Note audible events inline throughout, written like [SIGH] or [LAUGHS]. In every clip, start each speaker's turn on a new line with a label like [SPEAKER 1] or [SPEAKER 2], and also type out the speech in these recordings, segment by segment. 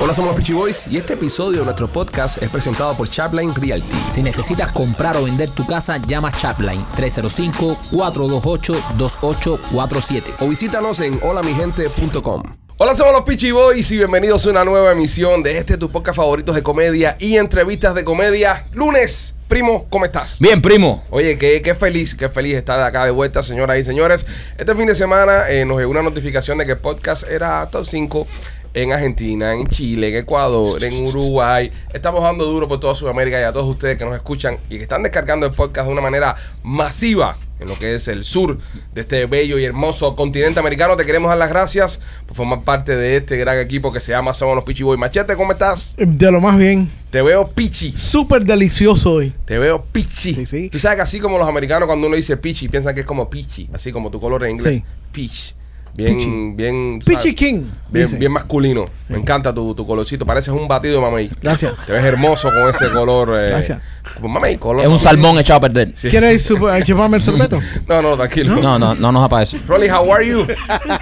[SPEAKER 1] Hola, somos los Peachy Boys y este episodio de nuestro podcast es presentado por Chapline Realty.
[SPEAKER 2] Si necesitas comprar o vender tu casa, llama Chapline 305-428-2847.
[SPEAKER 1] O visítanos en holamigente.com. Hola, somos los Peachy Boys y bienvenidos a una nueva emisión de este tu podcast favoritos de comedia y entrevistas de comedia. Lunes, primo, ¿cómo estás?
[SPEAKER 3] Bien, primo.
[SPEAKER 1] Oye, qué, qué feliz, qué feliz estar acá de vuelta, señoras y señores. Este fin de semana eh, nos llegó una notificación de que el podcast era top 5 en Argentina, en Chile, en Ecuador, en Uruguay. Estamos dando duro por toda Sudamérica y a todos ustedes que nos escuchan y que están descargando el podcast de una manera masiva en lo que es el sur de este bello y hermoso continente americano. Te queremos dar las gracias por formar parte de este gran equipo que se llama Somos los Pichi Boy. Machete, ¿cómo estás?
[SPEAKER 4] De lo más bien.
[SPEAKER 1] Te veo pichi.
[SPEAKER 4] Súper delicioso hoy.
[SPEAKER 1] Te veo pichi.
[SPEAKER 4] Sí, sí.
[SPEAKER 1] Tú sabes que así como los americanos cuando uno dice pichi piensan que es como pichi, así como tu color en inglés,
[SPEAKER 4] Sí.
[SPEAKER 1] peach. Bien,
[SPEAKER 4] Pichi.
[SPEAKER 1] bien, ¿sabes?
[SPEAKER 4] Pichi King.
[SPEAKER 1] bien,
[SPEAKER 4] dicen.
[SPEAKER 1] bien masculino. Me encanta tu, tu colorcito. Pareces un batido de mamey.
[SPEAKER 4] Gracias.
[SPEAKER 1] Te ves hermoso con ese color. eh,
[SPEAKER 4] Gracias.
[SPEAKER 1] como mamey, color.
[SPEAKER 3] Es un
[SPEAKER 1] mamey.
[SPEAKER 3] salmón echado a perder.
[SPEAKER 1] Sí.
[SPEAKER 4] ¿Quieres sup- llevarme el sorbeto?
[SPEAKER 1] No, no, tranquilo.
[SPEAKER 3] No, no, no nos aparece.
[SPEAKER 1] Rolly, how are you?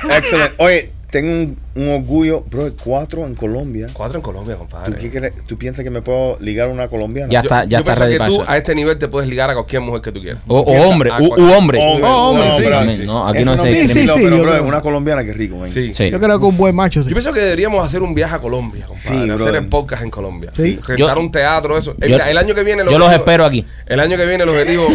[SPEAKER 5] Excelente. Oye, tengo un, un orgullo, bro, cuatro en Colombia.
[SPEAKER 1] Cuatro en Colombia,
[SPEAKER 5] ¿Tú,
[SPEAKER 1] compadre.
[SPEAKER 5] qué crees? ¿Tú piensas que me puedo ligar a una colombiana?
[SPEAKER 3] Ya
[SPEAKER 1] Yo-
[SPEAKER 3] está, ya
[SPEAKER 1] yo
[SPEAKER 3] está
[SPEAKER 1] pienso
[SPEAKER 3] ready
[SPEAKER 1] que
[SPEAKER 3] para
[SPEAKER 1] tú
[SPEAKER 3] eso.
[SPEAKER 1] a este nivel te puedes ligar a cualquier mujer que tú quieras.
[SPEAKER 3] O, o hombre,
[SPEAKER 1] Ah,
[SPEAKER 3] u, u hombre.
[SPEAKER 5] Hombre,
[SPEAKER 4] Oh, hombre, sí.
[SPEAKER 3] También, no, aquí
[SPEAKER 5] Eso
[SPEAKER 3] no se
[SPEAKER 5] me
[SPEAKER 4] discrimina. Sí, sí,
[SPEAKER 5] pero,
[SPEAKER 4] yo
[SPEAKER 5] bro,
[SPEAKER 4] creo.
[SPEAKER 5] una colombiana que rico, man.
[SPEAKER 1] Sí.
[SPEAKER 3] Sí.
[SPEAKER 4] Yo creo que un buen macho. Sí.
[SPEAKER 1] Yo pienso que deberíamos hacer un viaje a Colombia, compadre.
[SPEAKER 5] Sí,
[SPEAKER 1] hacer
[SPEAKER 5] brother.
[SPEAKER 1] el podcast en Colombia.
[SPEAKER 4] Sí.
[SPEAKER 1] Rentar
[SPEAKER 3] Yo-
[SPEAKER 1] un teatro, eso. El,
[SPEAKER 3] yo-
[SPEAKER 1] el año que viene... el
[SPEAKER 3] yo los
[SPEAKER 1] objetivo-
[SPEAKER 3] espero aquí.
[SPEAKER 1] El año que viene el
[SPEAKER 3] [LAUGHS]
[SPEAKER 1] objetivo...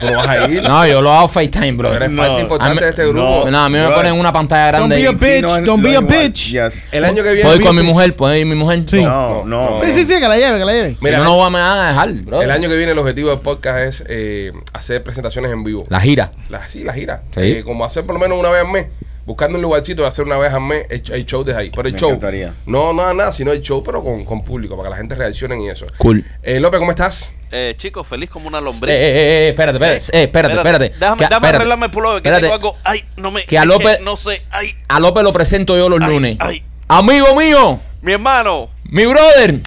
[SPEAKER 1] tú no vas a ir.
[SPEAKER 3] No, yo lo hago FaceTime, bro.
[SPEAKER 1] Tú eres
[SPEAKER 5] No.
[SPEAKER 1] parte importante
[SPEAKER 3] A mí-
[SPEAKER 1] de este grupo.
[SPEAKER 5] no.
[SPEAKER 3] No, a mí me
[SPEAKER 5] Bro.
[SPEAKER 3] ponen una pantalla
[SPEAKER 4] Don't
[SPEAKER 3] grande.
[SPEAKER 4] be a
[SPEAKER 3] y-
[SPEAKER 4] bitch, don't be a bitch.
[SPEAKER 5] Yes.
[SPEAKER 1] El año que viene...
[SPEAKER 3] ¿Puedo ir con mi mujer? ¿Puedo ir mi mujer?
[SPEAKER 4] Sí.
[SPEAKER 5] No,
[SPEAKER 1] No.
[SPEAKER 5] no.
[SPEAKER 4] Sí, sí, sí, que la lleve, que la lleve.
[SPEAKER 1] Mira,
[SPEAKER 3] Mira, no, no me van a dejar, bro.
[SPEAKER 1] El año que viene el objetivo del podcast es eh, hacer presentaciones en vivo.
[SPEAKER 3] La gira.
[SPEAKER 1] La- sí, la gira.
[SPEAKER 3] Sí.
[SPEAKER 1] Eh, como hacer por lo menos una vez al mes. Buscando un lugarcito de hacer una vez al mes el, el show desde ahí. Pero el
[SPEAKER 5] Me
[SPEAKER 1] show.
[SPEAKER 5] encantaría.
[SPEAKER 1] No, nada, nada, sino el show, pero con, con público, para que la gente reaccione y eso.
[SPEAKER 3] Cool.
[SPEAKER 1] Eh, López, ¿cómo estás?
[SPEAKER 6] Eh, chicos, feliz como una
[SPEAKER 3] Eh,
[SPEAKER 6] lombriz.
[SPEAKER 3] eh, eh, espérate, espérate, eh, espérate, espérate.
[SPEAKER 6] Déjame,
[SPEAKER 3] Que-
[SPEAKER 6] déjame
[SPEAKER 3] espérate.
[SPEAKER 6] arreglarme el pullover, que
[SPEAKER 3] Espérate.
[SPEAKER 6] tengo algo. Ay, no me.
[SPEAKER 3] Que a
[SPEAKER 6] es
[SPEAKER 3] López-
[SPEAKER 6] no sé. Ay,
[SPEAKER 3] A López lo presento yo los
[SPEAKER 6] Ay,
[SPEAKER 3] lunes.
[SPEAKER 6] ay.
[SPEAKER 3] Amigo mío,
[SPEAKER 6] mi hermano.
[SPEAKER 3] mi brother,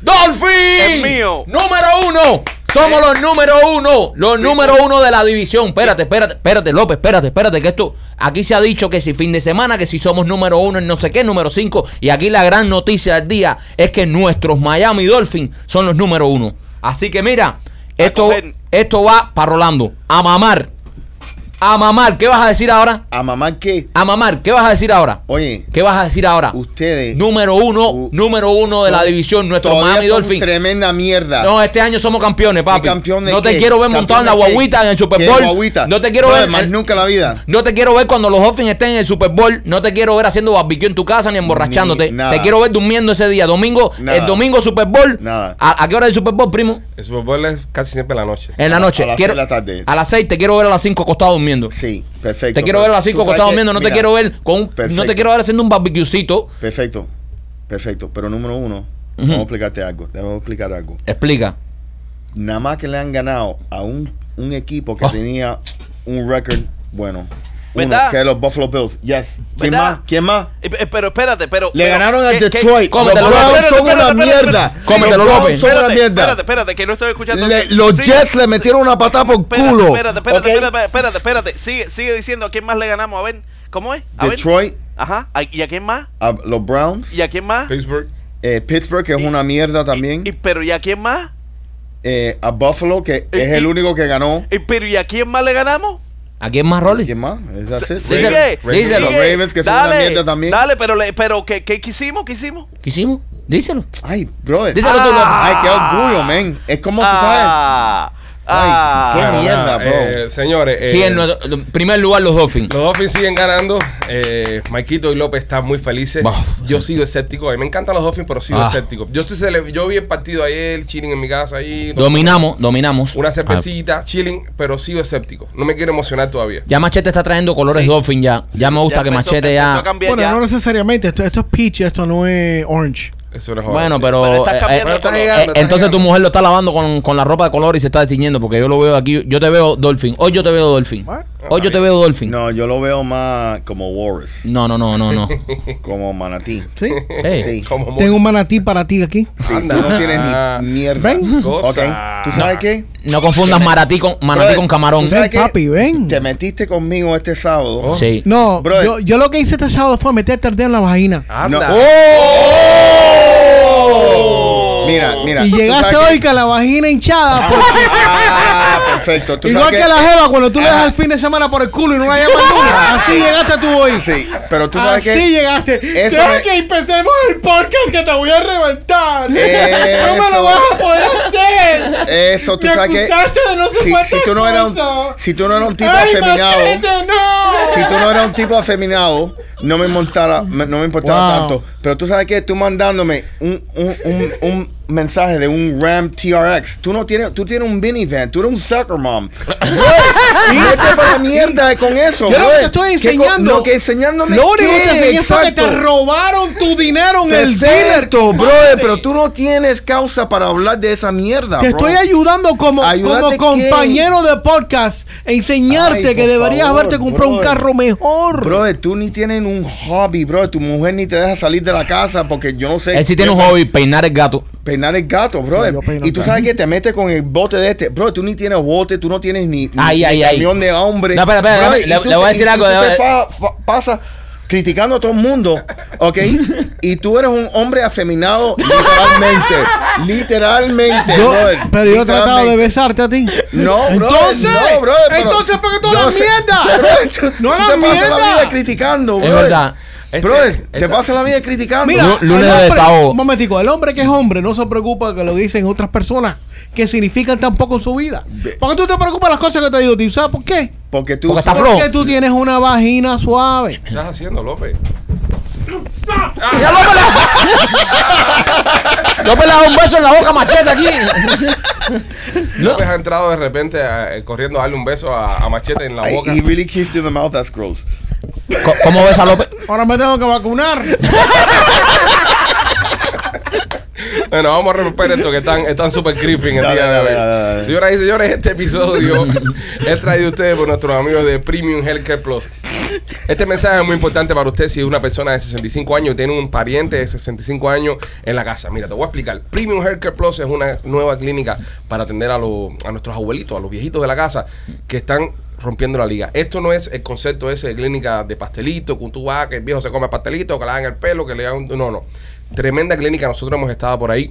[SPEAKER 3] Dolphin.
[SPEAKER 6] Es mío.
[SPEAKER 3] Número uno. Somos los número uno. Los número uno de la división. Espérate, espérate, espérate, López, espérate, espérate. Que esto. Aquí se ha dicho que si fin de semana, que si somos número uno en no sé qué, número cinco. Y aquí la gran noticia del día es que nuestros Miami Dolphins son los número uno. Así que mira, esto,
[SPEAKER 6] coger.
[SPEAKER 3] esto va para Rolando. A mamar. A mamar. ¿Qué vas a decir ahora?
[SPEAKER 5] A mamá que,
[SPEAKER 3] A mamar. ¿Qué vas a decir ahora?
[SPEAKER 5] oye,
[SPEAKER 3] ¿Qué vas a decir ahora?
[SPEAKER 5] ustedes.
[SPEAKER 3] Número uno,
[SPEAKER 5] U-
[SPEAKER 3] número uno de la
[SPEAKER 5] son-
[SPEAKER 3] división, nuestro
[SPEAKER 5] todavía
[SPEAKER 3] Miami
[SPEAKER 5] son
[SPEAKER 3] Dolphins.
[SPEAKER 5] Tremenda mierda.
[SPEAKER 3] No, este año somos campeones, papi.
[SPEAKER 5] ¿Y campeón de
[SPEAKER 3] no te
[SPEAKER 5] qué?
[SPEAKER 3] quiero ver montado en la
[SPEAKER 5] ¿Campeón de qué?
[SPEAKER 3] guaguita en el Super
[SPEAKER 5] ¿Qué
[SPEAKER 3] Bowl.
[SPEAKER 5] guaguita?
[SPEAKER 3] No te quiero
[SPEAKER 5] Brother,
[SPEAKER 3] ver. eh,
[SPEAKER 5] Más nunca en la vida.
[SPEAKER 3] No te quiero ver cuando los Dolphins estén en el Super Bowl. No te quiero ver haciendo barbecue en tu casa ni emborrachándote.
[SPEAKER 5] Ni nada.
[SPEAKER 3] te quiero ver durmiendo ese día. Domingo,
[SPEAKER 5] Nada.
[SPEAKER 3] el domingo Super Bowl.
[SPEAKER 5] Nada.
[SPEAKER 3] ¿A, a qué hora es el Super Bowl, primo?
[SPEAKER 1] El Super Bowl es casi siempre en la noche.
[SPEAKER 3] En la
[SPEAKER 5] A-
[SPEAKER 3] noche.
[SPEAKER 5] a las
[SPEAKER 3] Quiero-
[SPEAKER 5] seis de la tarde.
[SPEAKER 3] A las seis te quiero ver a las cinco acostado durmiendo.
[SPEAKER 5] Sí, perfecto.
[SPEAKER 3] Te quiero ver a las 5 acostado durmiendo, no te quiero ver con un- no te
[SPEAKER 5] Perfecto.
[SPEAKER 3] quiero ver haciendo un barbecuecito.
[SPEAKER 5] Perfecto, perfecto. Pero número uno,
[SPEAKER 3] Ujú.
[SPEAKER 5] vamos a explicarte algo. Te vamos a explicar algo.
[SPEAKER 3] Explica.
[SPEAKER 5] Nada más que le han ganado a un, un equipo que
[SPEAKER 3] Oh.
[SPEAKER 5] tenía un récord bueno. Uno,
[SPEAKER 6] ¿Verdad?
[SPEAKER 5] que es los Buffalo Bills. Yes. ¿Quién
[SPEAKER 6] ¿Verdad?
[SPEAKER 5] más? ¿Quién más?
[SPEAKER 6] Eh, eh, pero espérate, pero.
[SPEAKER 5] Le
[SPEAKER 6] pero,
[SPEAKER 5] ganaron al
[SPEAKER 6] ¿qué- qué-
[SPEAKER 5] Detroit.
[SPEAKER 3] Cómetelo,
[SPEAKER 5] los Browns
[SPEAKER 3] López.
[SPEAKER 5] son
[SPEAKER 6] Espérate,
[SPEAKER 5] una
[SPEAKER 6] espérate, espérate,
[SPEAKER 5] mierda.
[SPEAKER 6] espérate.
[SPEAKER 3] Cómetelo,
[SPEAKER 5] Los Browns
[SPEAKER 3] López.
[SPEAKER 5] Son una
[SPEAKER 6] Espérate,
[SPEAKER 5] mierda.
[SPEAKER 6] espérate, espérate, que no estoy escuchando.
[SPEAKER 5] Le-
[SPEAKER 6] Sí,
[SPEAKER 5] los
[SPEAKER 6] sí,
[SPEAKER 5] Jets
[SPEAKER 6] sí,
[SPEAKER 5] le metieron una patada por
[SPEAKER 6] espérate,
[SPEAKER 5] culo.
[SPEAKER 6] Espérate, espérate,
[SPEAKER 5] ¿ok?
[SPEAKER 6] espérate, espérate, espérate. Sigue, sigue diciendo a quién más le ganamos. A ver, ¿cómo es? A ver.
[SPEAKER 5] Detroit,
[SPEAKER 6] Ajá. ¿a- ¿Y a quién más?
[SPEAKER 5] a los Browns,
[SPEAKER 6] ¿Y a quién más?
[SPEAKER 1] Pittsburgh.
[SPEAKER 5] eh, Pittsburgh, que es una mierda también,
[SPEAKER 6] Y- y- pero ¿y a quién más?
[SPEAKER 5] eh, a Buffalo, que
[SPEAKER 6] y-
[SPEAKER 5] es el
[SPEAKER 6] y-
[SPEAKER 5] único que ganó.
[SPEAKER 6] Y- pero ¿y a quién más le ganamos?
[SPEAKER 3] ¿A quién más, Rolly?
[SPEAKER 5] ¿Quién más? Es así.
[SPEAKER 6] Sí,
[SPEAKER 3] Díselo,
[SPEAKER 6] Sigue,
[SPEAKER 3] díselo.
[SPEAKER 6] sigue.
[SPEAKER 5] Los Ravens, que son una mierda también.
[SPEAKER 6] Dale, pero, le- pero ¿qué, ¿qué hicimos? ¿Qué hicimos?
[SPEAKER 3] ¿Qué hicimos? Díselo.
[SPEAKER 5] Ay, brother.
[SPEAKER 3] Díselo tú, López.
[SPEAKER 5] Ay, qué orgullo, man. Es como tú sabes.
[SPEAKER 6] Ah,
[SPEAKER 5] Ay,
[SPEAKER 6] ah.
[SPEAKER 5] qué mierda, bro.
[SPEAKER 1] eh, señores, eh,
[SPEAKER 3] Sí, en nuestro- en primer lugar los Dolphins.
[SPEAKER 1] los Dolphins siguen ganando. Eh, Maikito y López están muy felices.
[SPEAKER 3] Buf,
[SPEAKER 1] yo sigo escéptico. A mí me encantan los Dolphins, pero sigo
[SPEAKER 3] Ah.
[SPEAKER 1] escéptico. Yo, estoy cele- yo vi el partido ayer, chilling en mi casa ahí.
[SPEAKER 3] Dominamos, dominamos. Ah,
[SPEAKER 1] Una cervecita, chilling, pero sigo escéptico. No me quiero emocionar todavía.
[SPEAKER 3] Ah, Ya Machete está trayendo colores Dolphin ya. Ya me gusta
[SPEAKER 6] Ya
[SPEAKER 3] que
[SPEAKER 6] empezó-
[SPEAKER 3] Machete
[SPEAKER 6] empezó
[SPEAKER 3] ya.
[SPEAKER 6] a cambiar
[SPEAKER 4] Bueno,
[SPEAKER 6] ya.
[SPEAKER 4] no necesariamente. Esto, esto es peach, esto no es orange.
[SPEAKER 1] Eso no es joda.
[SPEAKER 3] Bueno,
[SPEAKER 6] Pero
[SPEAKER 3] pero.
[SPEAKER 6] estás
[SPEAKER 3] eh,
[SPEAKER 6] cambiando
[SPEAKER 3] eh,
[SPEAKER 6] de color.
[SPEAKER 3] eh,
[SPEAKER 1] Estás llegando,
[SPEAKER 3] entonces
[SPEAKER 1] estás
[SPEAKER 3] tu mujer lo está lavando con, con la ropa de color y se está destiñendo. Porque yo lo veo aquí. Yo te veo Dolphin. Hoy yo te veo Dolphin.
[SPEAKER 4] Bueno.
[SPEAKER 3] Hoy yo te veo Dolphin.
[SPEAKER 5] No, yo lo veo más como
[SPEAKER 4] [LAUGHS]
[SPEAKER 5] Warriors,
[SPEAKER 3] No, no, no, no. no.
[SPEAKER 5] como manatí.
[SPEAKER 4] ¿Sí?
[SPEAKER 3] Ey.
[SPEAKER 5] Sí.
[SPEAKER 1] Como
[SPEAKER 4] Tengo un
[SPEAKER 1] Morse.
[SPEAKER 4] manatí para ti aquí.
[SPEAKER 5] Sí,
[SPEAKER 1] Anda.
[SPEAKER 5] tú no tienes ni mierda.
[SPEAKER 4] Ah.
[SPEAKER 5] [LAUGHS]
[SPEAKER 4] Ven.
[SPEAKER 1] Cosa.
[SPEAKER 5] Ok, ¿Tú sabes qué?
[SPEAKER 3] No confundas maratí con, manatí
[SPEAKER 5] Brother,
[SPEAKER 3] con camarón.
[SPEAKER 5] ¿tú sabes qué?
[SPEAKER 4] Papi, ven.
[SPEAKER 5] Te metiste conmigo este sábado.
[SPEAKER 1] Oh.
[SPEAKER 3] Sí.
[SPEAKER 4] No,
[SPEAKER 5] Brother.
[SPEAKER 4] yo, yo lo que hice este sábado fue meterte el dedo en la vagina.
[SPEAKER 1] Anda.
[SPEAKER 5] No.
[SPEAKER 1] ¡Oh!
[SPEAKER 5] Mira, mira.
[SPEAKER 4] y
[SPEAKER 5] tú
[SPEAKER 4] llegaste
[SPEAKER 5] sabes
[SPEAKER 4] hoy
[SPEAKER 5] que-
[SPEAKER 4] con la vagina hinchada. por-
[SPEAKER 5] Ah, perfecto. ¿Tú
[SPEAKER 4] igual que,
[SPEAKER 5] sabes
[SPEAKER 4] la jeva cuando tú le das el fin de semana por el culo y no la llamas nunca.
[SPEAKER 5] [LAUGHS]
[SPEAKER 4] Así llegaste tú hoy.
[SPEAKER 5] Sí, pero tú sabes
[SPEAKER 4] Así
[SPEAKER 5] que...
[SPEAKER 4] llegaste.
[SPEAKER 5] Eso
[SPEAKER 4] Deja
[SPEAKER 5] es-
[SPEAKER 4] que empecemos el podcast que te voy a reventar.
[SPEAKER 5] Eso.
[SPEAKER 4] No me lo vas a poder hacer.
[SPEAKER 5] Eso, tú
[SPEAKER 4] Me
[SPEAKER 5] sabes que...
[SPEAKER 4] acusaste de no sé
[SPEAKER 5] si,
[SPEAKER 4] cuántas
[SPEAKER 5] si tú no eras un,
[SPEAKER 4] cosas.
[SPEAKER 5] si tú no eras un tipo
[SPEAKER 4] Ay,
[SPEAKER 5] afeminado...
[SPEAKER 4] machete,
[SPEAKER 5] Si
[SPEAKER 4] no.
[SPEAKER 5] tú no eras un tipo afeminado, no me, montara, me- no me importara
[SPEAKER 4] Wow.
[SPEAKER 5] tanto. Pero tú sabes que tú mandándome un, un, un, un mensaje de un Ram TRX. Tú no tienes, tú tienes un minivan, tú eres un
[SPEAKER 4] [LAUGHS]
[SPEAKER 5] sucker mom. Bro, Vete para la mierda con eso.
[SPEAKER 4] Yo lo que
[SPEAKER 5] bro.
[SPEAKER 4] te estoy
[SPEAKER 5] ¿Qué co-
[SPEAKER 4] enseñando.
[SPEAKER 5] Lo que enseñándome.
[SPEAKER 4] Lo único que
[SPEAKER 5] qué,
[SPEAKER 4] te enseñé fue que te
[SPEAKER 5] exacto.
[SPEAKER 4] robaron tu dinero en el dealer.
[SPEAKER 5] Perfecto, brother, pero tú no tienes causa para hablar de esa mierda.
[SPEAKER 4] Te
[SPEAKER 5] bro.
[SPEAKER 4] estoy ayudando como,
[SPEAKER 5] ¿Ayudarte
[SPEAKER 4] como compañero de podcast a enseñarte
[SPEAKER 5] Ay,
[SPEAKER 4] que
[SPEAKER 5] por
[SPEAKER 4] deberías
[SPEAKER 5] favor,
[SPEAKER 4] haberte comprado un
[SPEAKER 5] brother.
[SPEAKER 4] carro mejor.
[SPEAKER 5] Brother, tú ni tienes un hobby, bro. Tu mujer ni te deja salir de la casa porque yo no sé.
[SPEAKER 3] Él sí tiene un hobby, peinar el gato.
[SPEAKER 5] Peinar el gato, brother.
[SPEAKER 4] yo peino
[SPEAKER 5] y tú
[SPEAKER 4] el
[SPEAKER 5] sabes que te metes con el bote de este. Bro, tú ni tienes bote, tú no tienes ni, ni-
[SPEAKER 3] Ay,
[SPEAKER 5] ni
[SPEAKER 3] ay, ay.
[SPEAKER 5] camión de hombre.
[SPEAKER 3] No, espera, espera,
[SPEAKER 5] Brother,
[SPEAKER 3] espera,
[SPEAKER 5] y
[SPEAKER 3] le-
[SPEAKER 5] tú
[SPEAKER 3] le voy a
[SPEAKER 5] te-
[SPEAKER 3] decir
[SPEAKER 5] y
[SPEAKER 3] algo,
[SPEAKER 5] tú
[SPEAKER 3] le-
[SPEAKER 5] te fa- fa- pasa criticando a todo el mundo, ¿ok? y tú eres un hombre afeminado
[SPEAKER 3] [LAUGHS]
[SPEAKER 5] literalmente. literalmente,
[SPEAKER 4] Yo- eh,
[SPEAKER 5] brother.
[SPEAKER 4] pero yo he tratado de
[SPEAKER 5] Literalmente.
[SPEAKER 4] besarte a ti.
[SPEAKER 5] No, brother,
[SPEAKER 4] Entonces,
[SPEAKER 5] no, brother, pero-
[SPEAKER 4] entonces, ¿por qué tú hablas
[SPEAKER 5] Yo sé- [LAUGHS]
[SPEAKER 4] mierda?
[SPEAKER 5] Brother, tú-
[SPEAKER 4] No
[SPEAKER 5] tú
[SPEAKER 4] hagas
[SPEAKER 5] te pasas la
[SPEAKER 4] mierda.
[SPEAKER 5] vida criticando,
[SPEAKER 3] Es
[SPEAKER 5] brother.
[SPEAKER 3] verdad.
[SPEAKER 1] Este-
[SPEAKER 5] brother,
[SPEAKER 1] este-
[SPEAKER 5] te pasas la vida criticando.
[SPEAKER 4] Mira,
[SPEAKER 3] Lu- lunes
[SPEAKER 4] el
[SPEAKER 3] de
[SPEAKER 4] hombre-
[SPEAKER 3] desahogo.
[SPEAKER 4] Un momentico, el hombre que es hombre no se preocupa que lo dicen otras personas que significan tampoco en su vida. ¿Por qué tú te preocupas las cosas que te digo? tío? ¿Sabes por qué?
[SPEAKER 5] porque tú
[SPEAKER 3] Porque está flojo.
[SPEAKER 4] Porque tú tienes una vagina suave.
[SPEAKER 1] ¿Qué estás haciendo, López?
[SPEAKER 3] ¡Ya López le- López le da un beso en la boca, machete aquí. [LAUGHS] No.
[SPEAKER 1] López ha entrado de repente eh, corriendo a darle un beso a, a Machete en la
[SPEAKER 5] Ay,
[SPEAKER 1] boca.
[SPEAKER 5] he really kissed you in the mouth, that's gross.
[SPEAKER 3] Co- ¿Cómo ves a López?
[SPEAKER 4] Ahora me tengo que
[SPEAKER 5] [LAUGHS]
[SPEAKER 4] vacunar.
[SPEAKER 1] Bueno, vamos a romper esto que están están super creepy en el
[SPEAKER 5] Dale,
[SPEAKER 1] día de
[SPEAKER 5] dale,
[SPEAKER 1] hoy.
[SPEAKER 5] dale, dale.
[SPEAKER 1] Señoras y señores, este
[SPEAKER 5] [LAUGHS]
[SPEAKER 1] episodio es traído a ustedes por nuestros amigos de Premium Healthcare Plus. Este mensaje es muy importante para usted si es una persona de 65 años y tiene un pariente de 65 años en la casa. Mira, te voy a explicar. Premium Healthcare Plus es una nueva clínica para atender a, los- a nuestros abuelitos, a los viejitos de la casa que están rompiendo la liga. Esto no es el concepto ese de clínica de pastelito, que tú vas, que el viejo se come pastelito, que le hagan el pelo, que le hagan... No, no. Tremenda clínica, nosotros hemos estado por ahí.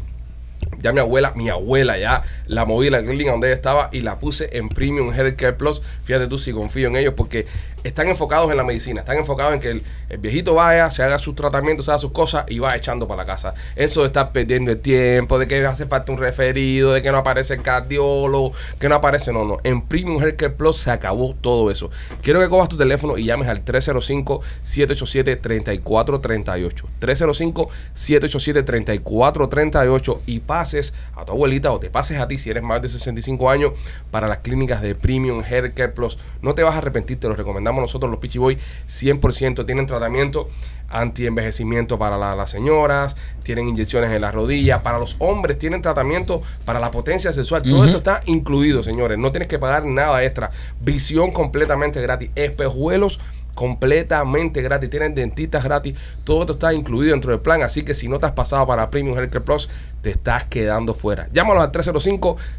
[SPEAKER 1] Ya mi abuela, mi abuela ya la moví de la clínica donde ella estaba y la puse en Premium Healthcare Plus. Fíjate tú si confío en ellos porque están enfocados en la medicina, están enfocados en que el, el viejito vaya, se haga sus tratamientos, se haga sus cosas y va echando para la casa. Eso de estar perdiendo el tiempo, de que hace falta un referido, de que no aparece el cardiólogo, que no aparece, no, no. En Premium Healthcare Plus se acabó todo eso. Quiero que cojas tu teléfono y llames al 305-787-3438. 305-787-3438 y pases a tu abuelita o te pases a ti si eres más de 65 años para las clínicas de Premium Healthcare Plus. No te vas a arrepentir, te lo recomendamos nosotros los Pichi Boy 100%. Tienen tratamiento anti-envejecimiento para la- las señoras, tienen inyecciones en las rodillas, para los hombres tienen tratamiento para la potencia sexual. Todo esto está incluido, señores. No tienes que pagar nada extra. Visión completamente gratis. Espejuelos completamente gratis. Tienen dentistas gratis. Todo esto está incluido dentro del plan. Así que si no te has pasado para Premium Healthcare Plus, te estás quedando fuera. Llámalos al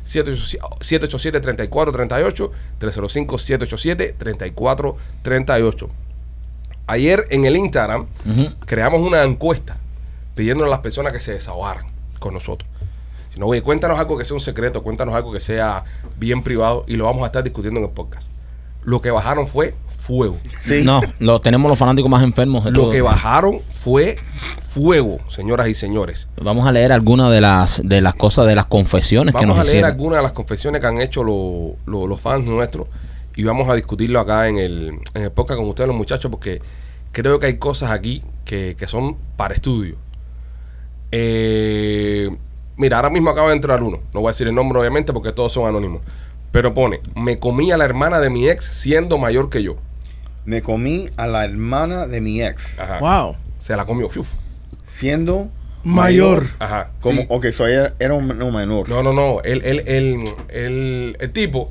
[SPEAKER 1] 305-787-3438. 305-787-3438. Ayer en el Instagram
[SPEAKER 3] Ujú.
[SPEAKER 1] creamos una encuesta pidiéndole a las personas que se desahogaran con nosotros. Si no, oye, cuéntanos algo que sea un secreto, cuéntanos algo que sea bien privado y lo vamos a estar discutiendo en el podcast. Lo que bajaron fue fuego.
[SPEAKER 5] Sí.
[SPEAKER 3] No, lo, tenemos los fanáticos más enfermos. de
[SPEAKER 1] Lo
[SPEAKER 3] todo.
[SPEAKER 1] que bajaron fue fuego, señoras y señores.
[SPEAKER 3] Vamos a leer algunas de las de las cosas, de las confesiones que
[SPEAKER 1] Vamos
[SPEAKER 3] nos
[SPEAKER 1] a leer
[SPEAKER 3] hicieron.
[SPEAKER 1] algunas de las confesiones que han hecho lo- lo- los fans nuestros y vamos a discutirlo acá en el, en el podcast con ustedes, los muchachos, porque creo que hay cosas aquí que, que son para estudio. Eh, mira, ahora mismo acaba de entrar uno. No voy a decir el nombre, obviamente, porque todos son anónimos. Pero pone: Me comí a la hermana de mi ex siendo mayor que yo.
[SPEAKER 5] Me comí a la hermana de mi ex,
[SPEAKER 1] Ajá.
[SPEAKER 4] Wow.
[SPEAKER 1] Se la comió. Fiuf.
[SPEAKER 5] siendo
[SPEAKER 4] mayor.
[SPEAKER 1] Ajá.
[SPEAKER 5] Como,
[SPEAKER 1] sí.
[SPEAKER 5] Ok, so ella era un no, menor.
[SPEAKER 1] No, no, no. El, el, el, el, el tipo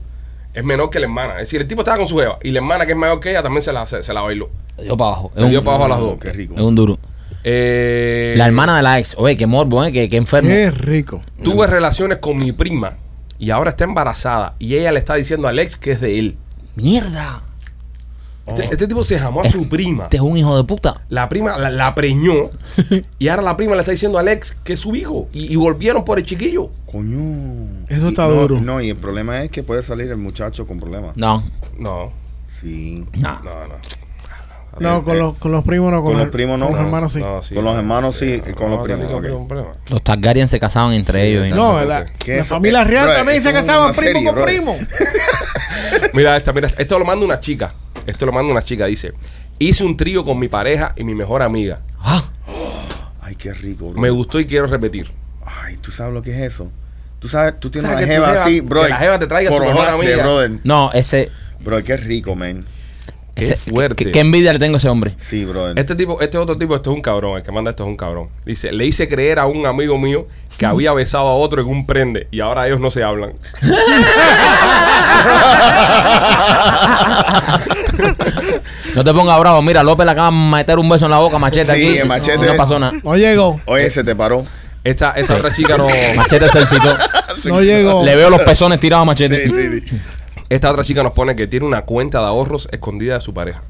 [SPEAKER 1] es menor que la hermana. Es decir, el tipo estaba con su jeva y la hermana que es mayor que ella también se la, se, se la bailó.
[SPEAKER 3] Dio para abajo. Es
[SPEAKER 1] Le
[SPEAKER 3] un,
[SPEAKER 1] dio para abajo a las dos.
[SPEAKER 5] Oh, qué rico.
[SPEAKER 3] es un duro.
[SPEAKER 1] Eh,
[SPEAKER 3] La hermana de la ex. Oye, qué morbo, ¿eh? Qué, qué enfermo.
[SPEAKER 4] Qué rico.
[SPEAKER 1] Tuve relaciones con mi prima y ahora está embarazada y ella le está diciendo a Alex que es de él.
[SPEAKER 3] Mierda.
[SPEAKER 1] Este, este tipo se jamó a su prima.
[SPEAKER 3] Este es un hijo de puta.
[SPEAKER 1] La prima la, la preñó y ahora la prima le está diciendo a Alex que es su hijo y, y volvieron por el chiquillo.
[SPEAKER 5] Coño.
[SPEAKER 4] Eso
[SPEAKER 5] Y
[SPEAKER 4] está
[SPEAKER 5] no,
[SPEAKER 4] duro.
[SPEAKER 5] No, y el problema es que puede salir el muchacho con problemas.
[SPEAKER 3] No,
[SPEAKER 1] No,
[SPEAKER 5] Sí.
[SPEAKER 3] no.
[SPEAKER 1] no, no.
[SPEAKER 4] No, con los, con los primos no.
[SPEAKER 5] Con los primos no.
[SPEAKER 4] Con los
[SPEAKER 5] No,
[SPEAKER 4] hermanos sí.
[SPEAKER 1] no,
[SPEAKER 5] Con los hermanos sí, y con los
[SPEAKER 1] no,
[SPEAKER 5] primos,
[SPEAKER 1] no,
[SPEAKER 5] ok.
[SPEAKER 1] no, no, no.
[SPEAKER 3] Los Targaryen se casaban entre ellos. ¿eh?
[SPEAKER 4] No, la,
[SPEAKER 1] Exactamente.
[SPEAKER 5] ¿Qué
[SPEAKER 4] la
[SPEAKER 5] es eso?
[SPEAKER 4] familia
[SPEAKER 5] Eh,
[SPEAKER 4] real
[SPEAKER 5] brother,
[SPEAKER 4] también
[SPEAKER 5] eso
[SPEAKER 4] se
[SPEAKER 5] es
[SPEAKER 4] casaba
[SPEAKER 5] una
[SPEAKER 4] primo
[SPEAKER 5] serie,
[SPEAKER 4] con
[SPEAKER 5] brother.
[SPEAKER 4] primo.
[SPEAKER 1] Mira esta, mira, esta. esto lo manda una chica. Esto lo manda una chica, dice. Hice un trío con mi pareja y mi mejor amiga.
[SPEAKER 3] Ah,
[SPEAKER 5] Ay, qué rico, bro.
[SPEAKER 1] Me gustó y quiero repetir.
[SPEAKER 5] Ay, ¿tú sabes lo que es eso? Tú sabes, tú tienes
[SPEAKER 1] ¿Sabes
[SPEAKER 5] una
[SPEAKER 1] que tu
[SPEAKER 5] jeva
[SPEAKER 1] jeva-
[SPEAKER 5] así,
[SPEAKER 1] que
[SPEAKER 5] bro.
[SPEAKER 1] la jeva te traiga su mejor
[SPEAKER 5] coronaste,
[SPEAKER 1] amiga?
[SPEAKER 5] brother.
[SPEAKER 3] no, ese.
[SPEAKER 5] Bro, qué rico, man.
[SPEAKER 1] Qué
[SPEAKER 3] ese-
[SPEAKER 1] fuerte.
[SPEAKER 3] Qué, qué envidia le tengo a
[SPEAKER 1] [LAUGHS]
[SPEAKER 3] ese hombre.
[SPEAKER 5] Sí, brother.
[SPEAKER 1] Este tipo, este otro tipo, esto es un cabrón. El que manda esto es un cabrón. Dice, le hice creer a un amigo mío que había besado a otro en un prende y ahora ellos no se hablan.
[SPEAKER 3] No te pongas bravo. Mira, López le acaba de meter un beso en la boca, machete
[SPEAKER 5] Sí,
[SPEAKER 3] aquí.
[SPEAKER 5] el machete.
[SPEAKER 3] No pasó
[SPEAKER 5] [LAUGHS]
[SPEAKER 3] nada.
[SPEAKER 4] No llegó.
[SPEAKER 5] Oye, se te paró.
[SPEAKER 1] Esta, esta otra chica
[SPEAKER 3] [LAUGHS]
[SPEAKER 1] no.
[SPEAKER 3] Machete se excitó.
[SPEAKER 4] No llegó.
[SPEAKER 3] Le veo los pezones tirados a machete.
[SPEAKER 5] [LAUGHS] Sí, sí, sí.
[SPEAKER 1] Esta otra chica nos pone que tiene una cuenta de ahorros escondida de su pareja.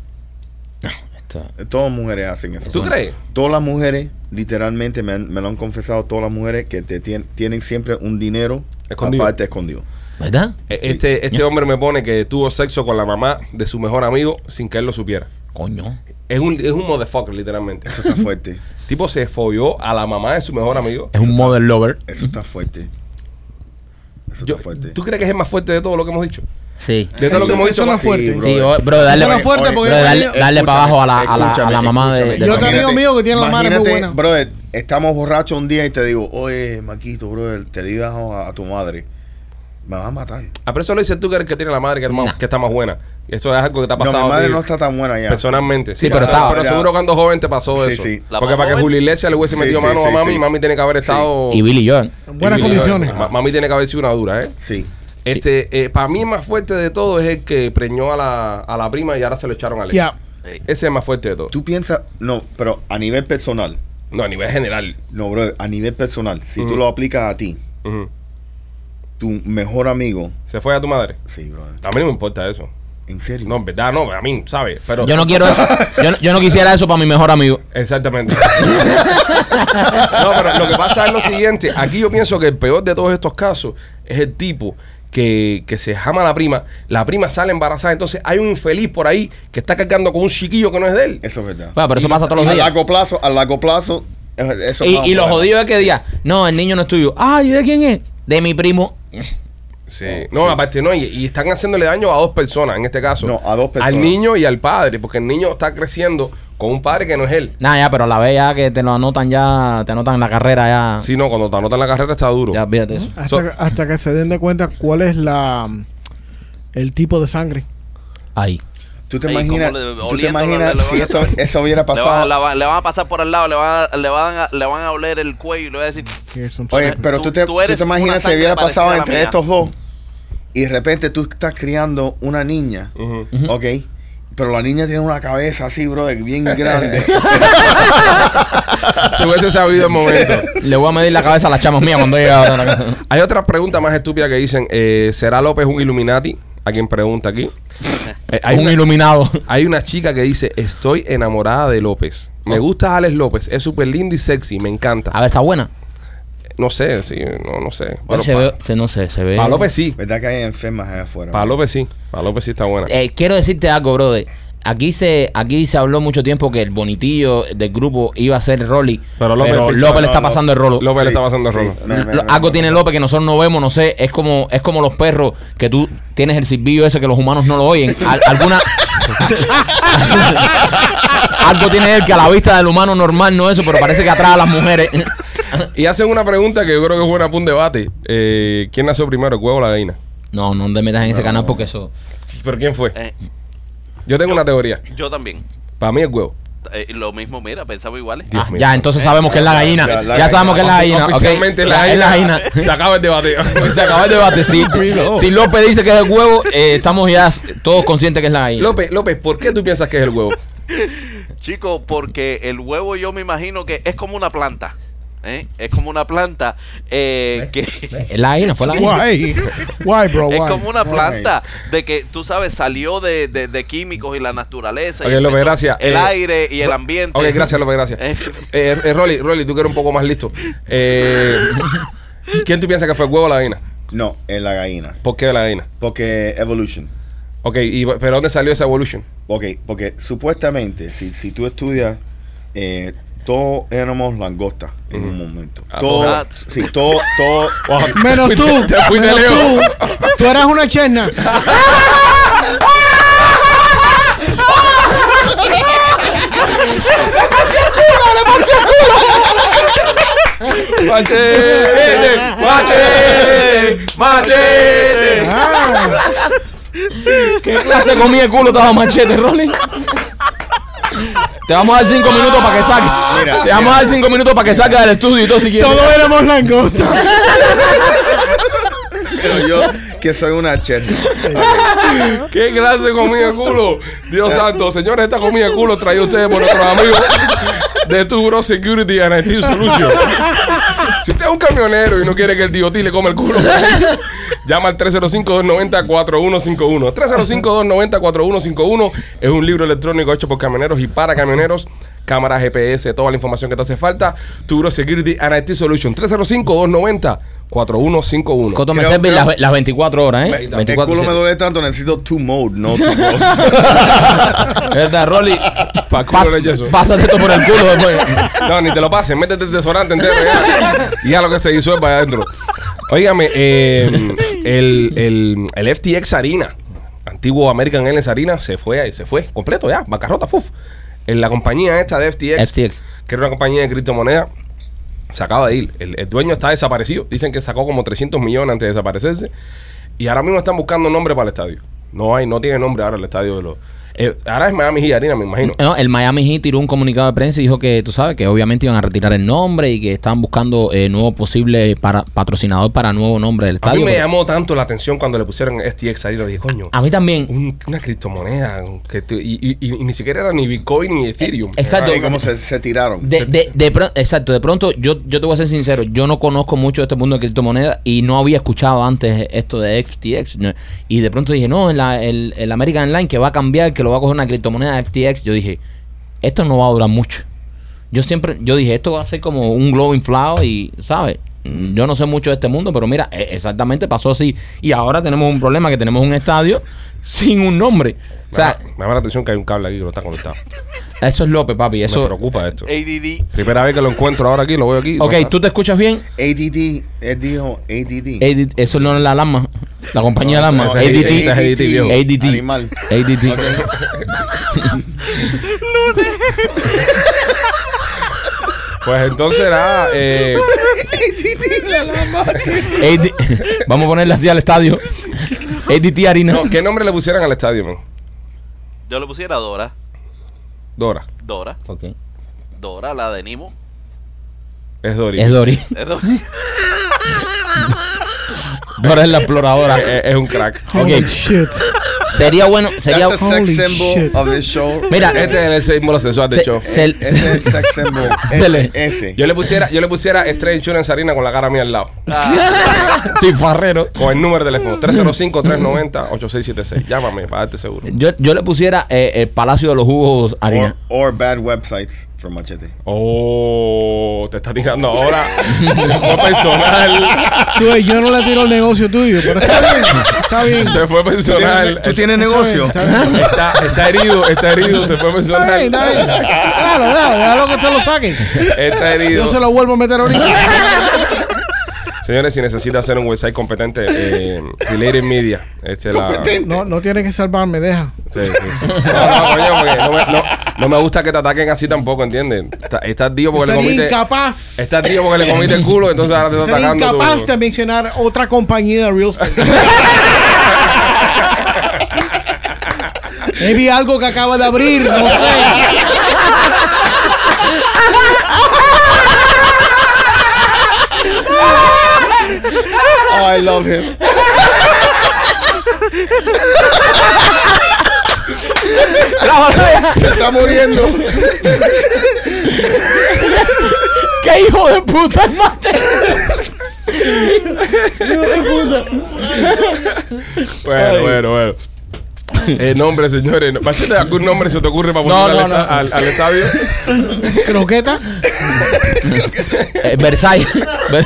[SPEAKER 3] Está-
[SPEAKER 5] Todas mujeres hacen eso.
[SPEAKER 1] ¿Tú crees?
[SPEAKER 5] Todas las mujeres, literalmente, me, han- me lo han confesado todas las mujeres que te tien- tienen siempre un dinero
[SPEAKER 1] Escondido.
[SPEAKER 5] aparte escondido.
[SPEAKER 3] ¿Verdad?
[SPEAKER 1] E- Este, este hombre me pone que tuvo sexo con la mamá de su mejor amigo sin que él lo supiera.
[SPEAKER 3] Coño.
[SPEAKER 1] Es un, es un motherfucker, literalmente.
[SPEAKER 5] Eso está fuerte.
[SPEAKER 1] tipo se folló a la mamá de su mejor amigo.
[SPEAKER 3] Es un model lover.
[SPEAKER 5] Eso está fuerte. Eso
[SPEAKER 1] Yo-
[SPEAKER 5] está fuerte.
[SPEAKER 1] ¿Tú crees que es el más fuerte de todo lo que hemos dicho?
[SPEAKER 3] Sí.
[SPEAKER 1] De todo lo que hemos
[SPEAKER 4] Eso
[SPEAKER 1] dicho.
[SPEAKER 4] no
[SPEAKER 1] más-
[SPEAKER 4] es fuerte.
[SPEAKER 5] brother.
[SPEAKER 3] Sí, o- bro, dale.
[SPEAKER 4] Suena fuerte porque
[SPEAKER 3] bro, dale,
[SPEAKER 4] yo-
[SPEAKER 3] dale para abajo a la, a la, a la
[SPEAKER 5] escúchame,
[SPEAKER 3] mamá de, de
[SPEAKER 5] escúchame.
[SPEAKER 4] Yo tengo
[SPEAKER 3] familia.
[SPEAKER 4] amigo mío que tiene la madre muy
[SPEAKER 5] imagínate,
[SPEAKER 4] buena.
[SPEAKER 5] Brother, estamos borrachos un día y te digo, oye, Maquito, brother, te digas a, a tu madre, me vas a matar.
[SPEAKER 1] Ah, pero eso lo dices tú que eres el que tiene la madre que, es más- que está más buena. Eso es algo que te ha
[SPEAKER 5] No, mi
[SPEAKER 1] pasado. a
[SPEAKER 5] madre
[SPEAKER 1] ti
[SPEAKER 5] no está tan buena ya.
[SPEAKER 1] Personalmente. Sí,
[SPEAKER 3] Sí, pero
[SPEAKER 1] pero,
[SPEAKER 3] estaba-
[SPEAKER 1] pero seguro cuando joven te pasó
[SPEAKER 5] Sí,
[SPEAKER 1] eso.
[SPEAKER 5] sí.
[SPEAKER 6] La
[SPEAKER 1] Porque
[SPEAKER 6] más
[SPEAKER 1] para que
[SPEAKER 6] joven.
[SPEAKER 1] Julio Iglesias le hubiese
[SPEAKER 5] Sí,
[SPEAKER 1] metido
[SPEAKER 5] sí,
[SPEAKER 1] mano a
[SPEAKER 5] sí,
[SPEAKER 1] mami,
[SPEAKER 5] sí.
[SPEAKER 1] mami tiene que haber estado.
[SPEAKER 3] Y Billy Joel.
[SPEAKER 4] En buenas
[SPEAKER 1] y-
[SPEAKER 4] condiciones.
[SPEAKER 1] Ma- Mami tiene que haber sido una dura, ¿eh?
[SPEAKER 5] Sí.
[SPEAKER 1] Este, eh, para mí el más fuerte de todo es el que preñó a la, a la prima y ahora se lo echaron a Alex.
[SPEAKER 4] Ya.
[SPEAKER 6] Sí.
[SPEAKER 1] Ese es el más fuerte de todo.
[SPEAKER 5] Tú piensas, no, pero a nivel personal,
[SPEAKER 1] No, a nivel general.
[SPEAKER 5] no, brother, a nivel personal, si tú
[SPEAKER 1] Ujú.
[SPEAKER 5] lo aplicas a ti,
[SPEAKER 1] Ujú.
[SPEAKER 5] tu mejor amigo,
[SPEAKER 1] ¿Se fue a tu madre?
[SPEAKER 5] sí, brother,
[SPEAKER 1] A mí no me importa eso.
[SPEAKER 5] en serio.
[SPEAKER 1] No, en verdad, no, a mí, ¿sabes? Pero.
[SPEAKER 3] Yo no quiero
[SPEAKER 5] [LAUGHS]
[SPEAKER 3] eso. Yo, no- yo no quisiera eso para mi mejor amigo.
[SPEAKER 1] Exactamente. [LAUGHS] no, pero lo que pasa es lo siguiente. Aquí yo pienso que el peor de todos estos casos es el tipo que, que se jama a la prima, la prima sale embarazada, entonces hay un infeliz por ahí que está cargando con un chiquillo que no es de él.
[SPEAKER 5] Eso es verdad.
[SPEAKER 3] Bueno, pero eso pasa todos los
[SPEAKER 5] a
[SPEAKER 3] días.
[SPEAKER 5] largo plazo, a largo plazo, eh, eso
[SPEAKER 3] Y,
[SPEAKER 5] es más
[SPEAKER 3] y lo
[SPEAKER 5] bueno.
[SPEAKER 3] jodido es que diga, no, el niño no es tuyo. Ah, ¿y de quién es? De mi primo.
[SPEAKER 1] Sí. No, aparte no, y, y están haciéndole daño a dos personas en este caso.
[SPEAKER 5] No, a dos personas.
[SPEAKER 1] Al niño y al padre, porque el niño está creciendo con un padre que no es él.
[SPEAKER 3] Nada, ya, pero a la vez ya que te lo anotan ya, te anotan la carrera ya.
[SPEAKER 1] Si no, cuando te anotan la carrera está duro.
[SPEAKER 3] Ah. Ya, fíjate eso.
[SPEAKER 4] Hasta,
[SPEAKER 1] So-
[SPEAKER 4] que- hasta que se den de cuenta cuál es la el tipo de sangre.
[SPEAKER 3] Ahí.
[SPEAKER 5] ¿Tú te
[SPEAKER 6] Ey,
[SPEAKER 5] imaginas,
[SPEAKER 6] ¿cómo le-
[SPEAKER 5] tú te
[SPEAKER 6] oliendo,
[SPEAKER 5] imaginas
[SPEAKER 6] le- le
[SPEAKER 5] si
[SPEAKER 6] van a-
[SPEAKER 5] esto,
[SPEAKER 6] [LAUGHS]
[SPEAKER 5] eso hubiera
[SPEAKER 6] Le van, a-
[SPEAKER 5] pasado?
[SPEAKER 6] la va- le van a pasar por al lado, le van a, le van a, le van a oler el cuello y le van a decir.
[SPEAKER 4] Que son-
[SPEAKER 5] Oye, pero
[SPEAKER 6] Tú-
[SPEAKER 5] tú, te,
[SPEAKER 6] tú eres
[SPEAKER 5] tú te
[SPEAKER 6] una
[SPEAKER 5] imaginas si
[SPEAKER 6] sangre
[SPEAKER 5] hubiera
[SPEAKER 6] parecida
[SPEAKER 5] pasado
[SPEAKER 6] a la
[SPEAKER 5] entre
[SPEAKER 6] mía.
[SPEAKER 5] estos dos y de repente tú estás criando una niña,
[SPEAKER 1] Ujú.
[SPEAKER 5] ¿ok? Pero la niña tiene una cabeza así, brother,
[SPEAKER 1] [LAUGHS]
[SPEAKER 5] bien grande.
[SPEAKER 1] Si hubiese sabido el momento.
[SPEAKER 5] [LAUGHS]
[SPEAKER 3] Le voy a medir la cabeza a las chamas mías cuando llegue a la casa.
[SPEAKER 1] Hay otras preguntas más estúpidas que dicen, eh, ¿será López un Illuminati? A quien pregunta
[SPEAKER 3] [LAUGHS]
[SPEAKER 1] aquí. Eh, hay,
[SPEAKER 3] un
[SPEAKER 1] una,
[SPEAKER 3] iluminado.
[SPEAKER 1] hay una chica que dice, estoy enamorada de López. Me gusta Alex López, es súper lindo y sexy, me encanta.
[SPEAKER 3] A ver, está buena.
[SPEAKER 1] No sé, sí, no, no sé. Bueno,
[SPEAKER 3] se
[SPEAKER 1] pa-
[SPEAKER 3] ve, se- no sé, se ve.
[SPEAKER 1] pa' López sí,
[SPEAKER 5] ¿Verdad que hay enfermas allá afuera?
[SPEAKER 1] para López sí, para López sí está buena.
[SPEAKER 3] Eh, quiero decirte algo, brother. Aquí se, aquí se habló mucho tiempo que el bonitillo del grupo iba a ser Rolly.
[SPEAKER 1] Pero
[SPEAKER 3] Pero
[SPEAKER 1] López-
[SPEAKER 3] López,
[SPEAKER 1] no,
[SPEAKER 3] le está
[SPEAKER 5] no,
[SPEAKER 3] pasando el rolo.
[SPEAKER 1] López le está pasando el
[SPEAKER 5] sí.
[SPEAKER 1] rolo.
[SPEAKER 5] Me- me-
[SPEAKER 3] Lo-
[SPEAKER 5] me-
[SPEAKER 3] algo
[SPEAKER 5] me-
[SPEAKER 3] tiene López que nosotros no vemos, no sé, es como es como los perros que tú tienes el silbillo ese que los humanos no lo oyen. Al- alguna [LAUGHS] algo tiene él que a la vista del humano normal no eso, pero parece que atrae a las mujeres. [LAUGHS]
[SPEAKER 1] Y hacen una pregunta que yo creo que es buena para un debate. Eh, ¿Quién nació primero, el huevo o la gallina?
[SPEAKER 3] No, no te metas en ese canal porque eso
[SPEAKER 1] ¿Pero quién fue?
[SPEAKER 6] eh,
[SPEAKER 1] Yo tengo una teoría.
[SPEAKER 6] yo también.
[SPEAKER 1] Para mí el huevo.
[SPEAKER 6] eh, lo mismo, mira, pensamos iguales.
[SPEAKER 1] Dios
[SPEAKER 3] Ah,
[SPEAKER 1] mío.
[SPEAKER 3] ya, entonces sabemos que es la gallina.
[SPEAKER 5] Ya,
[SPEAKER 3] Ya,
[SPEAKER 5] la
[SPEAKER 3] sabemos que es la gallina. ok.
[SPEAKER 1] Oficialmente la
[SPEAKER 3] Ya, es
[SPEAKER 1] gallina.
[SPEAKER 5] [LAUGHS]
[SPEAKER 1] Se acaba el debate.
[SPEAKER 3] [LAUGHS] Si se acaba el debate, si, si López dice que es el huevo, eh, estamos ya todos conscientes que es la gallina.
[SPEAKER 1] López, López, ¿por qué tú piensas que es el huevo?
[SPEAKER 6] Chico, porque el huevo yo me imagino que es como una planta. ¿eh? Es como una planta eh, que...
[SPEAKER 3] Es la gallina, fue la gallina.
[SPEAKER 4] Why? Why, bro?
[SPEAKER 6] Es
[SPEAKER 4] Why?
[SPEAKER 6] como una
[SPEAKER 5] Why?
[SPEAKER 6] planta de que, tú sabes, salió de, de- de químicos y la naturaleza. y
[SPEAKER 1] Ok, López,
[SPEAKER 6] empezó
[SPEAKER 1] gracias.
[SPEAKER 6] El
[SPEAKER 1] Eh,
[SPEAKER 6] aire y el ambiente.
[SPEAKER 1] Ok, gracias, López, gracias.
[SPEAKER 6] [LAUGHS] Eh,
[SPEAKER 1] Eh, eh, Rolly, Rolly, tú que eres un poco más listo.
[SPEAKER 6] [LAUGHS]
[SPEAKER 1] Eh, ¿Quién tú piensas que fue el huevo o la gallina?
[SPEAKER 5] No, es la gallina.
[SPEAKER 1] ¿Por qué la gallina?
[SPEAKER 5] Porque Evolution.
[SPEAKER 1] Ok, y, ¿pero dónde salió esa evolution?
[SPEAKER 5] Ok, porque supuestamente, si, si tú estudias, eh, todos éramos langostas en un momento.
[SPEAKER 1] Ah,
[SPEAKER 5] Todo,
[SPEAKER 6] ah.
[SPEAKER 5] sí, todo, todo.
[SPEAKER 4] [LAUGHS] Menos tú.
[SPEAKER 1] Te fuiste
[SPEAKER 4] menos
[SPEAKER 1] lejos.
[SPEAKER 4] tú. Tú eras una chesna.
[SPEAKER 1] Eh,
[SPEAKER 3] Machete, machete, machete.
[SPEAKER 4] Ah,
[SPEAKER 3] ¿Qué clase comí el culo estaba machete, Rolly? Te vamos a dar cinco minutos para que saque.
[SPEAKER 5] Mira,
[SPEAKER 3] Te vamos a dar cinco minutos para que salga del estudio y todo si quieres.
[SPEAKER 4] todos éramos langostas.
[SPEAKER 5] Pero yo, que soy una
[SPEAKER 3] [LAUGHS]
[SPEAKER 5] cherna.
[SPEAKER 1] [LAUGHS] ¿Qué clase de comida de culo? Dios santo, señores, esta comida de culo traída ustedes por nuestros amigos de tu Bro Security and IT Solution. Si usted es un camionero y no quiere que el DOT le come el culo, [LAUGHS] llama al 305-290-4151. 305-290-4151 es un libro electrónico hecho por camioneros y para camioneros. Cámara GPS, toda la información que te hace falta. Tu Bro Security and IT Solution. 305-290-4151.
[SPEAKER 3] Coto me
[SPEAKER 5] Creo-
[SPEAKER 3] serví
[SPEAKER 5] creo-
[SPEAKER 3] las, las 24 horas,
[SPEAKER 5] Me-
[SPEAKER 3] ¿eh?
[SPEAKER 5] el
[SPEAKER 3] 24
[SPEAKER 5] culo me duele tanto, necesito two mode, no
[SPEAKER 3] [LAUGHS]
[SPEAKER 5] two mode.
[SPEAKER 3] ¿Verdad, Rolly?
[SPEAKER 1] Pa' culo
[SPEAKER 3] Pas-
[SPEAKER 1] no hay yeso.
[SPEAKER 3] pásate esto por el culo después.
[SPEAKER 1] No, ni te lo pases, métete el desodorante entero ya, y ya lo que se disuelva allá adentro. Óigame, eh, el, el, el FTX Arena, antiguo American Airlines Arena, se fue, se fue completo ya, bancarrota, fuf. En la compañía esta de FTX,
[SPEAKER 3] FTX.
[SPEAKER 1] que era una compañía de criptomonedas, se acaba de ir. El, el dueño está desaparecido. Dicen que sacó como 300 millones antes de desaparecerse. Y ahora mismo están buscando nombre para el estadio. No hay, no tiene nombre ahora el estadio de los... eh, ahora es Miami Heat Arena, me imagino.
[SPEAKER 3] No, el Miami Heat tiró un comunicado de prensa y dijo que, tú sabes, que obviamente iban a retirar el nombre y que estaban buscando eh, nuevo posible para, patrocinador para nuevo nombre del
[SPEAKER 1] A
[SPEAKER 3] estadio.
[SPEAKER 1] mí me
[SPEAKER 3] pero- Ah.
[SPEAKER 1] llamó tanto la atención cuando le pusieron STX ahí, lo dije, coño,
[SPEAKER 3] a mí también.
[SPEAKER 1] un- una criptomoneda, que tú- y, y- y- y ni siquiera era ni Bitcoin ni Ethereum.
[SPEAKER 3] Exacto.
[SPEAKER 5] Ahí como se, se tiraron.
[SPEAKER 3] De, de, de pro- exacto, de pronto yo, yo te voy a ser sincero, yo no conozco mucho este mundo de criptomonedas y no había escuchado antes esto de FTX. ¿no? Y de pronto dije, no, la- el, el American Online que va a cambiar, que lo va a coger una criptomoneda FTX. Yo dije, esto no va a durar mucho. Yo siempre, yo dije, esto va a ser como un globo inflado y, ¿sabes? Mm, Yo no sé mucho de este mundo, pero mira, e- exactamente pasó así. Y ahora tenemos un problema que tenemos un estadio [LAUGHS] sin un nombre.
[SPEAKER 1] Me
[SPEAKER 3] O
[SPEAKER 1] llama-
[SPEAKER 3] sea,
[SPEAKER 1] me llama la atención que hay un cable aquí que no está
[SPEAKER 3] [LAUGHS]
[SPEAKER 1] conectado.
[SPEAKER 3] eso es López, papi.
[SPEAKER 1] me
[SPEAKER 3] Eso. eh,
[SPEAKER 1] preocupa esto.
[SPEAKER 6] ADD.
[SPEAKER 1] Primera vez que lo encuentro ahora aquí, lo veo aquí.
[SPEAKER 3] Ok,
[SPEAKER 1] No está.
[SPEAKER 3] ¿tú te escuchas bien?
[SPEAKER 5] ADD, él dijo ADD.
[SPEAKER 3] Edi- eso no es la alarma. La compañía de alarma.
[SPEAKER 1] ese es
[SPEAKER 3] ADT.
[SPEAKER 1] ese es ADT, viejo.
[SPEAKER 3] ADT.
[SPEAKER 5] Animal.
[SPEAKER 3] ADT.
[SPEAKER 1] Pues entonces
[SPEAKER 3] [LAUGHS]
[SPEAKER 1] era. eh,
[SPEAKER 3] AD- Vamos a ponerle así al estadio. ADT Harina.
[SPEAKER 1] no, ¿Qué nombre le pusieran al estadio, man?
[SPEAKER 6] Yo le pusiera Dora.
[SPEAKER 1] Dora.
[SPEAKER 6] Dora.
[SPEAKER 3] Ok.
[SPEAKER 6] Dora, la de Nimo.
[SPEAKER 1] Es Dori.
[SPEAKER 3] Es Dori.
[SPEAKER 1] [LAUGHS]
[SPEAKER 6] Es Dora.
[SPEAKER 3] Dora es la exploradora.
[SPEAKER 1] Eh, Es- es un crack.
[SPEAKER 3] [LAUGHS]
[SPEAKER 4] Holy
[SPEAKER 3] Ok.
[SPEAKER 4] Oh, shit.
[SPEAKER 3] Sería bueno. Sería.
[SPEAKER 5] That's the sex
[SPEAKER 4] Holy
[SPEAKER 5] symbol
[SPEAKER 4] shit.
[SPEAKER 5] of this show.
[SPEAKER 3] [LAUGHS] Mira.
[SPEAKER 1] Este es el símbolo sexual de
[SPEAKER 3] se-
[SPEAKER 1] show.
[SPEAKER 3] se-
[SPEAKER 5] Ese es el sex symbol.
[SPEAKER 3] [LAUGHS] Se le-
[SPEAKER 5] Ese. ese.
[SPEAKER 1] Yo le pusiera, yo le pusiera Stray Insurance Arena con la cara mía al lado.
[SPEAKER 3] sí, Farrero.
[SPEAKER 1] Con el número de
[SPEAKER 3] [LAUGHS]
[SPEAKER 1] teléfono 305-390-8676. Llámame para darte seguro.
[SPEAKER 3] Yo, yo le pusiera eh, el Palacio de los Jugos
[SPEAKER 5] Or,
[SPEAKER 3] Harina.
[SPEAKER 5] or bad websites from Machete.
[SPEAKER 1] Oh, te está tirando
[SPEAKER 4] [LAUGHS]
[SPEAKER 1] ahora. Se fue personal.
[SPEAKER 4] Tú ves, yo no le tiro el negocio tuyo, pero está bien. Está bien.
[SPEAKER 1] Se fue
[SPEAKER 5] ¿Tú tienes,
[SPEAKER 1] personal.
[SPEAKER 5] tú tienes negocio?
[SPEAKER 4] Está
[SPEAKER 1] [LAUGHS]
[SPEAKER 4] bien,
[SPEAKER 1] Está, está herido, está herido, se fue
[SPEAKER 4] está bien, está bien.
[SPEAKER 1] personal.
[SPEAKER 4] Déjalo, déjalo, déjalo que se lo saquen.
[SPEAKER 1] Está herido.
[SPEAKER 4] Yo se lo vuelvo a meter ahorita.
[SPEAKER 1] Señores, si necesita hacer un website competente, eh, Related Media. Este es la-
[SPEAKER 4] No, no tiene que salvarme, deja.
[SPEAKER 1] Sí, sí, sí. No, no, coño, porque no me, no- no me gusta que te ataquen así tampoco, ¿entiendes? Está- Estás tío porque le
[SPEAKER 4] Sería
[SPEAKER 1] comiste.
[SPEAKER 4] incapaz.
[SPEAKER 1] Estás tío porque le comiste el culo, entonces ahora te está
[SPEAKER 4] Sería
[SPEAKER 1] atacando. tú.
[SPEAKER 4] incapaz de mencionar otra compañía de real estate. Maybe algo que acaba de abrir, no sé.
[SPEAKER 5] Oh, love him.
[SPEAKER 1] Oh.
[SPEAKER 3] Grábalo ya.
[SPEAKER 5] Se está muriendo.
[SPEAKER 3] [LAUGHS]
[SPEAKER 1] [LAUGHS]
[SPEAKER 3] ¡Qué hijo de puta el mate!
[SPEAKER 1] Bueno, bueno,
[SPEAKER 3] [LAUGHS]
[SPEAKER 1] bueno. Eh, nombre, señores. Machete, ¿algún nombre se te ocurre para
[SPEAKER 3] No,
[SPEAKER 1] ponerle al,
[SPEAKER 3] no,
[SPEAKER 1] esta-
[SPEAKER 3] no.
[SPEAKER 1] al- al estadio?
[SPEAKER 4] Croqueta.
[SPEAKER 3] Eh, Versailles. Ver-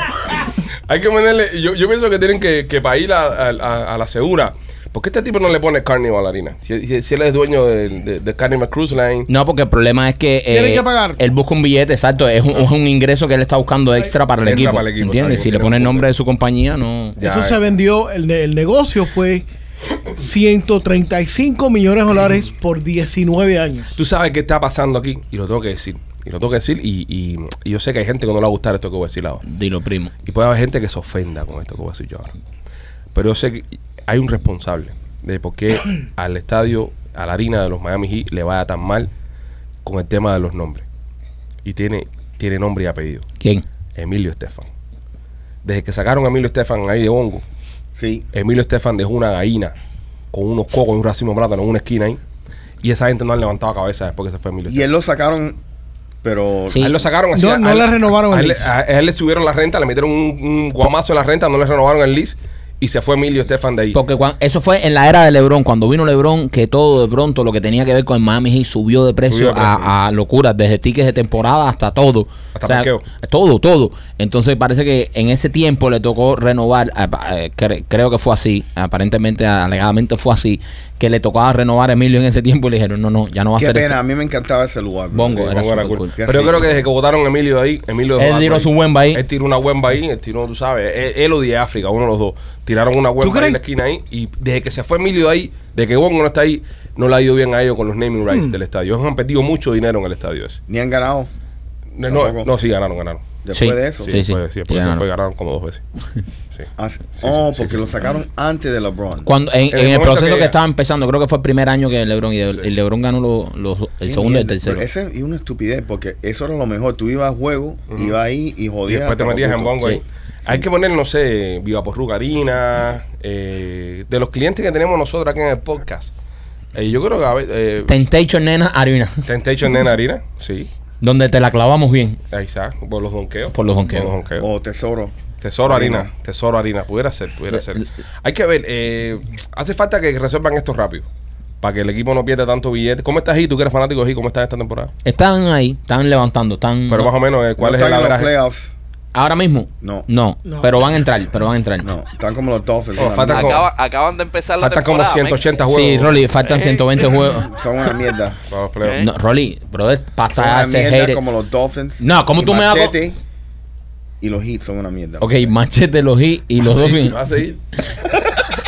[SPEAKER 1] Hay que ponerle. Yo, yo pienso que tienen que, que para ir a, a- a- a la segura. ¿Por qué este tipo no le pone Carnival Harina? Si, si- si él es dueño de, de- de Carnival Cruise Line.
[SPEAKER 3] No, porque el problema es que. eh,
[SPEAKER 4] Tiene que pagar.
[SPEAKER 3] Él busca un billete, exacto. Es un, es un ingreso que él está buscando extra para el
[SPEAKER 1] Extra
[SPEAKER 3] equipo.
[SPEAKER 1] para el equipo,
[SPEAKER 3] ¿Entiendes?
[SPEAKER 1] está bien,
[SPEAKER 3] Si le
[SPEAKER 1] tiene
[SPEAKER 3] pone el
[SPEAKER 1] un
[SPEAKER 3] nombre de su compañía, no.
[SPEAKER 1] Ya,
[SPEAKER 4] Eso
[SPEAKER 1] eh.
[SPEAKER 4] se vendió, el, ne- el negocio fue 135 millones de dólares por 19 años.
[SPEAKER 1] Tú sabes qué está pasando aquí y lo tengo que decir. Y lo tengo que decir y, y- y yo sé que hay gente que no le va a gustar esto que voy a decir ahora.
[SPEAKER 3] Dilo, primo.
[SPEAKER 1] Y puede haber gente que se ofenda con esto que voy a decir yo ahora. Pero yo sé que hay un responsable de por qué al estadio, a la harina de los Miami Heat le vaya tan mal con el tema de los nombres. Y tiene, tiene nombre y apellido.
[SPEAKER 3] ¿Quién?
[SPEAKER 1] Emilio Estefan. Desde que sacaron a Emilio Estefan ahí de Bongo,
[SPEAKER 5] Sí.
[SPEAKER 1] Emilio Estefan dejó una gallina con unos cocos y un racimo de plátano en una esquina ahí. Y esa gente no han levantado cabeza después que se fue Emilio
[SPEAKER 5] Y él lo sacaron, pero
[SPEAKER 3] Sí.
[SPEAKER 1] a él lo sacaron así.
[SPEAKER 4] No,
[SPEAKER 1] a-
[SPEAKER 4] no
[SPEAKER 1] a-
[SPEAKER 4] le renovaron
[SPEAKER 1] a
[SPEAKER 4] el
[SPEAKER 1] él,
[SPEAKER 4] lease.
[SPEAKER 1] a- a él le subieron la renta, le metieron un, un guamazo en la renta, no le renovaron el lease y se fue Emilio Estefan de ahí.
[SPEAKER 3] Porque cuan- eso fue en la era de LeBron, cuando vino LeBron, que todo de pronto lo que tenía que ver con el Miami Heat subió de precio,
[SPEAKER 1] Subió de precio.
[SPEAKER 3] A, a locuras, desde tickets de temporada hasta todo.
[SPEAKER 1] Hasta parqueo.
[SPEAKER 3] Todo, todo. Entonces parece que en ese tiempo le tocó renovar, eh, pa- eh, cre- creo que fue así, aparentemente, alegadamente fue así, que le tocaba renovar a Emilio en ese tiempo y le dijeron, no, no, ya no va a
[SPEAKER 5] qué
[SPEAKER 3] ser
[SPEAKER 5] pena.
[SPEAKER 3] esto".
[SPEAKER 5] A mí me encantaba ese lugar. bro.
[SPEAKER 1] Sí,
[SPEAKER 3] Bongo. era
[SPEAKER 1] Bongo era
[SPEAKER 3] súper
[SPEAKER 1] cool.
[SPEAKER 3] cool.
[SPEAKER 5] Qué
[SPEAKER 1] Pero yo creo
[SPEAKER 5] rico.
[SPEAKER 1] que desde que votaron a Emilio de ahí, Emilio dejó
[SPEAKER 3] Él
[SPEAKER 1] algo
[SPEAKER 3] tiró
[SPEAKER 1] ahí.
[SPEAKER 3] su buen baí.
[SPEAKER 1] Él tiró una buen ahí, él tiró, tú sabes, él, él o de África, uno de los dos. Tiraron una buen ahí
[SPEAKER 4] ¿Tú
[SPEAKER 1] en
[SPEAKER 4] crees?
[SPEAKER 1] la esquina ahí. Y desde que se fue Emilio de ahí, desde que Bongo no está ahí, no le ha ido bien a ellos con los naming rights del estadio. Ellos han perdido mucho dinero en el estadio ese.
[SPEAKER 5] Ni han ganado
[SPEAKER 1] No, no,
[SPEAKER 5] Tampoco.
[SPEAKER 1] no, sí ganaron, ganaron.
[SPEAKER 5] después
[SPEAKER 3] Sí.
[SPEAKER 5] de eso.
[SPEAKER 1] Sí,
[SPEAKER 3] Sí, sí,
[SPEAKER 1] después, sí, después
[SPEAKER 3] sí,
[SPEAKER 1] se
[SPEAKER 3] ganaron.
[SPEAKER 1] fue, ganaron como dos veces. Sí.
[SPEAKER 5] Ah, sí.
[SPEAKER 1] sí,
[SPEAKER 5] oh,
[SPEAKER 1] sí,
[SPEAKER 5] porque lo sacaron antes de LeBron.
[SPEAKER 3] Cuando, en,
[SPEAKER 1] En el
[SPEAKER 3] en el,
[SPEAKER 1] momento
[SPEAKER 3] proceso
[SPEAKER 1] que-
[SPEAKER 3] que, estaba empezando, creo que fue el primer año que LeBron y, de-
[SPEAKER 1] Sí.
[SPEAKER 3] y LeBron ganó los- los- el
[SPEAKER 5] Qué
[SPEAKER 3] segundo y el
[SPEAKER 5] mierda.
[SPEAKER 3] tercero.
[SPEAKER 5] Pero Ese es una estupidez porque eso era lo mejor. Tú ibas a juego, ibas ahí y
[SPEAKER 1] Y
[SPEAKER 5] jodías.
[SPEAKER 1] después te
[SPEAKER 5] a
[SPEAKER 1] metías en
[SPEAKER 5] Caputo.
[SPEAKER 1] bongo ahí.
[SPEAKER 3] Sí.
[SPEAKER 1] Hay que poner, no sé, Viva Porruga Harina, eh, de los clientes que tenemos nosotros aquí en el podcast. Eh, yo creo que a ve- eh,
[SPEAKER 3] Temptation Nena Arena,
[SPEAKER 1] Temptation Nena Harina, sí.
[SPEAKER 3] [LAUGHS] donde te la clavamos bien.
[SPEAKER 1] Ahí está, por los donqueos.
[SPEAKER 3] Por los donqueos. Oh,
[SPEAKER 5] O tesoro.
[SPEAKER 1] Tesoro
[SPEAKER 5] Harina.
[SPEAKER 1] harina, tesoro harina, pudiera ser, pudiera ser. Hay que ver, eh, hace falta que resuelvan esto rápido, para que el equipo no pierda tanto billete. ¿Cómo estás, G? Tú que eres fanático de G, ¿cómo estás esta temporada?
[SPEAKER 3] Están ahí, están levantando, están.
[SPEAKER 1] Pero más o menos, eh, ¿cuál
[SPEAKER 5] no
[SPEAKER 1] es el
[SPEAKER 5] están en los
[SPEAKER 1] average?
[SPEAKER 5] playoffs.
[SPEAKER 3] Ahora mismo.
[SPEAKER 5] No.
[SPEAKER 3] No.
[SPEAKER 4] No.
[SPEAKER 3] Pero van a entrar, pero van a entrar.
[SPEAKER 5] No, están como los Dolphins.
[SPEAKER 1] Oh,
[SPEAKER 5] una
[SPEAKER 1] falta
[SPEAKER 5] mierda.
[SPEAKER 6] Acaba- acaban de empezar la
[SPEAKER 1] Faltan como
[SPEAKER 6] temporada. men.
[SPEAKER 1] 180 juegos.
[SPEAKER 3] Sí, Rolly, faltan 120 juegos.
[SPEAKER 5] Son
[SPEAKER 3] [LAUGHS]
[SPEAKER 5] una mierda.
[SPEAKER 1] Para los playoffs.
[SPEAKER 3] No, Rolly, brother,
[SPEAKER 5] Son una
[SPEAKER 3] pasta ese
[SPEAKER 5] mierda
[SPEAKER 3] hater.
[SPEAKER 5] como los Dolphins.
[SPEAKER 3] No, ¿cómo
[SPEAKER 5] y
[SPEAKER 3] tú me hago-
[SPEAKER 5] Machete Y los Heat son una mierda.
[SPEAKER 3] Ok, machete los Heat y los dos
[SPEAKER 1] Sí, va a seguir.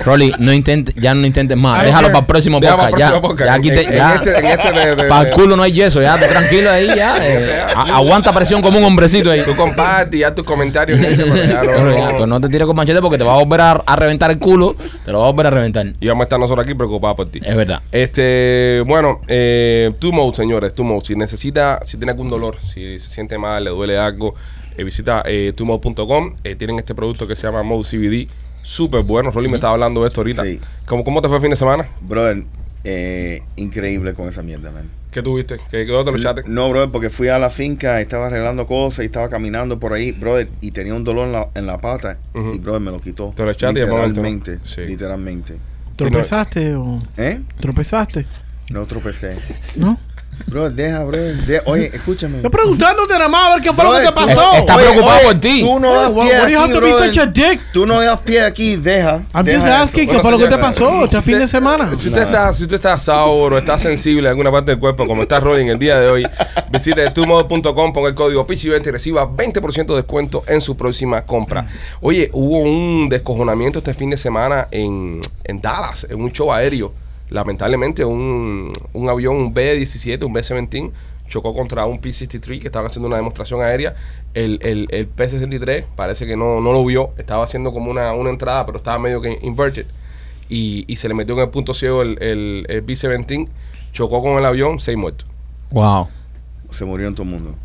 [SPEAKER 3] Rolly, no intentes, ya no intentes más.
[SPEAKER 4] I
[SPEAKER 3] Déjalo
[SPEAKER 4] don't care.
[SPEAKER 3] para el próximo
[SPEAKER 1] Deja para
[SPEAKER 3] podcast.
[SPEAKER 1] el
[SPEAKER 3] Ya,
[SPEAKER 1] próximo podcast.
[SPEAKER 3] ya aquí te-
[SPEAKER 1] En- en
[SPEAKER 3] ya.
[SPEAKER 1] este- en este de- de-
[SPEAKER 3] Para
[SPEAKER 1] de-
[SPEAKER 3] el culo no hay yeso, ya. tú Tranquilo ahí,
[SPEAKER 1] [LAUGHS]
[SPEAKER 3] ya. eh, a- aguanta presión como un hombrecito ahí.
[SPEAKER 1] Tú
[SPEAKER 3] [LAUGHS]
[SPEAKER 1] compartes ya tus comentarios. gente, pero ya no-
[SPEAKER 3] Pero ya, pues no te tires con machete porque te va a volver a, a reventar el culo. Te lo va a volver a reventar.
[SPEAKER 1] Y vamos a estar nosotros aquí preocupados por ti.
[SPEAKER 3] Es verdad.
[SPEAKER 1] Este, bueno, eh, Two Mode, señores, Two Mode. Si necesita, si tiene algún dolor, si se siente mal, le duele algo, eh, visita eh, tumode.com. Eh, tienen este producto que se llama Mode CBD. Súper bueno. Rolly me estaba hablando de esto ahorita.
[SPEAKER 5] Sí.
[SPEAKER 1] ¿Cómo, ¿Cómo te fue el fin de semana?
[SPEAKER 5] Brother, eh, increíble con esa mierda, man.
[SPEAKER 1] ¿Qué tuviste? ¿Qué quedó te lo echaste?
[SPEAKER 5] No, brother, porque fui a la finca, estaba arreglando cosas y estaba caminando por ahí, brother, y tenía un dolor en la, en la pata.
[SPEAKER 1] Ujú.
[SPEAKER 5] Y, brother, me lo quitó.
[SPEAKER 1] Te lo echaste y de momento, ¿no?
[SPEAKER 5] Literalmente.
[SPEAKER 1] Sí.
[SPEAKER 5] Literalmente.
[SPEAKER 4] ¿Tropezaste o
[SPEAKER 5] ¿Eh?
[SPEAKER 4] tropezaste?
[SPEAKER 5] No tropecé. [LAUGHS]
[SPEAKER 4] ¿No?
[SPEAKER 5] Brother, deja, brother. de- Oye, escúchame.
[SPEAKER 4] Yo preguntándote nada más a ver qué fue lo que
[SPEAKER 5] Brother,
[SPEAKER 4] te
[SPEAKER 5] tú-
[SPEAKER 4] pasó.
[SPEAKER 3] Está
[SPEAKER 5] Oye,
[SPEAKER 3] preocupado
[SPEAKER 5] oye,
[SPEAKER 3] por ti.
[SPEAKER 5] Tú no das
[SPEAKER 4] Why-
[SPEAKER 5] pie
[SPEAKER 4] why do you have
[SPEAKER 5] aquí,
[SPEAKER 4] to be
[SPEAKER 5] brother.
[SPEAKER 4] such a dick?
[SPEAKER 5] Tú no das pie aquí, deja.
[SPEAKER 4] I'm
[SPEAKER 5] deja
[SPEAKER 4] just
[SPEAKER 5] eso.
[SPEAKER 4] asking, ¿qué
[SPEAKER 1] Bueno,
[SPEAKER 4] fue lo que te
[SPEAKER 1] señora,
[SPEAKER 4] pasó este fin de semana?
[SPEAKER 1] [LAUGHS] Si usted, está, si usted está sour o está sensible a alguna parte del cuerpo, como está Rolly en el día de hoy, visite tumod.com, ponga el código PICHI20 y reciba 20% de descuento en su próxima compra. Oye, hubo un descojonamiento este fin de semana en, en Dallas, en un show aéreo. Lamentablemente, un, un avión, un B-17, un B-17, chocó contra un P-63 que estaban haciendo una demostración aérea. El, el, el P-63 parece que no, no lo vio, estaba haciendo como una, una entrada, pero estaba medio que inverted y, y se le metió en el punto ciego el, el, el B-17, chocó con el avión, seis muertos.
[SPEAKER 3] Wow.
[SPEAKER 5] Se murió en todo el mundo.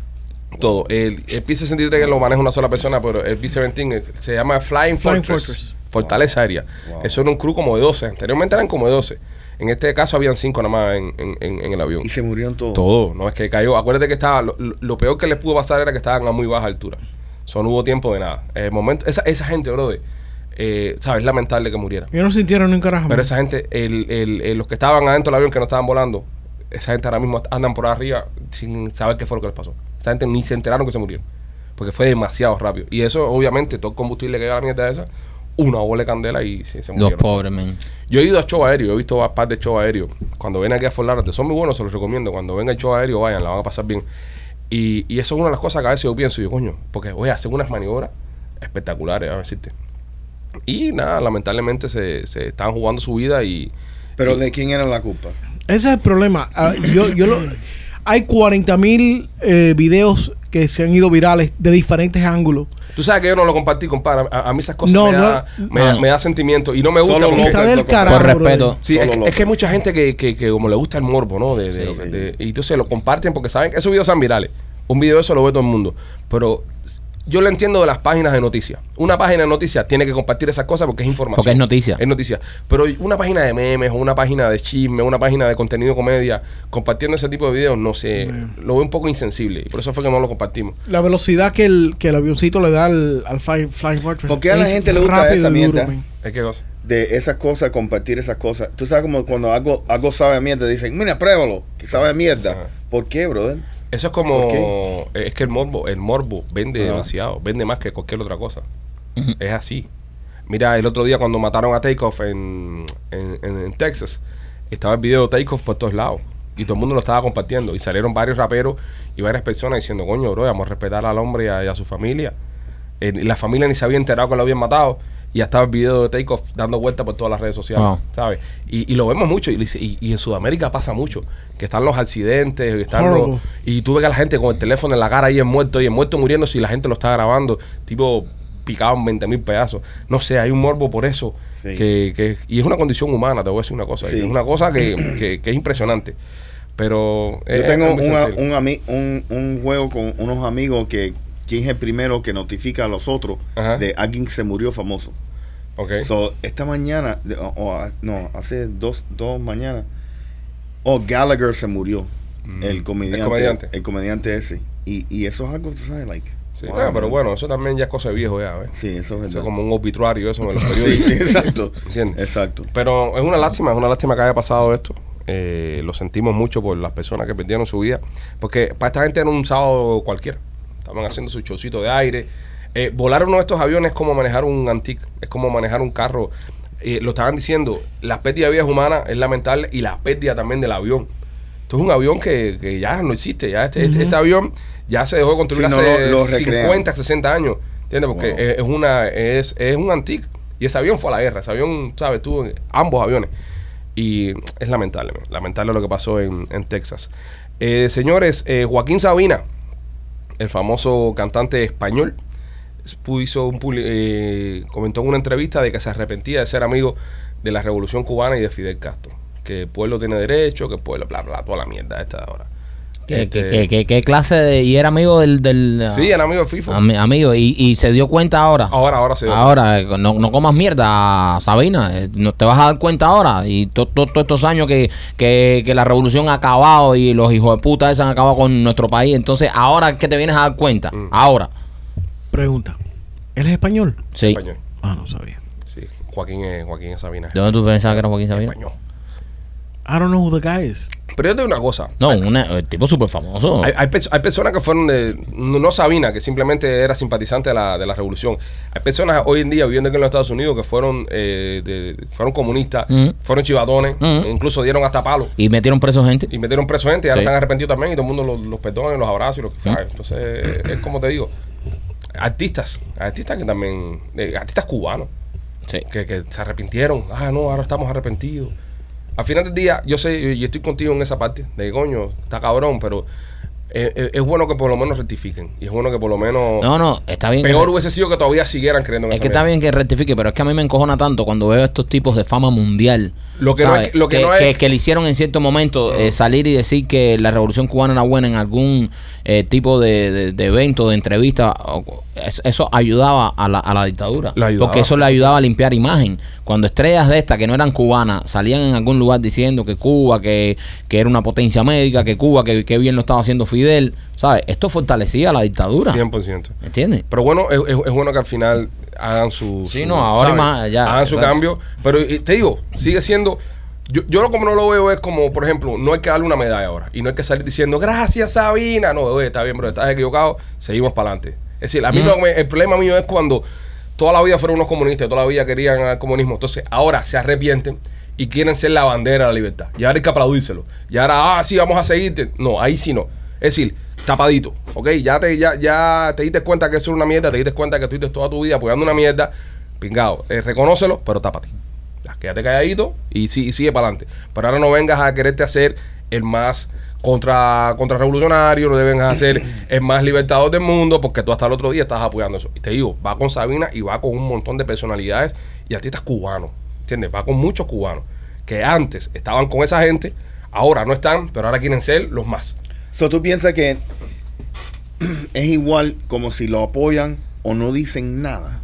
[SPEAKER 1] Todo. El, el B-63 que lo maneja una sola persona, pero el B-17 es- se llama Flying
[SPEAKER 4] Flying
[SPEAKER 1] Fortress.
[SPEAKER 4] Fortress.
[SPEAKER 1] Fortaleza Aérea.
[SPEAKER 5] Wow.
[SPEAKER 1] Eso era un crew como de 12. Anteriormente eran como de 12. En este caso habían 5 nada más en, en- en- en el avión.
[SPEAKER 5] Y se murieron todos.
[SPEAKER 1] Todo, no es que cayó. Acuérdate que estaba. Lo, lo- lo peor que les pudo pasar era que estaban a muy baja altura. Eso no hubo tiempo de nada. El momento, esa, esa gente, brother, eh, sabes, es lamentable que muriera.
[SPEAKER 4] Ellos no sintieron ni un carajo.
[SPEAKER 1] Pero esa gente, el, el- el- los que estaban adentro del avión que no estaban volando, esa gente ahora mismo andan por arriba sin saber qué fue lo que les pasó. Esa gente ni se enteraron que se murieron. Porque fue demasiado rápido. Y eso, obviamente, todo el combustible que lleva la mierda esa, una bola de candela y se, se
[SPEAKER 3] Los
[SPEAKER 1] murieron.
[SPEAKER 3] pobres, men.
[SPEAKER 1] Yo he ido a show aéreo, he visto un par de show aéreos. Cuando ven aquí a Forlarte, son muy buenos, se los recomiendo. Cuando venga el show aéreo, vayan, la van a pasar bien. Y, y eso es una de las cosas que a veces yo pienso, yo coño, porque voy a hacer unas maniobras espectaculares, a decirte. Y nada, lamentablemente se, se están jugando su vida y
[SPEAKER 5] Pero ¿de quién era la culpa?
[SPEAKER 4] Ese es el problema. Ah, yo, yo lo- hay 40 mil eh, videos que se han ido virales de diferentes ángulos.
[SPEAKER 1] tú sabes que yo no lo compartí, compadre. A, a mí esas cosas
[SPEAKER 4] No,
[SPEAKER 1] me, da,
[SPEAKER 4] no.
[SPEAKER 1] me, da-
[SPEAKER 3] No.
[SPEAKER 1] me da sentimiento y no me gusta.
[SPEAKER 5] Solo
[SPEAKER 1] porque-
[SPEAKER 5] Ok,
[SPEAKER 4] Está
[SPEAKER 5] loco.
[SPEAKER 4] del
[SPEAKER 5] loco.
[SPEAKER 4] carajo.
[SPEAKER 3] Por
[SPEAKER 4] brother.
[SPEAKER 3] respeto.
[SPEAKER 1] Sí, es,
[SPEAKER 5] Solo
[SPEAKER 1] que-
[SPEAKER 5] loco.
[SPEAKER 1] es que hay mucha gente que, que- que como le gusta el morbo, ¿no? De, de-
[SPEAKER 5] Sí, sí.
[SPEAKER 1] de- y entonces lo comparten porque saben, esos videos son virales. Un video de eso lo ve todo el mundo. Pero yo lo entiendo de las páginas de noticias. Una página de noticias tiene que compartir esas cosas porque es información.
[SPEAKER 3] Porque es noticia.
[SPEAKER 1] Es noticia. Pero una página de memes, una página de chisme, una página de contenido comedia, compartiendo ese tipo de videos, no sé, lo veo un poco insensible. Y por eso fue que no lo compartimos.
[SPEAKER 4] La velocidad que el, que el avioncito le da al, al Fly, Fly Fortress.
[SPEAKER 5] ¿Por qué a la
[SPEAKER 4] Es
[SPEAKER 5] gente le gusta
[SPEAKER 4] rápido
[SPEAKER 5] esa
[SPEAKER 4] y duro,
[SPEAKER 5] mierda?
[SPEAKER 4] man.
[SPEAKER 1] Es que cosa.
[SPEAKER 5] De esas cosas, compartir esas cosas. Tú sabes como cuando algo, algo sabe a mierda, dicen, mira, pruébalo, que sabe a mierda.
[SPEAKER 1] Ajá.
[SPEAKER 5] ¿Por qué, brother?
[SPEAKER 1] Eso es como. eh, Es que el morbo, el morbo vende
[SPEAKER 5] Ajá.
[SPEAKER 1] demasiado, vende más que cualquier otra cosa. Es así. Mira, el otro día cuando mataron a Takeoff en, en, en- en Texas, estaba el video de Takeoff por todos lados. Y todo el mundo lo estaba compartiendo. Y salieron varios raperos y varias personas diciendo, coño, bro, vamos a respetar al hombre y a, y a su familia. Eh, la familia ni se había enterado que lo habían matado. Y ya estaba el video de Takeoff dando vueltas por todas las redes sociales.
[SPEAKER 3] Wow.
[SPEAKER 1] ¿Sabes? Y, y lo vemos mucho. Y, dice- y- y en Sudamérica pasa mucho. Que están los accidentes, están los-
[SPEAKER 4] Horrible.
[SPEAKER 1] y tú ves a la gente con el teléfono en la cara ahí es muerto y es muerto muriendo si la gente lo está grabando, tipo picado en 20 mil pedazos. No sé, hay un morbo por eso.
[SPEAKER 5] Sí.
[SPEAKER 1] Que, que- y es una condición humana, te voy a decir una cosa.
[SPEAKER 5] Sí.
[SPEAKER 1] Es una cosa
[SPEAKER 5] [CLEARS THROAT]
[SPEAKER 1] que, que- que es impresionante. Pero
[SPEAKER 5] Yo
[SPEAKER 1] es-
[SPEAKER 5] tengo
[SPEAKER 1] Eh, es muy
[SPEAKER 5] una-
[SPEAKER 1] sencillo.
[SPEAKER 5] un, ami- un, un juego con unos amigos que quién es el primero que notifica a los otros
[SPEAKER 1] Ajá.
[SPEAKER 5] de alguien que se murió famoso.
[SPEAKER 1] Ok.
[SPEAKER 5] So, esta mañana, de- o- o a- no, hace dos, dos mañanas, oh, Gallagher se murió. El
[SPEAKER 1] Mm.
[SPEAKER 5] comediante. Eh,
[SPEAKER 1] El comediante.
[SPEAKER 5] el comediante ese. Y, y eso es algo, tú sabes, like.
[SPEAKER 1] Sí,
[SPEAKER 5] wow,
[SPEAKER 1] nada, pero
[SPEAKER 5] man.
[SPEAKER 1] bueno, eso también ya es cosa de viejo ya, ¿ves?
[SPEAKER 5] Sí, eso es verdad.
[SPEAKER 1] Eso es como un obituario, eso en los [LAUGHS]
[SPEAKER 5] [LAUGHS] Sí,
[SPEAKER 1] periódicos.
[SPEAKER 5] sí, exacto.
[SPEAKER 1] ¿Entiendes?
[SPEAKER 5] Exacto.
[SPEAKER 1] Pero es una lástima, es una lástima que haya pasado esto. Eh, lo sentimos mucho por las personas que perdieron su vida. Porque para esta gente era un sábado cualquiera. Estaban haciendo su chocito de aire. Eh, volar uno de estos aviones es como manejar un antique, es como manejar un carro. Eh, lo estaban diciendo, la pérdida de vidas humanas es lamentable y la pérdida también del avión. Esto es un avión que, que ya no existe. ya Este, este- este avión ya se dejó de construir
[SPEAKER 5] Sí, no
[SPEAKER 1] hace
[SPEAKER 5] lo- lo recrean.
[SPEAKER 1] 50, 60 años. ¿Entiendes? Porque
[SPEAKER 5] Wow.
[SPEAKER 1] es- es una es, es un antique y ese avión fue a la guerra ese avión sabes tú ambos aviones y es lamentable man. lamentable lo que pasó en, en Texas Eh, señores eh, Joaquín Sabina el famoso cantante español puso un publi- eh, comentó en una entrevista de que se arrepentía de ser amigo de la Revolución Cubana y de Fidel Castro que el pueblo tiene derecho que el pueblo bla bla toda la mierda esta de ahora
[SPEAKER 3] ¿Qué,
[SPEAKER 1] Este,
[SPEAKER 3] qué- qué- qué- qué clase de.? Y era amigo del. del
[SPEAKER 1] sí era amigo de FIFA
[SPEAKER 3] ami- amigo, y, y se dio cuenta ahora.
[SPEAKER 1] ahora ahora se
[SPEAKER 3] Ahora, eh, no, no comas mierda, Sabina. eh, No te vas a dar cuenta ahora. Y to- to- todos estos años que, que, que la revolución ha acabado y los hijos de puta esos han acabado con nuestro país. Entonces, ahora es que te vienes a dar cuenta.
[SPEAKER 1] Mm.
[SPEAKER 3] Ahora.
[SPEAKER 4] Pregunta. ¿Él es español?
[SPEAKER 3] Sí.
[SPEAKER 1] español
[SPEAKER 4] Ah, no sabía.
[SPEAKER 1] Sí, Joaquín, eh, Joaquín Sabina.
[SPEAKER 3] ¿De dónde tú pensabas que era Joaquín Sabina?
[SPEAKER 1] Español.
[SPEAKER 4] I don't know who the guy is.
[SPEAKER 1] Pero yo te digo una cosa.
[SPEAKER 3] No, una- el tipo súper famoso.
[SPEAKER 1] Hay, hay perso- hay personas que fueron de. No, no Sabina, que simplemente era simpatizante de la, de la revolución. Hay personas hoy en día viviendo aquí en los Estados Unidos que fueron eh, de- fueron comunistas,
[SPEAKER 3] Ujú.
[SPEAKER 1] fueron chivatones,
[SPEAKER 3] Ujú.
[SPEAKER 1] incluso dieron hasta palos.
[SPEAKER 3] Y metieron preso gente.
[SPEAKER 1] Y metieron preso gente y ahora
[SPEAKER 3] Sí.
[SPEAKER 1] están arrepentidos también y todo el mundo los, los perdona y los abraza y los ¿sabes? Entonces, es como te digo, artistas, artistas que también, eh, artistas cubanos,
[SPEAKER 3] Sí.
[SPEAKER 1] que, que se arrepintieron. Ah, no, ahora estamos arrepentidos. Al final del día, yo sé, y estoy contigo en esa parte, de coño, está cabrón, pero eh, eh, es bueno que por lo menos rectifiquen. Y es bueno que por lo menos.
[SPEAKER 3] No, no, está bien. que-
[SPEAKER 1] Peor hubiese sido que todavía siguieran creyendo en
[SPEAKER 3] es
[SPEAKER 1] esa
[SPEAKER 3] que está
[SPEAKER 1] mierda.
[SPEAKER 3] bien que rectifique, pero es que a mí me encojona tanto cuando veo estos tipos de fama mundial.
[SPEAKER 1] Lo que no
[SPEAKER 3] ¿sabes?
[SPEAKER 1] es- lo que no es-
[SPEAKER 3] que le hicieron en cierto momento eh, salir y decir que la revolución cubana era buena en algún eh, tipo de, de- de evento, de entrevista. o- es- Eso ayudaba a la, a la dictadura.
[SPEAKER 1] La ayudaba,
[SPEAKER 3] porque eso le ayudaba a limpiar imagen. Cuando estrellas de estas que no eran cubanas salían en algún lugar diciendo que Cuba, que, que era una potencia médica, que Cuba, que, que bien lo estaba haciendo Fidel, ¿sabes? Esto fortalecía la dictadura.
[SPEAKER 1] 100%.
[SPEAKER 3] ¿Entiendes?
[SPEAKER 1] Pero bueno, es, es- es bueno que al final hagan su.
[SPEAKER 3] Sí,
[SPEAKER 1] su-
[SPEAKER 3] no, ahora
[SPEAKER 1] ¿sabes?
[SPEAKER 3] y más, ya,
[SPEAKER 1] Hagan su
[SPEAKER 3] exacto.
[SPEAKER 1] cambio. Pero y te digo, sigue siendo. Yo, yo lo como no lo veo es como, por ejemplo, no hay que darle una medalla ahora. Y no hay que salir diciendo, gracias Sabina. No, oye, está bien, pero estás equivocado. Seguimos para adelante. Es decir, a mí lo que me- el problema mío es cuando toda la vida fueron unos comunistas, toda la vida querían al comunismo. Entonces, ahora se arrepienten y quieren ser la bandera de la libertad. Y ahora hay que aplaudírselo. Y ahora, ah, sí, vamos a seguirte. No, ahí sí no. Es decir, tapadito, ¿ok? Ya te, ya, ya te diste cuenta que eso era una mierda, te diste cuenta que estuviste toda tu vida apoyando una mierda, pingado, eh, reconócelo, pero tápate. Ya, Quédate calladito y, sí- y sigue para adelante. Pero ahora no vengas a quererte hacer el más contra contrarrevolucionario, no deben hacer
[SPEAKER 3] [CLEARS THROAT]
[SPEAKER 1] el más libertador del mundo, porque tú hasta el otro día estás apoyando eso. Y te digo, va con Sabina y va con un montón de personalidades y artistas cubanos, ¿entiendes? Va con muchos cubanos que antes estaban con esa gente, ahora no están, pero ahora quieren ser los más.
[SPEAKER 5] So, ¿Tú piensas que es igual como si lo apoyan o no dicen nada?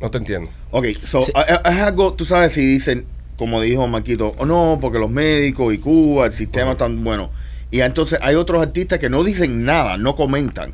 [SPEAKER 1] No te entiendo.
[SPEAKER 5] Ok, so,
[SPEAKER 3] Sí.
[SPEAKER 5] a- a- es algo, tú sabes si dicen, como dijo Maquito, "Oh, no, porque los médicos y Cuba, el sistema tan bueno. Y entonces hay otros artistas que no dicen nada, no comentan.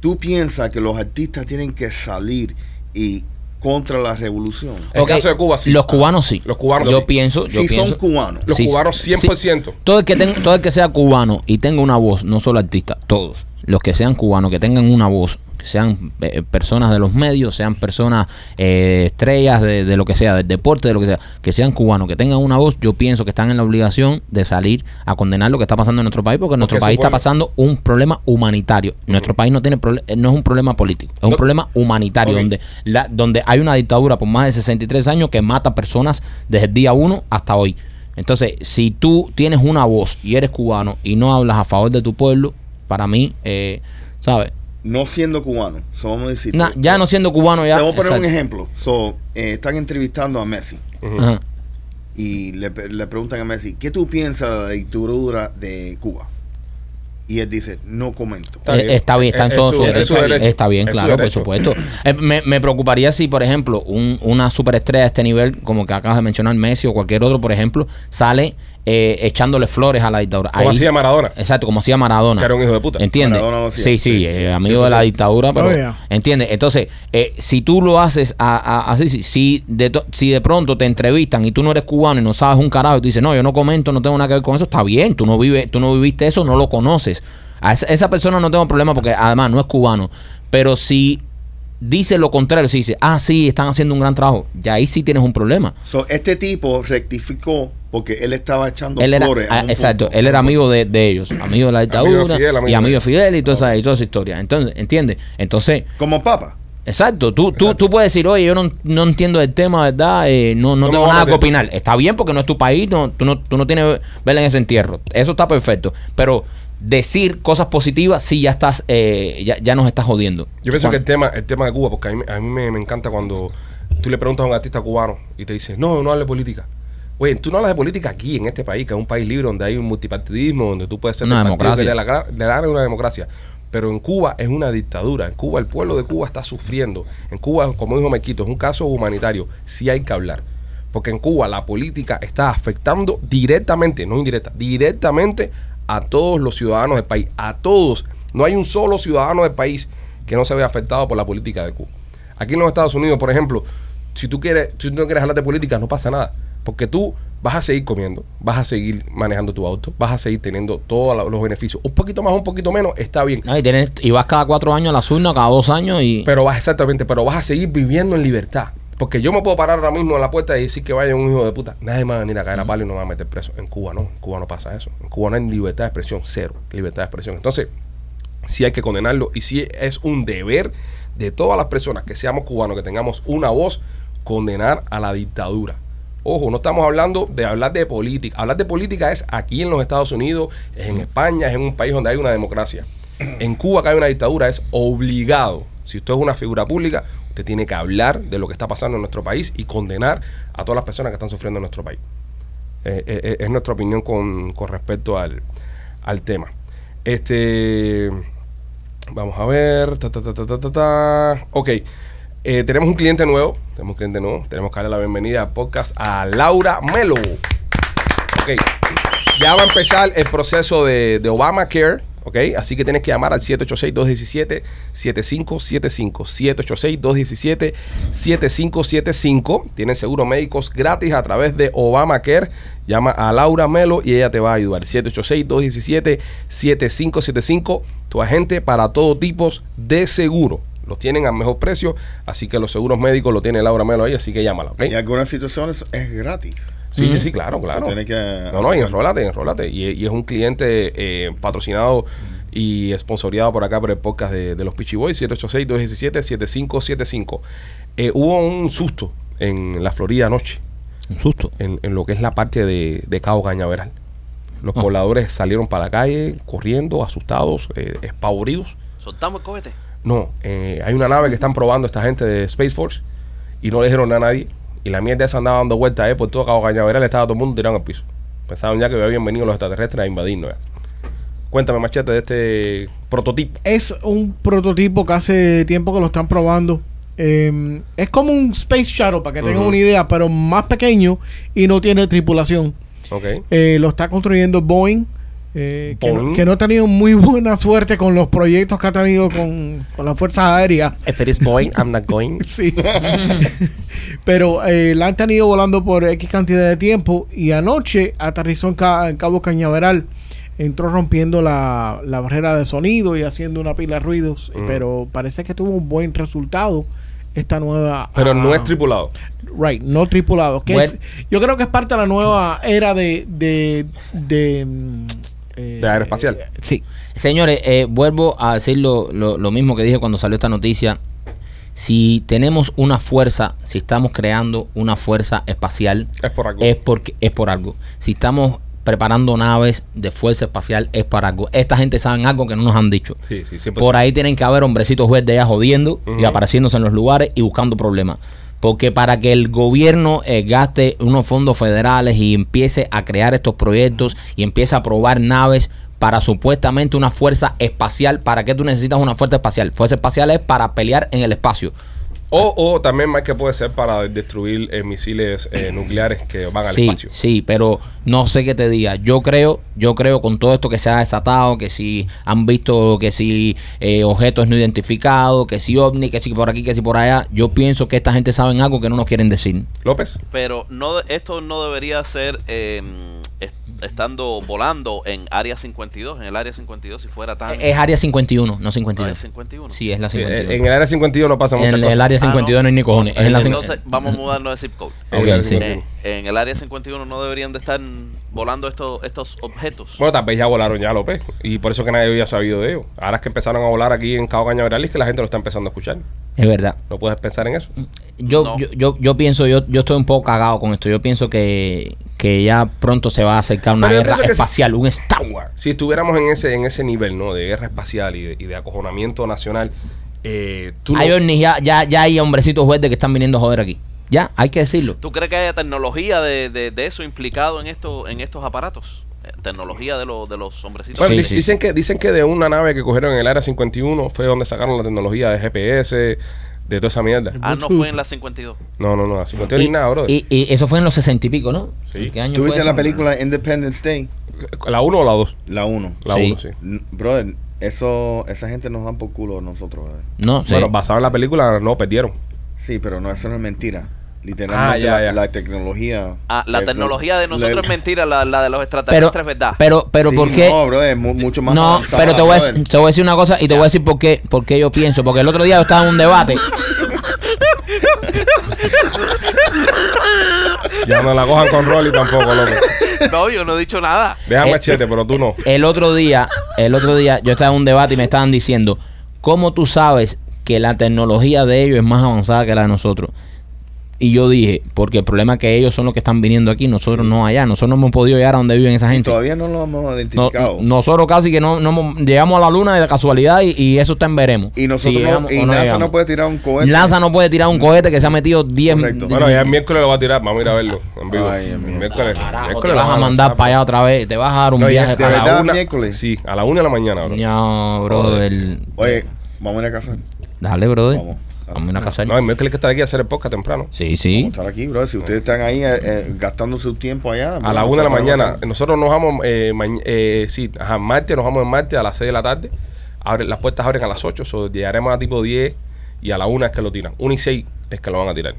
[SPEAKER 5] ¿Tú piensas que los artistas tienen que salir y contra la revolución?
[SPEAKER 1] El
[SPEAKER 3] Ok,
[SPEAKER 1] caso de Cuba, sí.
[SPEAKER 3] Los cubanos sí.
[SPEAKER 1] Los cubanos
[SPEAKER 3] Yo
[SPEAKER 1] sí.
[SPEAKER 3] pienso, yo
[SPEAKER 5] si
[SPEAKER 3] pienso.
[SPEAKER 5] son cubanos.
[SPEAKER 1] Los
[SPEAKER 3] Sí,
[SPEAKER 1] cubanos
[SPEAKER 3] sí.
[SPEAKER 1] 100%.
[SPEAKER 3] Todo el que tenga, todo el que sea cubano y tenga una voz, no solo artista, todos. Los que sean cubanos, que tengan una voz, que sean eh, personas de los medios, sean personas eh, estrellas de, de lo que sea, del deporte, de lo que sea, que sean cubanos, que tengan una voz, yo pienso que están en la obligación de salir a condenar lo que está pasando en nuestro país, porque en nuestro
[SPEAKER 1] Porque
[SPEAKER 3] país está
[SPEAKER 1] supone-
[SPEAKER 3] pasando un problema humanitario. Nuestro país no tiene prole- eh, no es un problema político, es un
[SPEAKER 1] No.
[SPEAKER 3] problema humanitario,
[SPEAKER 5] Ok.
[SPEAKER 3] donde, la, donde hay una dictadura por más de 63 años que mata personas desde el día 1 hasta hoy. Entonces, si tú tienes una voz y eres cubano y no hablas a favor de tu pueblo, para mí, eh, ¿sabes?
[SPEAKER 5] No siendo cubanos. So, vamos a decir.
[SPEAKER 3] Na- ya no siendo cubano, ya.
[SPEAKER 5] Te voy a poner un
[SPEAKER 3] exacto.
[SPEAKER 5] ejemplo. So, eh, están entrevistando a Messi
[SPEAKER 3] Ajá.
[SPEAKER 5] y le, pe- le preguntan a Messi, ¿qué tú piensas de la dictadura de Cuba? Y él dice, no comento.
[SPEAKER 1] Está
[SPEAKER 3] Eh,
[SPEAKER 1] bien.
[SPEAKER 3] Está bien, está en
[SPEAKER 1] Es-
[SPEAKER 3] todo
[SPEAKER 1] es
[SPEAKER 3] su
[SPEAKER 1] su- es su
[SPEAKER 3] derecho.
[SPEAKER 1] derecho.
[SPEAKER 3] Está bien,
[SPEAKER 1] Es su
[SPEAKER 3] claro, por
[SPEAKER 1] derecho.
[SPEAKER 3] supuesto. Eh, Me, me preocuparía si, por ejemplo, un- una superestrella de este nivel, como que acabas de mencionar Messi o cualquier otro, por ejemplo, sale eh, echándole flores a la dictadura.
[SPEAKER 1] Como
[SPEAKER 3] Ahí- eh,
[SPEAKER 1] hacía Maradona.
[SPEAKER 3] Exacto, como hacía Maradona.
[SPEAKER 1] Que era un hijo de puta.
[SPEAKER 3] ¿Entiendes?
[SPEAKER 5] Maradona lo hacía.
[SPEAKER 3] Sí, sí,
[SPEAKER 5] Sí.
[SPEAKER 3] eh, amigo de la dictadura, pero.
[SPEAKER 4] Oh, yeah.
[SPEAKER 3] ¿Entiendes? Entonces, eh, si tú lo haces a- a- así, si, si de to- si de pronto te entrevistan y tú no eres cubano y no sabes un carajo y tú dices, no, yo no comento, no tengo nada que ver con eso, está bien, tú no, vives, tú no viviste eso, no lo conoces. A esa, esa persona no tengo problema porque además no es cubano. Pero si dice lo contrario, si dice, ah, sí, están haciendo un gran trabajo, ya ahí sí tienes un problema.
[SPEAKER 5] So, este tipo rectificó porque él estaba echando
[SPEAKER 3] Él era,
[SPEAKER 5] flores. a
[SPEAKER 3] ah,
[SPEAKER 5] un
[SPEAKER 3] exacto,
[SPEAKER 5] punto.
[SPEAKER 3] él era amigo de, de ellos, amigo de la dictadura
[SPEAKER 1] Amigo de Fidel, amigo
[SPEAKER 3] y
[SPEAKER 1] de-
[SPEAKER 3] amigo de Fidel y toda esa, y toda esa historia. Entonces, ¿entiendes? Entonces,
[SPEAKER 5] Como papa.
[SPEAKER 3] exacto, tú, Tú, tú puedes decir, oye, yo no, no entiendo el tema, ¿verdad? Eh, no, no
[SPEAKER 1] No me
[SPEAKER 3] tengo
[SPEAKER 1] voy a
[SPEAKER 3] nada que
[SPEAKER 1] meter".
[SPEAKER 3] opinar. Está bien porque no es tu país, no, tú, no, tú no tienes vela en ese entierro. Eso está perfecto. Pero decir cosas positivas, sí, ya estás, eh, ya, ya nos estás jodiendo.
[SPEAKER 1] Yo pienso que el
[SPEAKER 3] Cuando-
[SPEAKER 1] tema, el tema de Cuba, porque a mí, a mí me, me encanta cuando tú le preguntas a un artista cubano y te dice, no, no hable de política. Oye, tú no hablas de política aquí, en este país, que es un país libre donde hay un multipartidismo, donde tú puedes ser
[SPEAKER 3] Una
[SPEAKER 1] del partido que
[SPEAKER 3] democracia.
[SPEAKER 1] te dé la gra- de la gana, una democracia. Pero en Cuba es una dictadura. En Cuba, el pueblo de Cuba está sufriendo. En Cuba, como dijo Mequito, es un caso humanitario. Sí hay que hablar. Porque en Cuba la política está afectando directamente, no indirecta, directamente a todos los ciudadanos del país. A todos. No hay un solo ciudadano del país que no se vea afectado por la política de Cuba. Aquí en los Estados Unidos, por ejemplo, si tú quieres, si tú no quieres hablar de política, no pasa nada. Porque tú vas a seguir comiendo, vas a seguir manejando tu auto, vas a seguir teniendo todos la- los beneficios. Un poquito más, un poquito menos, está bien.
[SPEAKER 3] No, y, tienes- y vas cada cuatro años a las urnas, cada dos años y...
[SPEAKER 1] Pero vas exactamente, pero vas a seguir viviendo en libertad. Porque yo me puedo parar ahora mismo en la puerta y decir que vaya un hijo de puta. Nadie me va a venir a caer a palo y no me va a meter preso. En Cuba no, en Cuba no pasa eso. En Cuba no hay libertad de expresión, cero libertad de expresión. Entonces, sí hay que condenarlo y sí es un deber de todas las personas que seamos cubanos, que tengamos una voz, condenar a la dictadura. Ojo, no estamos hablando de hablar de política. Hablar de política es aquí en los Estados Unidos, es en España, es en un país donde hay una democracia. En Cuba, que hay una dictadura, es obligado. Si usted es una figura pública, usted tiene que hablar de lo que está pasando en nuestro país y condenar a todas las personas que están sufriendo en nuestro país. Eh, eh, eh, es nuestra opinión con, con respecto al, al tema. Este. Vamos a ver. Ta, ta, ta, ta, ta, ta, ta. Ok. Eh, tenemos un cliente nuevo. Tenemos un cliente nuevo. Tenemos que darle la bienvenida al podcast a Laura Melo. Ok. Ya va a empezar el proceso de, de Obamacare. Ok. Así que tienes que llamar al 786-217-7575. 786-217-7575. Tienen seguro médicos gratis a través de Obamacare. Llama a Laura Melo y ella te va a ayudar. 786-217-7575. Tu agente para todo tipo de seguro. Los tienen a mejor precio, así que los seguros médicos lo tiene Laura Melo ahí, así que llámala, ¿ok?
[SPEAKER 5] Y en algunas situaciones es gratis.
[SPEAKER 1] Sí, sí, sí, claro, claro.
[SPEAKER 5] tiene que-
[SPEAKER 1] No, no, y enrólate, enrólate. Y, y es un cliente eh, patrocinado y esponsoreado por acá por el podcast de, de los Pitchy Boys, 786-217-7575. Eh, hubo un susto en la Florida anoche,
[SPEAKER 3] Un susto.
[SPEAKER 1] en, en lo que es la parte de, de Cabo Cañaveral. Los pobladores salieron para la calle corriendo, asustados, eh, espavoridos.
[SPEAKER 6] Soltamos el cohete.
[SPEAKER 1] No, eh, hay una nave que están probando esta gente de Space Force y no le dijeron nada a nadie. Y la mierda esa andaba dando vueltas eh, por todo Cabo Cañaveral, estaba todo el mundo tirado al piso. Pensaban ya que habían venido los extraterrestres a invadirnos. ya. Cuéntame, machete, de este prototipo.
[SPEAKER 4] Es un prototipo que hace tiempo que lo están probando. Eh, es como un Space Shuttle, para que tengan
[SPEAKER 1] Ujú.
[SPEAKER 4] una idea, pero más pequeño y no tiene tripulación.
[SPEAKER 1] Ok.
[SPEAKER 4] Eh, lo está construyendo Boeing. eh, que,
[SPEAKER 1] Boeing.
[SPEAKER 4] no, que no ha tenido muy buena suerte con los proyectos que ha tenido con, con las Fuerzas Aéreas.
[SPEAKER 1] If it is going, I'm not going.
[SPEAKER 4] Sí. Pero eh, la han tenido volando por X cantidad de tiempo y anoche aterrizó en, Ca- en Cabo Cañaveral. Entró rompiendo la, la barrera de sonido y haciendo una pila de ruidos,
[SPEAKER 1] Mm.
[SPEAKER 4] pero parece que tuvo un buen resultado esta nueva.
[SPEAKER 1] [LAUGHS] Pero
[SPEAKER 4] ah,
[SPEAKER 1] no es tripulado.
[SPEAKER 4] Right, no tripulado. que
[SPEAKER 3] Bueno.
[SPEAKER 4] es- yo creo que es parte de la nueva era de. de, de, mm, eh,
[SPEAKER 1] De aeroespacial.
[SPEAKER 4] Sí.
[SPEAKER 3] Señores, eh, vuelvo a decir lo, lo- lo mismo que dije cuando salió esta noticia. Si tenemos una fuerza, si estamos creando una fuerza espacial,
[SPEAKER 1] Es por algo.
[SPEAKER 3] es porque es por algo. Si estamos preparando naves de fuerza espacial, es para algo. Esta gente sabe algo que no nos han dicho.
[SPEAKER 1] Sí, sí, siempre.
[SPEAKER 3] Por ahí tienen que haber hombrecitos verdes ya jodiendo y
[SPEAKER 1] Ujú.
[SPEAKER 3] apareciéndose en los lugares y buscando problemas. Porque para que el gobierno eh, gaste unos fondos federales y empiece a crear estos proyectos y empiece a probar naves para supuestamente una fuerza espacial, ¿para qué tú necesitas una fuerza espacial? Fuerza espacial es para pelear en el espacio.
[SPEAKER 1] O, o también más que puede ser para destruir eh, misiles eh, nucleares que van al
[SPEAKER 3] sí,
[SPEAKER 1] espacio.
[SPEAKER 3] Sí, pero no sé qué te diga. Yo creo, yo creo con todo esto que se ha desatado, que si han visto, que si eh, objetos no identificados, que si ovni, que si por aquí, que si por allá, yo pienso que esta gente sabe algo que no nos quieren decir.
[SPEAKER 1] López.
[SPEAKER 6] Pero no, de- esto no debería ser eh, est- estando volando en área 52, en el área 52 si fuera tan.
[SPEAKER 3] Eh, Es área 51, no
[SPEAKER 6] no,
[SPEAKER 3] 52.
[SPEAKER 6] es 51.
[SPEAKER 3] Sí, es la
[SPEAKER 1] Sí, eh,
[SPEAKER 3] 52.
[SPEAKER 1] en el área 52 no pasa
[SPEAKER 3] En
[SPEAKER 1] muchas
[SPEAKER 3] el,
[SPEAKER 1] cosas.
[SPEAKER 3] área
[SPEAKER 6] Ah, no.
[SPEAKER 3] 52 no hay ni cojones. Es en la cin-
[SPEAKER 6] Entonces vamos a mudarnos de zip code.
[SPEAKER 1] En el área
[SPEAKER 3] Ok, sí.
[SPEAKER 1] 51.
[SPEAKER 6] Eh, en el área 51 no deberían de estar volando estos estos objetos.
[SPEAKER 1] Bueno, tal vez ya volaron ya, López. Y por eso que nadie había sabido de ellos. Ahora es que empezaron a volar aquí en Cabo Cañaveral y es que la gente lo está empezando a escuchar.
[SPEAKER 3] es verdad.
[SPEAKER 1] No puedes pensar en eso.
[SPEAKER 3] Mm. Yo,
[SPEAKER 6] No.
[SPEAKER 3] yo, yo, yo pienso, yo, yo estoy un poco cagado con esto. Yo pienso que, que ya pronto se va a acercar una
[SPEAKER 1] Pero yo
[SPEAKER 3] guerra
[SPEAKER 1] pienso que sí.
[SPEAKER 3] espacial, un Star Wars.
[SPEAKER 1] Si estuviéramos en ese, en ese nivel, ¿no? De guerra espacial y de, y de acojonamiento nacional, eh, tú no-
[SPEAKER 3] Hay ovnis, ya, ya, ya hay hombrecitos verdes que están viniendo a joder aquí. Ya, hay que decirlo.
[SPEAKER 6] ¿Tú crees que haya tecnología de, de- de eso implicado en esto en estos aparatos? Eh, Tecnología de, los de los hombrecitos.
[SPEAKER 1] Bueno,
[SPEAKER 3] Sí,
[SPEAKER 1] di-
[SPEAKER 3] sí.
[SPEAKER 1] dicen, Que, dicen que de una nave que cogieron en el área 51 fue donde sacaron la tecnología de GPS, de toda esa mierda.
[SPEAKER 6] Ah, no fue en la 52.
[SPEAKER 1] No, no, no. La 51 ni nada, bro.
[SPEAKER 3] y- y eso fue en los sesenta y pico, ¿no?
[SPEAKER 1] Sí.
[SPEAKER 3] ¿Qué año
[SPEAKER 5] ¿Tú
[SPEAKER 3] fue
[SPEAKER 5] viste
[SPEAKER 3] eso?
[SPEAKER 5] la película Independence Day?
[SPEAKER 1] ¿La 1 o la 2?
[SPEAKER 5] La 1.
[SPEAKER 1] La
[SPEAKER 3] Sí.
[SPEAKER 1] 1, sí.
[SPEAKER 5] Brother, eso, esa gente nos dan por culo a nosotros. brother.
[SPEAKER 3] No, sí.
[SPEAKER 1] Bueno, basado en la película, no, perdieron.
[SPEAKER 5] Sí, pero no, eso no es mentira. Literalmente
[SPEAKER 1] Ah, ya,
[SPEAKER 5] la,
[SPEAKER 1] ya.
[SPEAKER 5] la tecnología.
[SPEAKER 6] Ah, la
[SPEAKER 5] eh,
[SPEAKER 6] tecnología de
[SPEAKER 5] [LAUGHS] la-
[SPEAKER 6] nosotros es mentira, la, la de los
[SPEAKER 3] pero,
[SPEAKER 6] extraterrestres es verdad.
[SPEAKER 3] pero, pero,
[SPEAKER 5] Sí,
[SPEAKER 3] ¿por qué?
[SPEAKER 5] No, brother, es mu- mucho más.
[SPEAKER 3] No,
[SPEAKER 5] avanzada,
[SPEAKER 3] pero te voy, a,
[SPEAKER 5] brother.
[SPEAKER 3] te voy a decir una cosa y te voy a decir por qué, por qué yo pienso. Porque el otro día yo estaba en un debate.
[SPEAKER 1] Ya no la cojan con Rolly tampoco, loco.
[SPEAKER 6] [LAUGHS] no, yo no he dicho nada.
[SPEAKER 1] Deja
[SPEAKER 3] Eh,
[SPEAKER 1] machete, pero tú no.
[SPEAKER 3] El otro día, el otro día yo estaba en un debate y me estaban diciendo, ¿cómo tú sabes que la tecnología de ellos es más avanzada que la de nosotros? Y yo dije, porque el problema es que ellos son los que están viniendo aquí, nosotros no allá, nosotros no hemos podido llegar a donde viven esa
[SPEAKER 5] Y
[SPEAKER 3] gente.
[SPEAKER 5] todavía no lo hemos
[SPEAKER 3] No-
[SPEAKER 5] identificado.
[SPEAKER 3] nosotros casi que no, no hemos- llegamos a la luna de la casualidad y, y eso está en veremos.
[SPEAKER 5] y
[SPEAKER 3] Si
[SPEAKER 5] nosotros no-
[SPEAKER 3] llegamos
[SPEAKER 5] y
[SPEAKER 3] o no
[SPEAKER 5] NASA
[SPEAKER 3] llegamos.
[SPEAKER 5] no puede tirar un cohete.
[SPEAKER 3] NASA no puede tirar un cohete que se ha metido 10
[SPEAKER 5] Correcto.
[SPEAKER 1] Bueno, ya el miércoles lo va a tirar. Vamos a ir a verlo en vivo.
[SPEAKER 5] Ay, Dios mío.
[SPEAKER 1] miércoles.
[SPEAKER 3] Carajo, te
[SPEAKER 1] miércoles lo
[SPEAKER 3] vas
[SPEAKER 1] van
[SPEAKER 3] a mandar
[SPEAKER 1] lanzar,
[SPEAKER 3] para allá otra vez, te vas a dar un
[SPEAKER 1] No, ya
[SPEAKER 3] viaje
[SPEAKER 1] es de
[SPEAKER 3] para
[SPEAKER 5] allá.
[SPEAKER 1] verdad,
[SPEAKER 5] ¿Verdad, miércoles?
[SPEAKER 1] Sí, a la una de la mañana, bro.
[SPEAKER 3] No, brother.
[SPEAKER 5] Oye, vamos a ir a casa.
[SPEAKER 3] Dale, brother.
[SPEAKER 5] Vamos.
[SPEAKER 3] Vamos, a una casa.
[SPEAKER 1] No, el miércoles hay que estar aquí a hacer el podcast temprano.
[SPEAKER 3] Sí,
[SPEAKER 5] Vamos a
[SPEAKER 3] sí.
[SPEAKER 5] estar aquí, bro. Si ustedes están ahí eh, eh, gastando su tiempo allá.
[SPEAKER 1] A la una
[SPEAKER 5] bueno,
[SPEAKER 1] de la
[SPEAKER 5] nosotros
[SPEAKER 1] mañana.
[SPEAKER 5] vamos
[SPEAKER 1] Nosotros nos vamos, eh, mañ- eh, sí, ajá, martes, nos vamos en martes a las 6 de la tarde. Abre, las puertas abren a las 8, so, llegaremos a tipo 10 y a la una es que lo tiran. 1 y 6 es que lo van a tirar.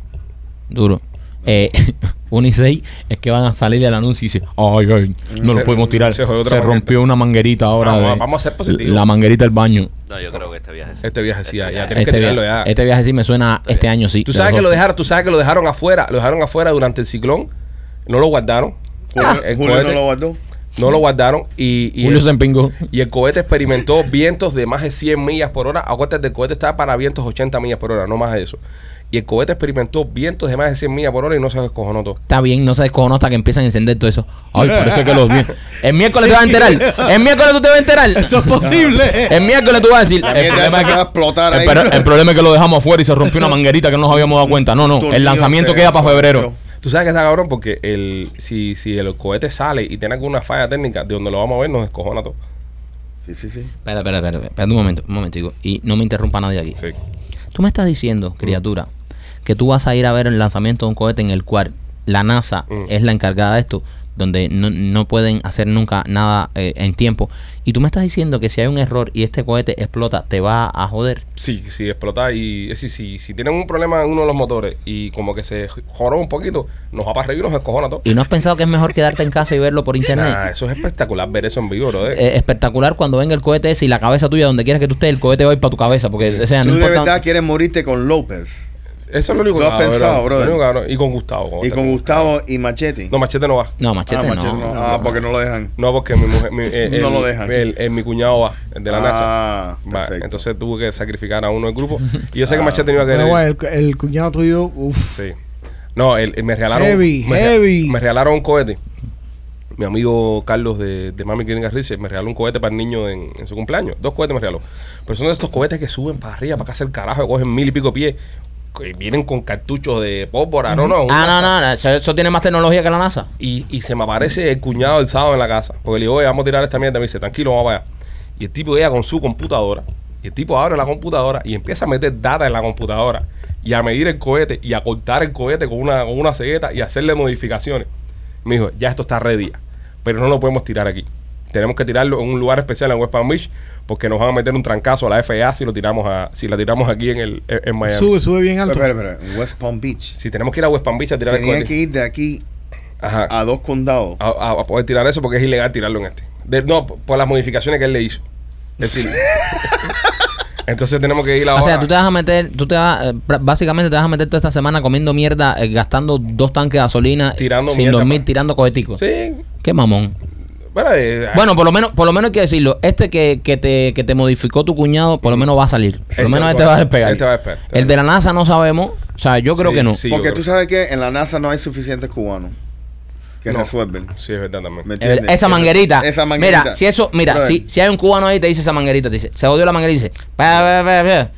[SPEAKER 3] Duro. Eh, [LAUGHS] Unisei es que van a salir del anuncio y dicen, ay, ay, no
[SPEAKER 1] Se-
[SPEAKER 3] lo pudimos tirar.
[SPEAKER 1] se
[SPEAKER 3] Se,
[SPEAKER 1] jodió otra
[SPEAKER 3] rompió una manguerita ahora.
[SPEAKER 1] Vamos a-
[SPEAKER 3] de-
[SPEAKER 1] vamos a ser positivos.
[SPEAKER 3] La manguerita del baño.
[SPEAKER 6] No, yo creo que este viaje sí.
[SPEAKER 1] Este viaje sí, ya, ya tienes que
[SPEAKER 3] Este,
[SPEAKER 1] tirarlo
[SPEAKER 3] via-
[SPEAKER 1] ya. Eh,
[SPEAKER 3] este viaje sí me suena este año, sí.
[SPEAKER 1] tú sabes
[SPEAKER 3] de
[SPEAKER 1] que lo
[SPEAKER 3] Roxy.
[SPEAKER 1] dejaron, tú sabes que lo dejaron afuera, lo dejaron afuera durante el ciclón, no lo guardaron.
[SPEAKER 5] a- Julio,
[SPEAKER 1] El
[SPEAKER 5] Ah, Julio no
[SPEAKER 1] cohete
[SPEAKER 5] lo guardó.
[SPEAKER 1] no lo guardaron y, y
[SPEAKER 3] Julio
[SPEAKER 1] el-
[SPEAKER 3] se empingó.
[SPEAKER 1] Y el cohete experimentó vientos de más de 100 millas por hora. Acuérdate, el cohete estaba para vientos 80 millas por hora, no más de eso. Y el cohete experimentó vientos de más de 100 millas por hora y no se descojonó todo.
[SPEAKER 3] Está bien, no se descojonó hasta que empiezan a encender todo eso. Ay, por eso es que los mi- El miércoles te vas a enterar. El miércoles tú te vas a enterar.
[SPEAKER 4] Eso
[SPEAKER 1] [LAUGHS]
[SPEAKER 4] es posible.
[SPEAKER 3] El miércoles tú vas a decir.
[SPEAKER 5] La
[SPEAKER 3] El
[SPEAKER 5] mierda esa
[SPEAKER 3] problema, es
[SPEAKER 5] se va a
[SPEAKER 3] que,
[SPEAKER 5] explotar
[SPEAKER 3] el
[SPEAKER 5] ahí.
[SPEAKER 3] pero- el problema es que lo dejamos afuera y se rompió una manguerita que no nos habíamos dado cuenta. No, no.
[SPEAKER 5] Tornillo
[SPEAKER 3] El lanzamiento
[SPEAKER 5] se
[SPEAKER 3] queda para
[SPEAKER 5] desarrolló.
[SPEAKER 3] febrero.
[SPEAKER 1] Tú sabes que está cabrón porque el, si, si el cohete sale y tiene alguna falla técnica, de donde lo vamos a ver nos descojona todo.
[SPEAKER 5] Sí, sí, sí.
[SPEAKER 3] Espera, espera, espera, espera un momento, un momentico. Y no me interrumpa nadie aquí.
[SPEAKER 1] Sí.
[SPEAKER 3] Tú me estás diciendo, criatura, que tú vas a ir a ver el lanzamiento de un cohete en el cual la NASA
[SPEAKER 1] Mm.
[SPEAKER 3] es la encargada de esto, donde no, no pueden hacer nunca nada eh, en tiempo. Y tú me estás diciendo que si hay un error y este cohete explota, te va a joder.
[SPEAKER 1] Sí, sí, explota y eh, sí, sí, si tienen un problema en uno de los motores y como que se joró un poquito, nos va para arriba y nos descojona todo.
[SPEAKER 3] ¿Y no has pensado que es mejor quedarte en casa y verlo por internet?
[SPEAKER 1] Nah, eso es espectacular ver eso en vivo, bro.
[SPEAKER 3] Eh, espectacular cuando venga el cohete ese y la cabeza tuya, donde quieras que tú estés, el cohete va a ir para tu cabeza. Porque, o sea,
[SPEAKER 5] Tú
[SPEAKER 3] no
[SPEAKER 5] de
[SPEAKER 3] importa.
[SPEAKER 5] verdad quieres morirte con López.
[SPEAKER 1] Eso es lo único
[SPEAKER 5] Lo has
[SPEAKER 1] cabrón,
[SPEAKER 5] pensado,
[SPEAKER 1] lo
[SPEAKER 5] brother.
[SPEAKER 1] único cabrón. Y con Gustavo.
[SPEAKER 5] Y con Gustavo y Machete.
[SPEAKER 1] No, Machete no va.
[SPEAKER 3] No, machete,
[SPEAKER 5] ah,
[SPEAKER 3] no.
[SPEAKER 5] Machete no. Ah, porque no lo dejan.
[SPEAKER 1] No, porque mi
[SPEAKER 5] [LAUGHS]
[SPEAKER 1] mujer. mi- eh,
[SPEAKER 5] No
[SPEAKER 1] el-
[SPEAKER 5] lo dejan.
[SPEAKER 1] el- el- mi cuñado va, el de la NASA.
[SPEAKER 5] Ah,
[SPEAKER 1] Va,
[SPEAKER 5] perfecto. Ah,
[SPEAKER 1] entonces tuve que sacrificar a uno del grupo. Y yo sé que Machete no iba a
[SPEAKER 4] Pero,
[SPEAKER 1] querer.
[SPEAKER 4] güey, el, el cuñado tuyo, uff.
[SPEAKER 1] Sí. No, él, él me regalaron.
[SPEAKER 4] Heavy,
[SPEAKER 1] me, re-
[SPEAKER 4] heavy.
[SPEAKER 1] me regalaron un cohete. Mi amigo Carlos de, de Mami Clínica Research me regaló un cohete para el niño en, en su cumpleaños. Dos cohetes me regaló. Pero son de estos cohetes que suben para arriba, para acá hacer carajo, cogen mil y pico pies. Que vienen con cartuchos de pólvora. No, no. una-
[SPEAKER 3] Ah, no, no, no, Eso, eso tiene más tecnología que la NASA.
[SPEAKER 1] Y, y se me aparece el cuñado el sábado en la casa. Porque le digo, oye, vamos a tirar esta mierda. Me dice, tranquilo, vamos para allá. Y el tipo llega con su computadora. Y el tipo abre la computadora y empieza a meter data en la computadora. Y a medir el cohete y a cortar el cohete con una, con una cegueta y hacerle modificaciones. Me dijo, ya esto está ready. ya, Pero no lo podemos tirar aquí. Tenemos que tirarlo en un lugar especial en West Palm Beach porque nos van a meter un trancazo a la FAA si lo tiramos a, si la tiramos aquí en el en en Miami.
[SPEAKER 4] Sube, sube bien alto.
[SPEAKER 5] Espera, espera, espera. En West Palm Beach.
[SPEAKER 1] Si tenemos que ir a West Palm Beach a tirar el
[SPEAKER 5] Tenían
[SPEAKER 1] cohete.
[SPEAKER 5] que ir de aquí
[SPEAKER 1] Ajá
[SPEAKER 5] a dos
[SPEAKER 3] Ah,
[SPEAKER 5] condados.
[SPEAKER 1] a, a- a poder tirar eso porque es ilegal tirarlo en este. De- no, por por las modificaciones que él le hizo. Es
[SPEAKER 3] [LAUGHS]
[SPEAKER 1] decir, entonces tenemos que ir ahora.
[SPEAKER 3] O sea, tú te vas a meter, tú te vas, eh, pra- básicamente te vas a meter toda esta semana comiendo mierda, eh, gastando dos tanques de gasolina, eh,
[SPEAKER 1] Tirando
[SPEAKER 3] sin
[SPEAKER 1] mierda,
[SPEAKER 3] dormir,
[SPEAKER 1] pa.
[SPEAKER 3] tirando coheticos.
[SPEAKER 1] Sí.
[SPEAKER 3] Qué mamón.
[SPEAKER 1] Bueno, eh,
[SPEAKER 3] Bueno, por lo menos, por lo menos hay que decirlo, este que, que te, que te modificó tu cuñado, por lo menos va a salir. Por
[SPEAKER 1] Este
[SPEAKER 3] lo menos
[SPEAKER 1] va-
[SPEAKER 3] este va a despegar.
[SPEAKER 1] este va a despegar.
[SPEAKER 3] El de la NASA no sabemos. O sea, yo creo
[SPEAKER 1] Sí,
[SPEAKER 3] que no.
[SPEAKER 1] sí, yo
[SPEAKER 5] Porque
[SPEAKER 1] creo.
[SPEAKER 5] tú sabes que en la NASA no hay suficientes cubanos que
[SPEAKER 1] No.
[SPEAKER 5] resuelven.
[SPEAKER 1] Sí, es verdad también.
[SPEAKER 5] ¿Me
[SPEAKER 3] Es verdad,
[SPEAKER 5] entiendes?
[SPEAKER 3] Eh, Esa manguerita.
[SPEAKER 5] Esa manguerita.
[SPEAKER 3] Mira, si eso, mira,
[SPEAKER 5] Brother,
[SPEAKER 3] si, si hay un cubano ahí te dice esa manguerita, te dice, se jodió la manguera y dice, "Pa, pa, pa, pa".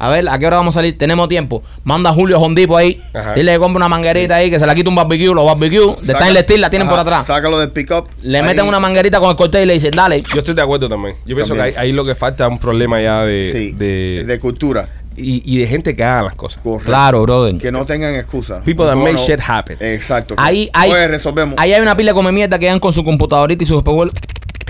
[SPEAKER 3] a ver, ¿a qué hora vamos a salir? Tenemos tiempo. Manda a Julio a Hondipo ahí.
[SPEAKER 1] Ajá.
[SPEAKER 3] Dile que compre una manguerita ahí, que se la quita un barbecue, los barbecue de
[SPEAKER 5] saca-
[SPEAKER 3] stainless steel la tienen
[SPEAKER 5] ajá,
[SPEAKER 3] por atrás.
[SPEAKER 5] Sácalo del pickup.
[SPEAKER 3] Le
[SPEAKER 5] ahí.
[SPEAKER 3] meten una manguerita con el corte y le dicen, dale.
[SPEAKER 1] Yo estoy de acuerdo también. Yo pienso
[SPEAKER 5] También.
[SPEAKER 1] que ahí, ahí lo que falta es un problema ya de.
[SPEAKER 5] Sí,
[SPEAKER 1] de,
[SPEAKER 5] de, cultura.
[SPEAKER 1] y, y de gente que haga las cosas.
[SPEAKER 5] Correcto.
[SPEAKER 3] Claro, brother.
[SPEAKER 5] Que no tengan excusa.
[SPEAKER 1] People that make
[SPEAKER 5] Bueno,
[SPEAKER 1] shit happen.
[SPEAKER 5] Exacto.
[SPEAKER 3] Ahí hay,
[SPEAKER 5] Oye, resolvemos.
[SPEAKER 3] ahí hay una pila de come mierda que van con su computadorita y sus espejuelos,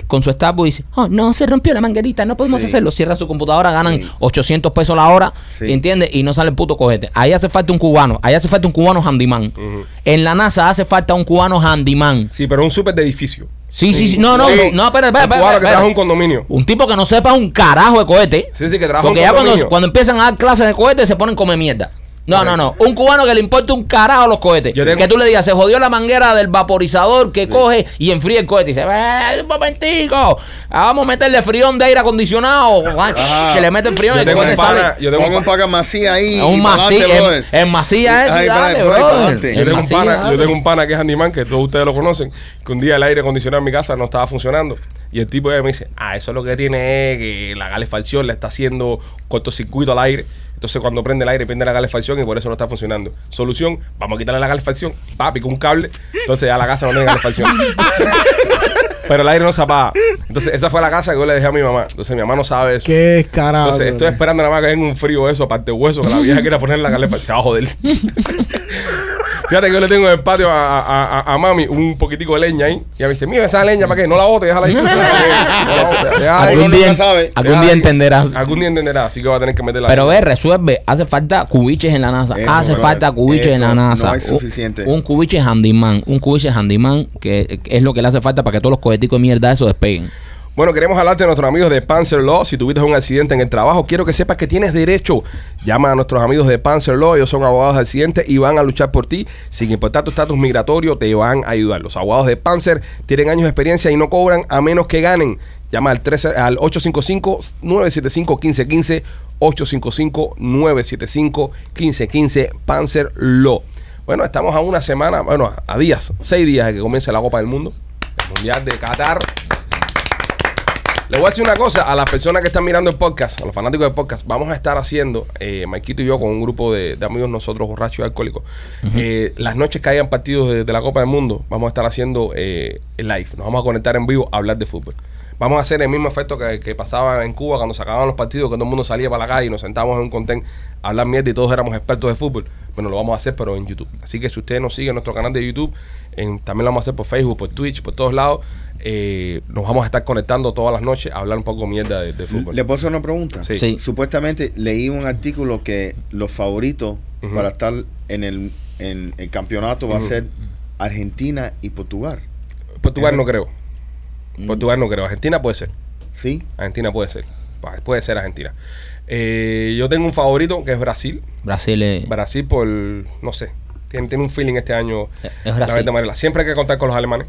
[SPEAKER 3] con su Starbucks y dicen, oh, no, se rompió la manguerita, no podemos
[SPEAKER 5] Sí.
[SPEAKER 3] hacerlo. Cierran su computadora, ganan
[SPEAKER 5] Sí.
[SPEAKER 3] 800 pesos la hora,
[SPEAKER 5] Sí.
[SPEAKER 3] ¿entiendes? Y no sale el puto cohete. Ahí hace falta un cubano, ahí hace falta un cubano handyman. En la NASA hace falta un cubano handyman.
[SPEAKER 1] Sí, pero un súper de edificio.
[SPEAKER 3] Sí, sí, sí. No, no,
[SPEAKER 5] Sí.
[SPEAKER 3] no, espera,
[SPEAKER 1] Un
[SPEAKER 3] espera, espera,
[SPEAKER 1] cubano que
[SPEAKER 3] espera.
[SPEAKER 1] trabaja un condominio.
[SPEAKER 3] Un tipo que no sepa un carajo de cohete.
[SPEAKER 1] Sí, sí, que trabaja
[SPEAKER 3] Porque
[SPEAKER 1] un
[SPEAKER 3] ya cuando,
[SPEAKER 1] condominio.
[SPEAKER 3] cuando empiezan a dar clases de cohete se ponen come mierda. No, no, no. Un cubano que le importa un carajo los cohetes.
[SPEAKER 1] Yo tengo-
[SPEAKER 3] Que tú le digas, se jodió la manguera del vaporizador que coge y enfría el cohete. Y dice, "Eh, un momentico, Ah, vamos a meterle frión de
[SPEAKER 1] [LAUGHS]
[SPEAKER 3] aire acondicionado. Ah, Se le mete el frión y
[SPEAKER 1] Yo
[SPEAKER 3] el
[SPEAKER 1] tengo
[SPEAKER 3] cohete
[SPEAKER 1] un
[SPEAKER 3] sale.
[SPEAKER 1] pana, yo tengo
[SPEAKER 5] Pon
[SPEAKER 1] un
[SPEAKER 5] un
[SPEAKER 1] pa-
[SPEAKER 5] paga masía ahí.
[SPEAKER 3] Es un
[SPEAKER 5] y pa'lante,
[SPEAKER 3] masía,
[SPEAKER 5] brother.
[SPEAKER 3] es, es masía ese,
[SPEAKER 5] Ay,
[SPEAKER 3] dale,
[SPEAKER 5] brother,
[SPEAKER 3] brother.
[SPEAKER 5] pa'lante.
[SPEAKER 3] Es
[SPEAKER 1] yo tengo un
[SPEAKER 3] masía,
[SPEAKER 1] pana,
[SPEAKER 3] dale.
[SPEAKER 1] yo tengo un pana que es Animán, que todos ustedes lo conocen, que un día el aire acondicionado en mi casa no estaba funcionando. Y el tipo ya me dice, ah, eso es lo que tiene es que la calefacción le está haciendo cortocircuito al aire. Entonces cuando prende el aire, prende la calefacción y por eso no está funcionando. Solución, vamos a quitarle la calefacción, papi, con un cable. Entonces ya la casa no tiene calefacción. Pero el aire no se apaga. Entonces esa fue la casa que yo le dejé a mi mamá. Entonces mi mamá no sabe eso.
[SPEAKER 4] Qué carajo.
[SPEAKER 1] Entonces, estoy esperando nada más que venga un frío eso, aparte de hueso, que la vieja quiera poner la calefacción. Se va a joder. [LAUGHS] Fíjate que yo le tengo en el patio a, a- a- a mami un poquitico de leña ahí. Y ella me dice, mira esa leña, ¿para qué? No la bote, déjala
[SPEAKER 3] [LAUGHS]
[SPEAKER 1] ahí. Déjala ahí.
[SPEAKER 5] Uno
[SPEAKER 3] Algún
[SPEAKER 5] nunca
[SPEAKER 3] día,
[SPEAKER 5] sabe.
[SPEAKER 3] algún día entenderás.
[SPEAKER 1] Algún día entenderás, así que va a tener que meterla.
[SPEAKER 3] Pero ve, resuelve. Hace falta cubiches en la NASA.
[SPEAKER 5] Eso,
[SPEAKER 3] Hace
[SPEAKER 5] brother.
[SPEAKER 3] falta cubiches en la
[SPEAKER 5] Eso
[SPEAKER 3] NASA.
[SPEAKER 5] no es
[SPEAKER 3] Un-
[SPEAKER 5] suficiente.
[SPEAKER 3] Un, cubiche handyman. Un cubiche handyman que, que es lo que le hace falta para que todos los coheticos de mierda eso despeguen.
[SPEAKER 1] Bueno, queremos hablarte de nuestros amigos de Panzer Law. Si tuviste un accidente en el trabajo, quiero que sepas que tienes derecho. Llama a nuestros amigos de Panzer Law. Ellos son abogados de accidentes y van a luchar por ti. Sin importar tu estatus migratorio, te van a ayudar. Los abogados de Panzer tienen años de experiencia y no cobran a menos que ganen. Llama al, 13 al 855-975-1515. 855-975-1515. Panzer Law. Bueno, estamos a una semana, bueno, a- a días, seis días de que comience la Copa del Mundo, el Mundial de Qatar. Le voy a decir una cosa a las personas que están mirando el podcast, a los fanáticos del podcast. Vamos a estar haciendo, eh, Maikito y yo, con un grupo de, de amigos nosotros, borrachos y alcohólicos, eh, las noches que hayan partidos de, de la Copa del Mundo, vamos a estar haciendo eh, live. Nos vamos a conectar en vivo a hablar de fútbol. Vamos a hacer el mismo efecto que, que pasaba en Cuba cuando se acababan los partidos, que todo el mundo salía para la calle y nos sentábamos en un contén a hablar mierda y todos éramos expertos de fútbol. Bueno, lo vamos a hacer, pero en YouTube. Así que si ustedes nos siguen en nuestro canal de YouTube, en- también lo vamos a hacer por Facebook, por Twitch, por todos lados. Eh, nos vamos a estar conectando todas las noches a hablar un poco mierda de, de fútbol.
[SPEAKER 5] ¿Le puedo hacer una pregunta?
[SPEAKER 1] Sí.
[SPEAKER 3] Sí.
[SPEAKER 5] Supuestamente leí un artículo que los favoritos
[SPEAKER 1] Ujú.
[SPEAKER 5] para estar en el, en el campeonato va
[SPEAKER 1] Ujú.
[SPEAKER 5] a ser Argentina y Portugal.
[SPEAKER 1] Portugal no creo.
[SPEAKER 3] Mm.
[SPEAKER 1] Portugal no creo. Argentina puede ser.
[SPEAKER 5] ¿Sí?
[SPEAKER 1] Argentina puede ser. Pa- Puede ser Argentina. Eh, yo tengo un favorito que es Brasil.
[SPEAKER 3] Brasil es.
[SPEAKER 1] Brasil por, no sé, tiene, tiene un feeling este año.
[SPEAKER 3] Es
[SPEAKER 1] La
[SPEAKER 3] Brasil.
[SPEAKER 1] verdad, Mariela, Siempre hay que contar con los alemanes.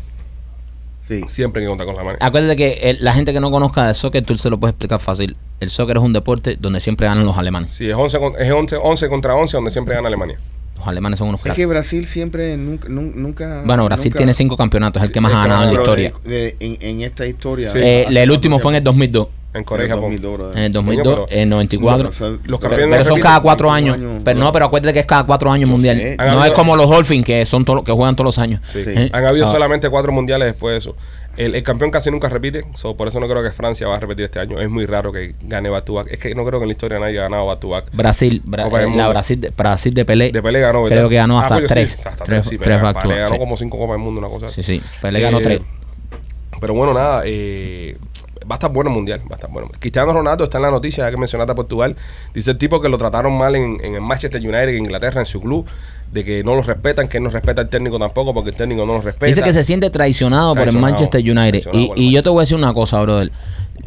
[SPEAKER 5] Sí.
[SPEAKER 1] Siempre hay que contar con los alemanes.
[SPEAKER 3] Acuérdate que el- la gente que no conozca de soccer, tú se lo puedes explicar fácil. El soccer es un deporte donde siempre ganan los alemanes.
[SPEAKER 1] Sí, es 11, con- es 11, 11 contra 11 donde siempre gana Alemania.
[SPEAKER 3] Los alemanes son unos
[SPEAKER 5] Es
[SPEAKER 3] cracks.
[SPEAKER 5] que Brasil siempre, nunca... nun- nunca
[SPEAKER 3] Bueno, Brasil
[SPEAKER 5] nunca-
[SPEAKER 3] tiene cinco campeonatos, es el
[SPEAKER 1] Sí,
[SPEAKER 3] que más
[SPEAKER 1] es
[SPEAKER 3] ha
[SPEAKER 1] que
[SPEAKER 3] ganado en la
[SPEAKER 5] Pero de-
[SPEAKER 3] historia.
[SPEAKER 5] de- en, en esta historia.
[SPEAKER 1] Sí.
[SPEAKER 3] Eh, el último fue en el 2002.
[SPEAKER 1] En Corea y Japón.
[SPEAKER 3] En el 2002,
[SPEAKER 1] Coño, pero-
[SPEAKER 3] en 94.
[SPEAKER 5] No, o sea,
[SPEAKER 1] Los campeones
[SPEAKER 3] Pero son
[SPEAKER 1] repiten
[SPEAKER 3] cada cuatro años. Pero no, pero acuérdate que es cada cuatro años mundial.
[SPEAKER 5] sé.
[SPEAKER 1] Han
[SPEAKER 3] No es
[SPEAKER 1] habido-
[SPEAKER 3] como los Dolphins que son todos- que juegan todos los años.
[SPEAKER 1] Sí.
[SPEAKER 5] Sí.
[SPEAKER 1] Han habido
[SPEAKER 3] O sea,
[SPEAKER 1] solamente cuatro mundiales después de eso. El, el campeón casi nunca repite, so, por eso no creo que Francia va a repetir este año. Es muy raro que gane back to back. Es que no creo que en la historia nadie haya ganado back to back.
[SPEAKER 3] Brasil, Bra-
[SPEAKER 1] Copa del
[SPEAKER 3] eh, la
[SPEAKER 1] Mundo.
[SPEAKER 3] Brasil de, Brasil de Pelé.
[SPEAKER 1] De Pelé ganó, ¿verdad?
[SPEAKER 3] Eh, Creo que ganó
[SPEAKER 1] Ah,
[SPEAKER 3] hasta
[SPEAKER 1] coño, sí,
[SPEAKER 3] tres.
[SPEAKER 1] hasta
[SPEAKER 3] tres,
[SPEAKER 1] tres, sí,
[SPEAKER 3] tres
[SPEAKER 1] Pelé-
[SPEAKER 3] back to
[SPEAKER 1] Pelé
[SPEAKER 3] back,
[SPEAKER 1] ganó
[SPEAKER 3] sí.
[SPEAKER 1] como cinco Copas del Mundo, una cosa así.
[SPEAKER 3] Sí, sí. Pelé ganó
[SPEAKER 1] Eh,
[SPEAKER 3] tres.
[SPEAKER 1] Pero bueno, nada, eh, va a estar bueno el mundial, va a estar bueno. Cristiano Ronaldo está en la noticia, ya que mencionaste a Portugal. Dice el tipo que lo trataron mal en, en el Manchester United, en Inglaterra, en su club, de que no los respetan, que él no respeta al técnico tampoco, porque el técnico no los respeta.
[SPEAKER 3] Dice que se siente traicionado, por el
[SPEAKER 1] Traicionado,
[SPEAKER 3] Manchester United.
[SPEAKER 1] traicionado
[SPEAKER 3] Y,
[SPEAKER 1] por el
[SPEAKER 3] y yo
[SPEAKER 1] Manchester.
[SPEAKER 3] te voy a decir una cosa, brother.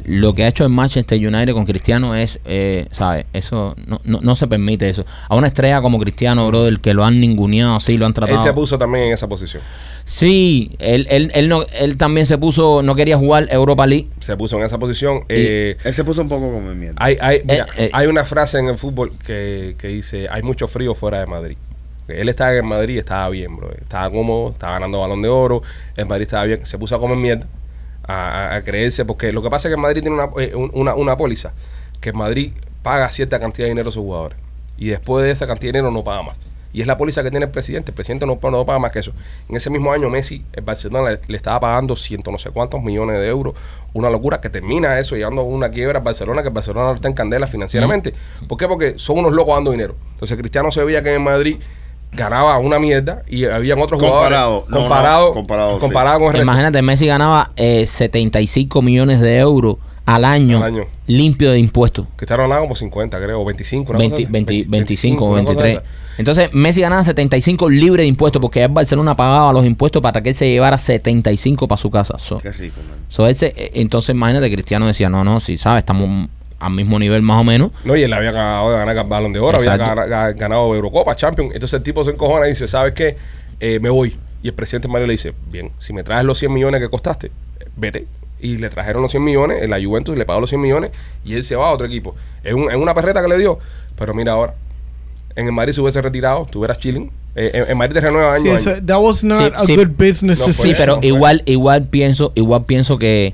[SPEAKER 3] Lo que ha hecho el Manchester United con Cristiano es, eh, ¿sabes? Eso no, no, no se permite eso. A una estrella como Cristiano, brother, que lo han ninguneado así, lo han tratado.
[SPEAKER 1] Él se puso también en esa posición.
[SPEAKER 3] Sí, él, él, él, no, él también se puso, no quería jugar Europa League.
[SPEAKER 1] Se puso en esa posición. eh,
[SPEAKER 5] Él se puso un poco como en mierda.
[SPEAKER 1] hay, hay, mira,
[SPEAKER 3] eh.
[SPEAKER 1] hay una frase en el fútbol que, que dice, hay mucho frío fuera de Madrid. Él estaba en Madrid, y estaba bien, bro. Estaba cómodo, estaba ganando balón de oro. En Madrid estaba bien. Se puso a comer mierda, a, a- a creerse, porque lo que pasa es que en Madrid tiene una, eh, un- una, una póliza, que en Madrid paga cierta cantidad de dinero a sus jugadores. Y después de esa cantidad de dinero no paga más. Y es la póliza que tiene el presidente. El presidente no, no paga más que eso. En ese mismo año Messi, el Barcelona le, le estaba pagando ciento no sé cuántos millones de euros. Una locura que termina eso llegando a una quiebra al Barcelona, que el Barcelona ahora está en candela financieramente.
[SPEAKER 5] Mm.
[SPEAKER 1] ¿Por qué? Porque son unos locos dando dinero. Entonces Cristiano se veía que en Madrid ganaba una mierda y habían otros
[SPEAKER 5] Comparado,
[SPEAKER 1] jugadores
[SPEAKER 5] no, no,
[SPEAKER 1] comparado
[SPEAKER 5] comparado, sí.
[SPEAKER 1] comparado con el resto.
[SPEAKER 3] Imagínate, Messi ganaba eh, 75 millones de euros al año,
[SPEAKER 1] Al año.
[SPEAKER 3] limpio de impuestos.
[SPEAKER 1] Cristiano ganaba como 50, creo, o 25, una
[SPEAKER 3] 20,
[SPEAKER 1] cosa así.
[SPEAKER 3] 20, 25
[SPEAKER 1] una cosa
[SPEAKER 3] 23.
[SPEAKER 1] así.
[SPEAKER 3] Entonces, Messi ganaba 75 libre de impuestos porque el Barcelona pagaba los impuestos para que él se llevara 75 para su casa. So,
[SPEAKER 5] Qué rico, man.
[SPEAKER 3] so ese, eh, entonces, imagínate, Cristiano decía, no, no, si sabes, estamos al mismo nivel más o menos.
[SPEAKER 1] No, y él había acabado de ganar Balón de Oro,
[SPEAKER 3] Exacto.
[SPEAKER 1] había gana- ga- ganado Eurocopa, Champions. Entonces el tipo se encojona y dice, ¿sabes qué? Eh, me voy. Y el presidente Mario le dice, bien, si me traes los 100 millones que costaste, eh, vete. Y le trajeron los 100 millones, en la Juventus le pagó los 100 millones y él se va a otro equipo. Es, un- es una perreta que le dio. Pero mira ahora, en el Madrid se hubiese retirado, estuvieras chilling. Eh, en, en Madrid te renueva año
[SPEAKER 4] Sí,
[SPEAKER 1] a
[SPEAKER 4] eso-
[SPEAKER 1] año.
[SPEAKER 4] that was not
[SPEAKER 3] Sí,
[SPEAKER 4] a
[SPEAKER 3] sí.
[SPEAKER 4] good business
[SPEAKER 1] No,
[SPEAKER 3] Sí,
[SPEAKER 1] Pues,
[SPEAKER 4] decision.
[SPEAKER 3] pero
[SPEAKER 1] no fue.
[SPEAKER 3] igual, igual pienso, igual pienso que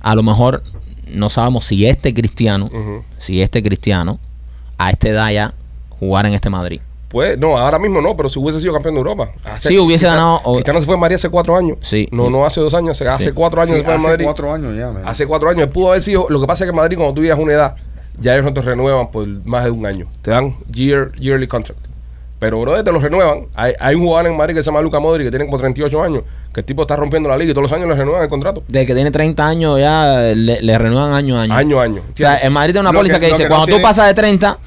[SPEAKER 3] a lo mejor no sabemos si este cristiano,
[SPEAKER 1] Ujú.
[SPEAKER 3] si este cristiano, a esta edad ya jugar en este Madrid.
[SPEAKER 1] Pues, no, ahora mismo no, pero si hubiese sido campeón de Europa. Hace-
[SPEAKER 3] Sí, hubiese
[SPEAKER 1] Cristiano-
[SPEAKER 3] ganado- o-
[SPEAKER 1] Cristiano se fue a Madrid hace cuatro años.
[SPEAKER 3] Sí.
[SPEAKER 1] No, no hace dos años, hace, hace cuatro años
[SPEAKER 5] Sí,
[SPEAKER 1] se fue a
[SPEAKER 5] hace
[SPEAKER 1] Madrid.
[SPEAKER 5] cuatro años ya, man.
[SPEAKER 1] Hace cuatro años. Él pudo haber sido. Lo que pasa es que en Madrid, cuando tú llegas a una edad, ya ellos no te renuevan por más de un año. Te dan year, yearly contract. Pero, brother, te lo renuevan. Hay, hay un jugador en Madrid que se llama Luca Modri, que tiene como 38 años, que el tipo está rompiendo la liga y todos los años le renuevan el contrato.
[SPEAKER 3] Desde que tiene 30 años ya le, le renuevan año a año.
[SPEAKER 1] Año a año.
[SPEAKER 3] O sea, en Madrid tiene una
[SPEAKER 5] Lo
[SPEAKER 3] póliza
[SPEAKER 5] que-
[SPEAKER 3] que,
[SPEAKER 5] lo
[SPEAKER 3] dice,
[SPEAKER 5] que no
[SPEAKER 3] cuando tú
[SPEAKER 5] tiene-
[SPEAKER 3] pasas de 30,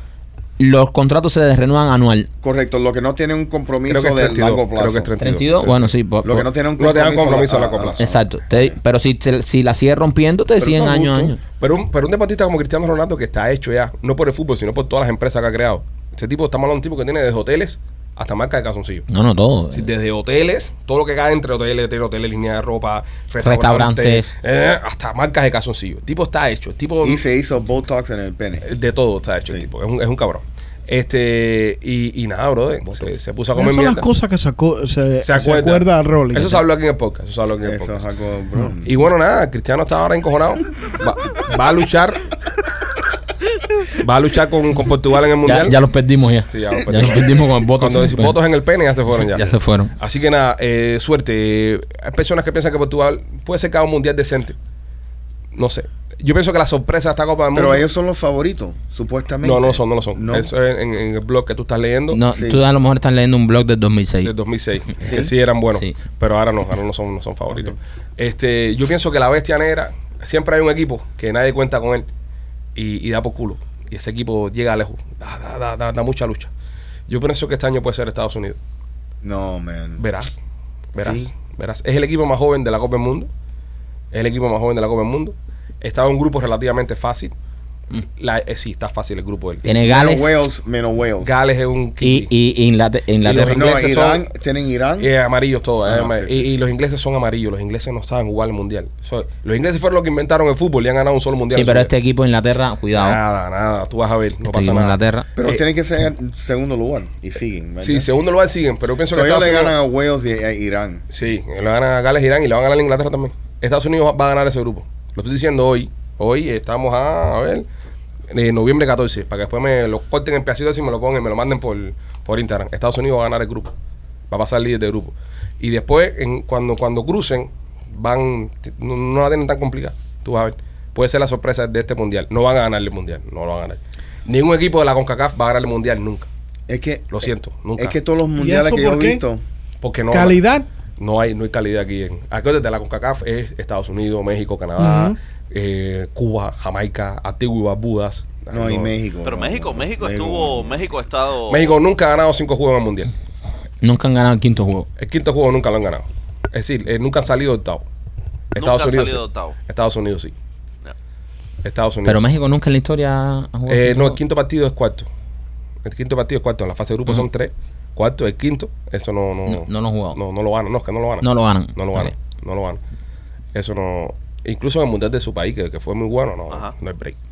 [SPEAKER 3] los contratos se les renuevan anual.
[SPEAKER 5] Correcto, lo que no tiene un compromiso
[SPEAKER 1] Creo que es
[SPEAKER 5] de
[SPEAKER 1] 32,
[SPEAKER 5] largo plazo.
[SPEAKER 1] creo que es 32.
[SPEAKER 3] 32, bueno, sí. po-
[SPEAKER 5] Lo que
[SPEAKER 3] po-
[SPEAKER 5] no tiene un
[SPEAKER 1] No te dan compromiso a largo
[SPEAKER 5] la
[SPEAKER 1] plazo.
[SPEAKER 3] Exacto. Te- pero si, te- si la sigues rompiendo, te
[SPEAKER 5] Pero
[SPEAKER 3] siguen
[SPEAKER 5] eso es
[SPEAKER 3] año a
[SPEAKER 5] justo.
[SPEAKER 3] año.
[SPEAKER 1] Pero un, pero un deportista como Cristiano Ronaldo, que está hecho ya, no por el fútbol, sino por todas las empresas que ha creado. Este tipo está mal un tipo que tiene desde hoteles hasta marca de calzoncillos.
[SPEAKER 3] No, no, todo. Eh,
[SPEAKER 1] Sí, desde hoteles, todo lo que cae entre hoteles, tiene hoteles, línea de ropa, restaurantes,
[SPEAKER 3] Restaurantes.
[SPEAKER 1] eh, hasta marcas de calzoncillos. El tipo está hecho, el tipo
[SPEAKER 5] Y se hizo Botox en el pene.
[SPEAKER 1] de todo está hecho, el
[SPEAKER 5] Sí.
[SPEAKER 1] tipo, es un, es un cabrón. Este, y, y nada, brother, se, se puso a comer
[SPEAKER 4] Esas son las
[SPEAKER 1] mierda.
[SPEAKER 4] cosas que sacó- se,
[SPEAKER 1] Se acuerda.
[SPEAKER 4] a Rolling.
[SPEAKER 1] Eso se habló aquí en el podcast, eso se habló aquí en el
[SPEAKER 5] Eso es
[SPEAKER 1] podcast.
[SPEAKER 5] algo, bro.
[SPEAKER 1] Y bueno, nada, Cristiano está ahora encojonado, va, va a luchar, va a luchar con, con Portugal en el
[SPEAKER 3] Ya,
[SPEAKER 1] Mundial.
[SPEAKER 3] ya los perdimos ya.
[SPEAKER 1] Sí, ya los
[SPEAKER 3] ya
[SPEAKER 1] perdimos.
[SPEAKER 3] los perdimos con el voto. pues,
[SPEAKER 1] Cuando dice votos en el pene ya se fueron ya.
[SPEAKER 3] Ya se fueron.
[SPEAKER 1] Así que nada, eh, suerte. Hay personas que piensan que Portugal puede ser cada un mundial decente. No sé. Yo pienso que la sorpresa de esta Copa del Mundo.
[SPEAKER 5] Pero ellos son los favoritos, supuestamente.
[SPEAKER 1] no, no lo son, no lo son.
[SPEAKER 5] No.
[SPEAKER 1] Eso es en, en el blog que tú estás leyendo
[SPEAKER 3] No,
[SPEAKER 5] Sí.
[SPEAKER 3] tú a lo mejor estás leyendo un blog del 2006.
[SPEAKER 1] del 2006.
[SPEAKER 5] Sí.
[SPEAKER 1] Que sí eran buenos,
[SPEAKER 3] Sí.
[SPEAKER 1] pero ahora no, ahora no son, no son favoritos. Este, yo pienso que la bestia negra, siempre hay un equipo que nadie cuenta con él y, y da por culo. Y ese equipo llega lejos. Da, da, da, da, da mucha lucha. Yo pienso que este año puede ser Estados Unidos.
[SPEAKER 5] No, man.
[SPEAKER 1] Verás, verás,
[SPEAKER 5] Sí.
[SPEAKER 1] verás. Es el equipo más joven de la Copa del Mundo. Es el equipo más joven de la Copa del Mundo. Estaba un grupo relativamente fácil. La, eh, sí, está fácil el grupo del
[SPEAKER 3] Tiene
[SPEAKER 5] Menos
[SPEAKER 3] Gales
[SPEAKER 5] Wales, menos Wales.
[SPEAKER 1] Gales es un
[SPEAKER 3] y,
[SPEAKER 1] kiki.
[SPEAKER 3] y, y Inlate- Inglaterra.
[SPEAKER 1] los
[SPEAKER 5] no,
[SPEAKER 1] ingleses
[SPEAKER 5] Irán,
[SPEAKER 1] son-
[SPEAKER 5] tienen Irán.
[SPEAKER 1] Eh, amarillos todos. eh,
[SPEAKER 5] Ah,
[SPEAKER 1] ama-
[SPEAKER 5] sí,
[SPEAKER 1] y, y los ingleses son amarillos. Los ingleses no saben jugar el mundial. So, los ingleses fueron los que inventaron el fútbol y han ganado un solo mundial.
[SPEAKER 3] sí,
[SPEAKER 1] en
[SPEAKER 3] pero
[SPEAKER 1] su
[SPEAKER 3] este
[SPEAKER 1] vida.
[SPEAKER 3] equipo de Inglaterra, cuidado.
[SPEAKER 1] Nada, nada. Tú vas a ver. No
[SPEAKER 3] este
[SPEAKER 1] pasa
[SPEAKER 3] equipo de
[SPEAKER 1] nada.
[SPEAKER 3] Inglaterra.
[SPEAKER 5] Pero
[SPEAKER 1] eh,
[SPEAKER 5] tienen que ser en segundo lugar y siguen. ¿verdad?
[SPEAKER 1] Sí, segundo lugar siguen, pero yo pienso
[SPEAKER 5] So,
[SPEAKER 1] que
[SPEAKER 5] ellos
[SPEAKER 1] Estados
[SPEAKER 5] le
[SPEAKER 1] Unidos.
[SPEAKER 5] ganan a Wales y a Irán.
[SPEAKER 1] Sí, le van a Gales, Irán y le van a ganar a Inglaterra también. Estados Unidos va a ganar ese grupo. Lo estoy diciendo hoy. Hoy estamos a, a ver, eh, noviembre 14, para que después me lo corten en pedacitos y me lo pongan, me lo manden por, por Instagram. Estados Unidos va a ganar el grupo. Va a pasar líder de grupo. Y después, en- cuando, cuando crucen, van, no, no la tienen tan complicada. Tú vas a ver. Puede ser la sorpresa de este mundial. No van a ganar el mundial. No lo van a ganar. Ningún equipo de la CONCACAF va a ganar el mundial nunca.
[SPEAKER 5] Es que.
[SPEAKER 1] Lo siento, nunca.
[SPEAKER 5] Eh, Es que todos los mundiales
[SPEAKER 4] eso
[SPEAKER 5] que yo he
[SPEAKER 4] por qué?
[SPEAKER 5] visto.
[SPEAKER 1] Porque no
[SPEAKER 4] Calidad.
[SPEAKER 1] no hay, no hay calidad aquí. En, acuérdate, la CONCACAF es Estados Unidos, México, Canadá,
[SPEAKER 4] Ujú.
[SPEAKER 1] eh, Cuba, Jamaica, Antigua y Barbudas.
[SPEAKER 5] No, y México.
[SPEAKER 6] Pero
[SPEAKER 5] no,
[SPEAKER 6] México,
[SPEAKER 5] no,
[SPEAKER 6] México estuvo,
[SPEAKER 5] no.
[SPEAKER 6] México ha estado...
[SPEAKER 1] México nunca ha ganado cinco juegos en el Mundial.
[SPEAKER 3] Nunca han ganado el quinto juego.
[SPEAKER 1] El quinto juego nunca lo han ganado. Es decir, eh, nunca han salido de octavo. Estados
[SPEAKER 6] han
[SPEAKER 1] Unidos
[SPEAKER 6] salido de
[SPEAKER 1] sí.
[SPEAKER 6] octavo.
[SPEAKER 1] Estados Unidos sí.
[SPEAKER 6] No.
[SPEAKER 1] Estados Unidos.
[SPEAKER 3] Pero
[SPEAKER 1] sí.
[SPEAKER 3] México nunca en la historia ha jugado.
[SPEAKER 1] Eh, no, el
[SPEAKER 3] el quinto
[SPEAKER 1] quinto partido es cuarto. El quinto partido es cuarto. En la fase de grupo son tres. Cuarto es quinto. Eso no, no,
[SPEAKER 3] No- no lo han jugado.
[SPEAKER 1] No, no lo ganan. No, es que no lo ganan.
[SPEAKER 3] No lo ganan.
[SPEAKER 1] Pues, No lo ganan.
[SPEAKER 3] Ok.
[SPEAKER 1] No lo ganan. Eso no. Incluso en el mundial de su país, que, que fue muy bueno, no,
[SPEAKER 6] Ajá.
[SPEAKER 1] no hay break.
[SPEAKER 3] juego.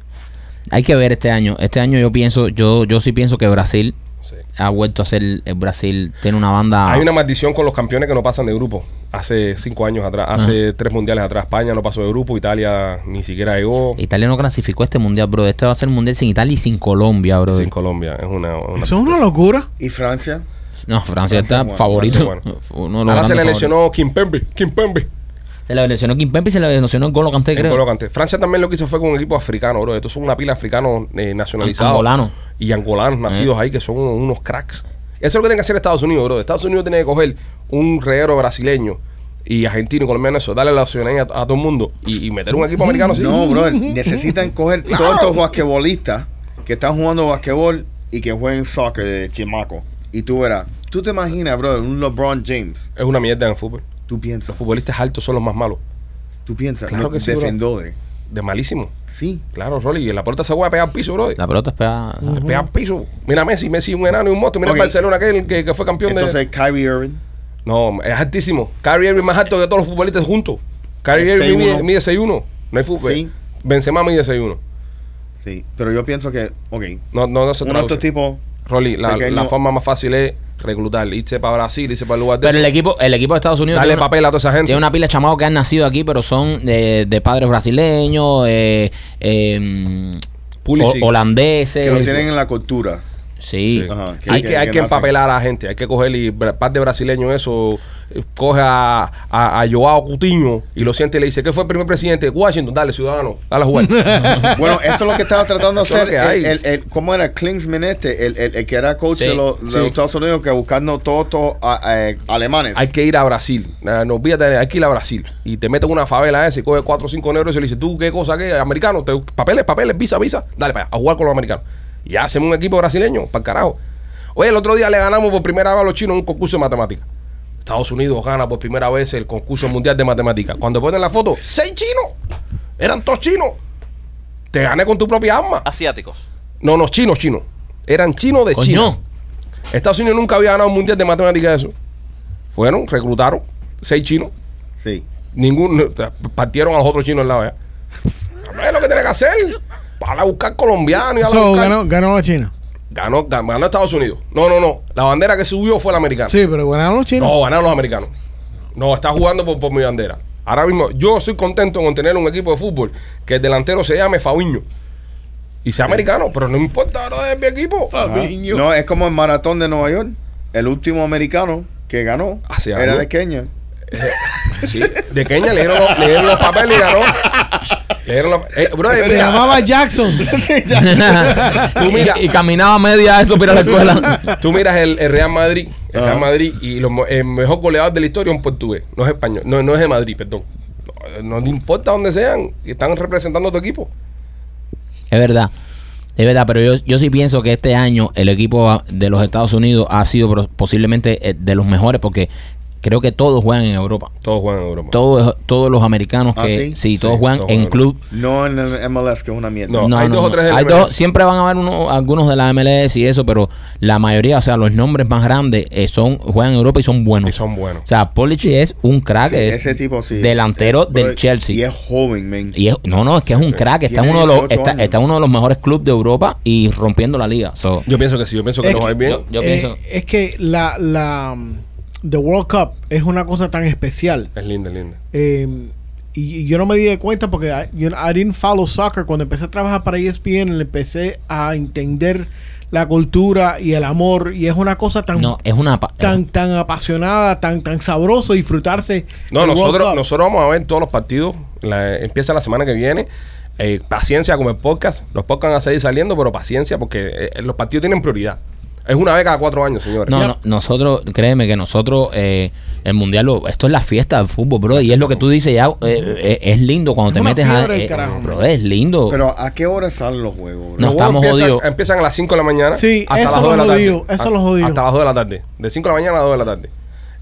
[SPEAKER 3] Hay que ver este año. Este año yo pienso, yo, yo sí pienso que Brasil
[SPEAKER 1] Sí.
[SPEAKER 3] ha vuelto a ser el Brasil. Tiene una banda.
[SPEAKER 1] Hay una maldición con los campeones que no pasan de grupo. Hace cinco años atrás, hace tres mundiales atrás, España no pasó de grupo, Italia ni siquiera llegó.
[SPEAKER 3] Italia no clasificó este mundial, bro. Este va a ser el mundial sin Italia y sin Colombia, bro.
[SPEAKER 1] Sin Colombia, es una. una-
[SPEAKER 4] Eso es una locura.
[SPEAKER 5] Y Francia.
[SPEAKER 3] No, Francia está
[SPEAKER 5] Francia, bueno,
[SPEAKER 3] favorito.
[SPEAKER 1] Francia,
[SPEAKER 3] [LAUGHS] Uno de los
[SPEAKER 1] Ahora se le
[SPEAKER 3] grandes favoritos.
[SPEAKER 1] lesionó Kimpembe, Kimpembe.
[SPEAKER 3] Se le lesionó Kimpembe y se le lesionó el Golo Kanté,
[SPEAKER 1] En
[SPEAKER 3] creo.
[SPEAKER 1] Colo Kanté. Francia también lo que hizo fue con un equipo africano, bro. Estos son una pila africano eh, nacionalizados.
[SPEAKER 3] An- angolanos.
[SPEAKER 1] Y angolanos
[SPEAKER 3] Eh.
[SPEAKER 1] nacidos ahí que son unos, unos cracks. Eso es lo que tiene que hacer Estados Unidos, bro. Estados Unidos tiene que coger un reguero brasileño y argentino y colombiano, eso, darle la ciudadanía a, a todo el mundo y, y meter un equipo americano así.
[SPEAKER 5] No, brother. Necesitan coger todos estos basquetbolistas que están jugando basquetbol y que jueguen soccer de chimaco. Y tú verás. Tú te imaginas, brother, un LeBron James.
[SPEAKER 1] Es una mierda en el fútbol.
[SPEAKER 5] Tú piensas.
[SPEAKER 1] Los futbolistas altos son los más malos.
[SPEAKER 5] Tú piensas.
[SPEAKER 1] Claro
[SPEAKER 5] no,
[SPEAKER 1] que sí, bro.
[SPEAKER 5] defendores.
[SPEAKER 1] De malísimo.
[SPEAKER 5] Sí.
[SPEAKER 1] Claro, Rolly, y la pelota se juega pegada al piso, brother.
[SPEAKER 3] La pelota es pegada.
[SPEAKER 1] Pegada al piso. Mira a Messi, Messi un enano y un monstruo. Mira
[SPEAKER 5] Ok.
[SPEAKER 1] el Barcelona aquel que, que fue campeón de...
[SPEAKER 5] Entonces, Kyrie Irving.
[SPEAKER 1] No, es altísimo. Kyrie Irving más alto que todos los futbolistas juntos. Kyrie
[SPEAKER 5] Es
[SPEAKER 1] Irving mide,
[SPEAKER 5] 6'1".
[SPEAKER 1] mide 6'1". No hay fútbol.
[SPEAKER 5] Sí.
[SPEAKER 1] Benzema mide 6'1".
[SPEAKER 5] Sí. Pero yo pienso que, ok.
[SPEAKER 1] No, no, no se
[SPEAKER 5] Uno de
[SPEAKER 1] traduce.
[SPEAKER 5] estos tipos.
[SPEAKER 1] Rolly, la,
[SPEAKER 5] Pequeño.
[SPEAKER 1] la forma más fácil es reclutar. Irse para Brasil, irse para el lugar de
[SPEAKER 3] Pero el
[SPEAKER 1] eso.
[SPEAKER 3] equipo, el equipo de Estados Unidos.
[SPEAKER 1] Darle
[SPEAKER 3] tiene una-
[SPEAKER 1] papel a toda esa gente.
[SPEAKER 3] Tiene una pila de chamacos que han nacido aquí, pero son de, de padres brasileños, eh, eh, mm,
[SPEAKER 1] Pulisic.
[SPEAKER 3] ho- holandeses.
[SPEAKER 1] Eh,
[SPEAKER 5] Que lo tienen en la
[SPEAKER 1] [LAUGHS]
[SPEAKER 5] cultura.
[SPEAKER 3] Sí.
[SPEAKER 1] Sí.
[SPEAKER 5] Ajá,
[SPEAKER 1] hay que, hay que
[SPEAKER 5] nacen.
[SPEAKER 1] empapelar a la gente, hay que coger y bra- par de brasileños eso, eh, coge a, a, a Joao Cutiño y lo siente y le dice, ¿qué fue el primer presidente? Washington, dale, ciudadano, dale a jugar.
[SPEAKER 3] [LAUGHS]
[SPEAKER 5] Bueno, eso es lo que estaba tratando de
[SPEAKER 1] Eso es lo
[SPEAKER 5] hacer.
[SPEAKER 1] que hay.
[SPEAKER 5] El, el, el- ¿Cómo era Klinsmann este? El, el, el que era coach
[SPEAKER 3] Sí,
[SPEAKER 5] de, los, de
[SPEAKER 1] sí.
[SPEAKER 5] los Estados Unidos que buscando todos estos ah, eh, alemanes.
[SPEAKER 1] hay que ir a Brasil, Na- no olvídate, hay que ir a Brasil. Y te meten una favela esa y coge cuatro o cinco negros y le dice, ¿tú qué cosa que americano? Te, papeles, papeles, visa, visa, dale para allá, a jugar con los americanos. Y hacemos un equipo brasileño, para carajo. Oye, el otro día le ganamos por primera vez a los chinos en un concurso de matemáticas. Estados Unidos gana por primera vez el concurso mundial de matemáticas. Cuando ponen la foto, seis chinos. Eran todos chinos. Te gané con tu propia arma.
[SPEAKER 6] Asiáticos.
[SPEAKER 1] No, no, chinos, chinos. Eran chinos de
[SPEAKER 3] Coño.
[SPEAKER 1] China. Estados Unidos nunca había ganado un mundial de matemáticas de eso. Fueron, reclutaron, seis chinos.
[SPEAKER 5] Sí.
[SPEAKER 1] Ningún, partieron a los otros chinos en la valla. No es lo que tiene que hacer. Para buscar colombianos y a la
[SPEAKER 4] So,
[SPEAKER 1] buscar-
[SPEAKER 4] ganó, ganó la China.
[SPEAKER 1] ganó, ganó, Estados Unidos. No, no, no. La bandera que subió fue la americana.
[SPEAKER 4] Sí, pero ganaron los chinos.
[SPEAKER 1] No, ganaron los americanos. No, está jugando por, por mi bandera. Ahora mismo, yo soy contento con tener un equipo de fútbol que el delantero se llame Fabiño. Y sea americano, pero no me importa ahora de mi equipo.
[SPEAKER 4] Ah,
[SPEAKER 5] Ajá. Ah. No, es como el maratón de Nueva York. El último americano que ganó
[SPEAKER 3] Ah,
[SPEAKER 1] Hace
[SPEAKER 5] era
[SPEAKER 1] años.
[SPEAKER 5] de Kenia.
[SPEAKER 1] Sí, de Kenia le dieron los, le dieron los papeles y ganó. Le dieron los, eh, bro,
[SPEAKER 4] Se
[SPEAKER 1] mira, [LAUGHS]
[SPEAKER 4] llamaba Jackson.
[SPEAKER 1] Tú mira.
[SPEAKER 3] [LAUGHS] y, y caminaba media eso para ir a la escuela.
[SPEAKER 1] Tú miras el, el Real Madrid, el Real Madrid y los mo- el mejor goleador de la historia es un portugués, no es español, no, no es de Madrid, perdón. No, no te importa dónde sean, están representando a tu equipo.
[SPEAKER 3] Es verdad. Es verdad, pero yo, yo sí pienso que este año el equipo de los Estados Unidos ha sido pro- posiblemente eh, de los mejores porque creo que todos juegan en Europa.
[SPEAKER 1] Todos juegan en Europa.
[SPEAKER 3] Todos, todos los americanos que
[SPEAKER 5] Ah, ¿sí?
[SPEAKER 3] sí, todos
[SPEAKER 1] Sí,
[SPEAKER 3] juegan
[SPEAKER 1] todos
[SPEAKER 3] en
[SPEAKER 1] juegan.
[SPEAKER 3] club
[SPEAKER 5] No en el MLS, que es una mierda.
[SPEAKER 1] No. hay dos o tres de la
[SPEAKER 3] Hay
[SPEAKER 1] MLS.
[SPEAKER 3] dos- siempre van a haber uno- algunos de la MLS y eso, pero la mayoría, o sea, los nombres más grandes eh, son juegan en Europa y son buenos.
[SPEAKER 1] Y son buenos.
[SPEAKER 3] O sea, Polichi es un crack,
[SPEAKER 5] Sí,
[SPEAKER 3] Ah, es
[SPEAKER 5] ese tipo sí.
[SPEAKER 3] delantero
[SPEAKER 5] Eh,
[SPEAKER 3] del
[SPEAKER 5] bro,
[SPEAKER 3] Chelsea.
[SPEAKER 5] Y es joven, man.
[SPEAKER 3] Y es- no, no, es que es un crack, está en
[SPEAKER 5] Tiene
[SPEAKER 3] uno de los
[SPEAKER 5] 18
[SPEAKER 3] está,
[SPEAKER 5] años.
[SPEAKER 3] está en uno de los mejores clubes de Europa y rompiendo la liga. So,
[SPEAKER 1] Yo pienso que sí, yo pienso que
[SPEAKER 4] Es
[SPEAKER 1] los
[SPEAKER 4] que-
[SPEAKER 1] hay bien.
[SPEAKER 3] yo, yo
[SPEAKER 4] Eh,
[SPEAKER 3] pienso
[SPEAKER 4] Es que la, la mm, The World Cup es una cosa tan especial.
[SPEAKER 1] Es linda, es linda.
[SPEAKER 4] Eh, y, y yo no me di de cuenta porque I, you know, I didn't follow soccer. Cuando empecé a trabajar para E ESPN, empecé a entender la cultura y el amor. Y es una cosa tan,
[SPEAKER 3] no, eh. es una pa-
[SPEAKER 4] tan, tan apasionada, tan, tan sabroso disfrutarse.
[SPEAKER 1] No,
[SPEAKER 4] el World
[SPEAKER 1] nosotros,
[SPEAKER 4] Cup.
[SPEAKER 1] nosotros vamos a ver todos los partidos. La- empieza la semana que viene. Eh, paciencia con el podcast. Los podcasts van a seguir saliendo, pero paciencia porque eh, los partidos tienen prioridad. Es una vez cada cuatro años, señores.
[SPEAKER 3] No, no, nosotros, créeme que nosotros, eh, el mundial, lo- esto es la fiesta del fútbol, bro. Y es lo que tú dices, ya eh, eh, es lindo cuando
[SPEAKER 4] Es
[SPEAKER 3] te
[SPEAKER 4] una
[SPEAKER 3] metes a.
[SPEAKER 4] fiebre del
[SPEAKER 3] eh,
[SPEAKER 4] carajo,
[SPEAKER 3] bro, es lindo.
[SPEAKER 5] Pero ¿a qué hora salen los juegos, bro?
[SPEAKER 3] No.
[SPEAKER 1] Los juegos
[SPEAKER 3] estamos
[SPEAKER 1] empiezan,
[SPEAKER 3] jodidos.
[SPEAKER 1] Empiezan a las 5 de la mañana.
[SPEAKER 4] Sí, eso
[SPEAKER 1] dos
[SPEAKER 4] lo jodido,
[SPEAKER 1] tarde.
[SPEAKER 4] eso
[SPEAKER 1] A-
[SPEAKER 4] lo jodido.
[SPEAKER 1] Hasta las 2 de la tarde. De 5 de la mañana a las 2 de la tarde.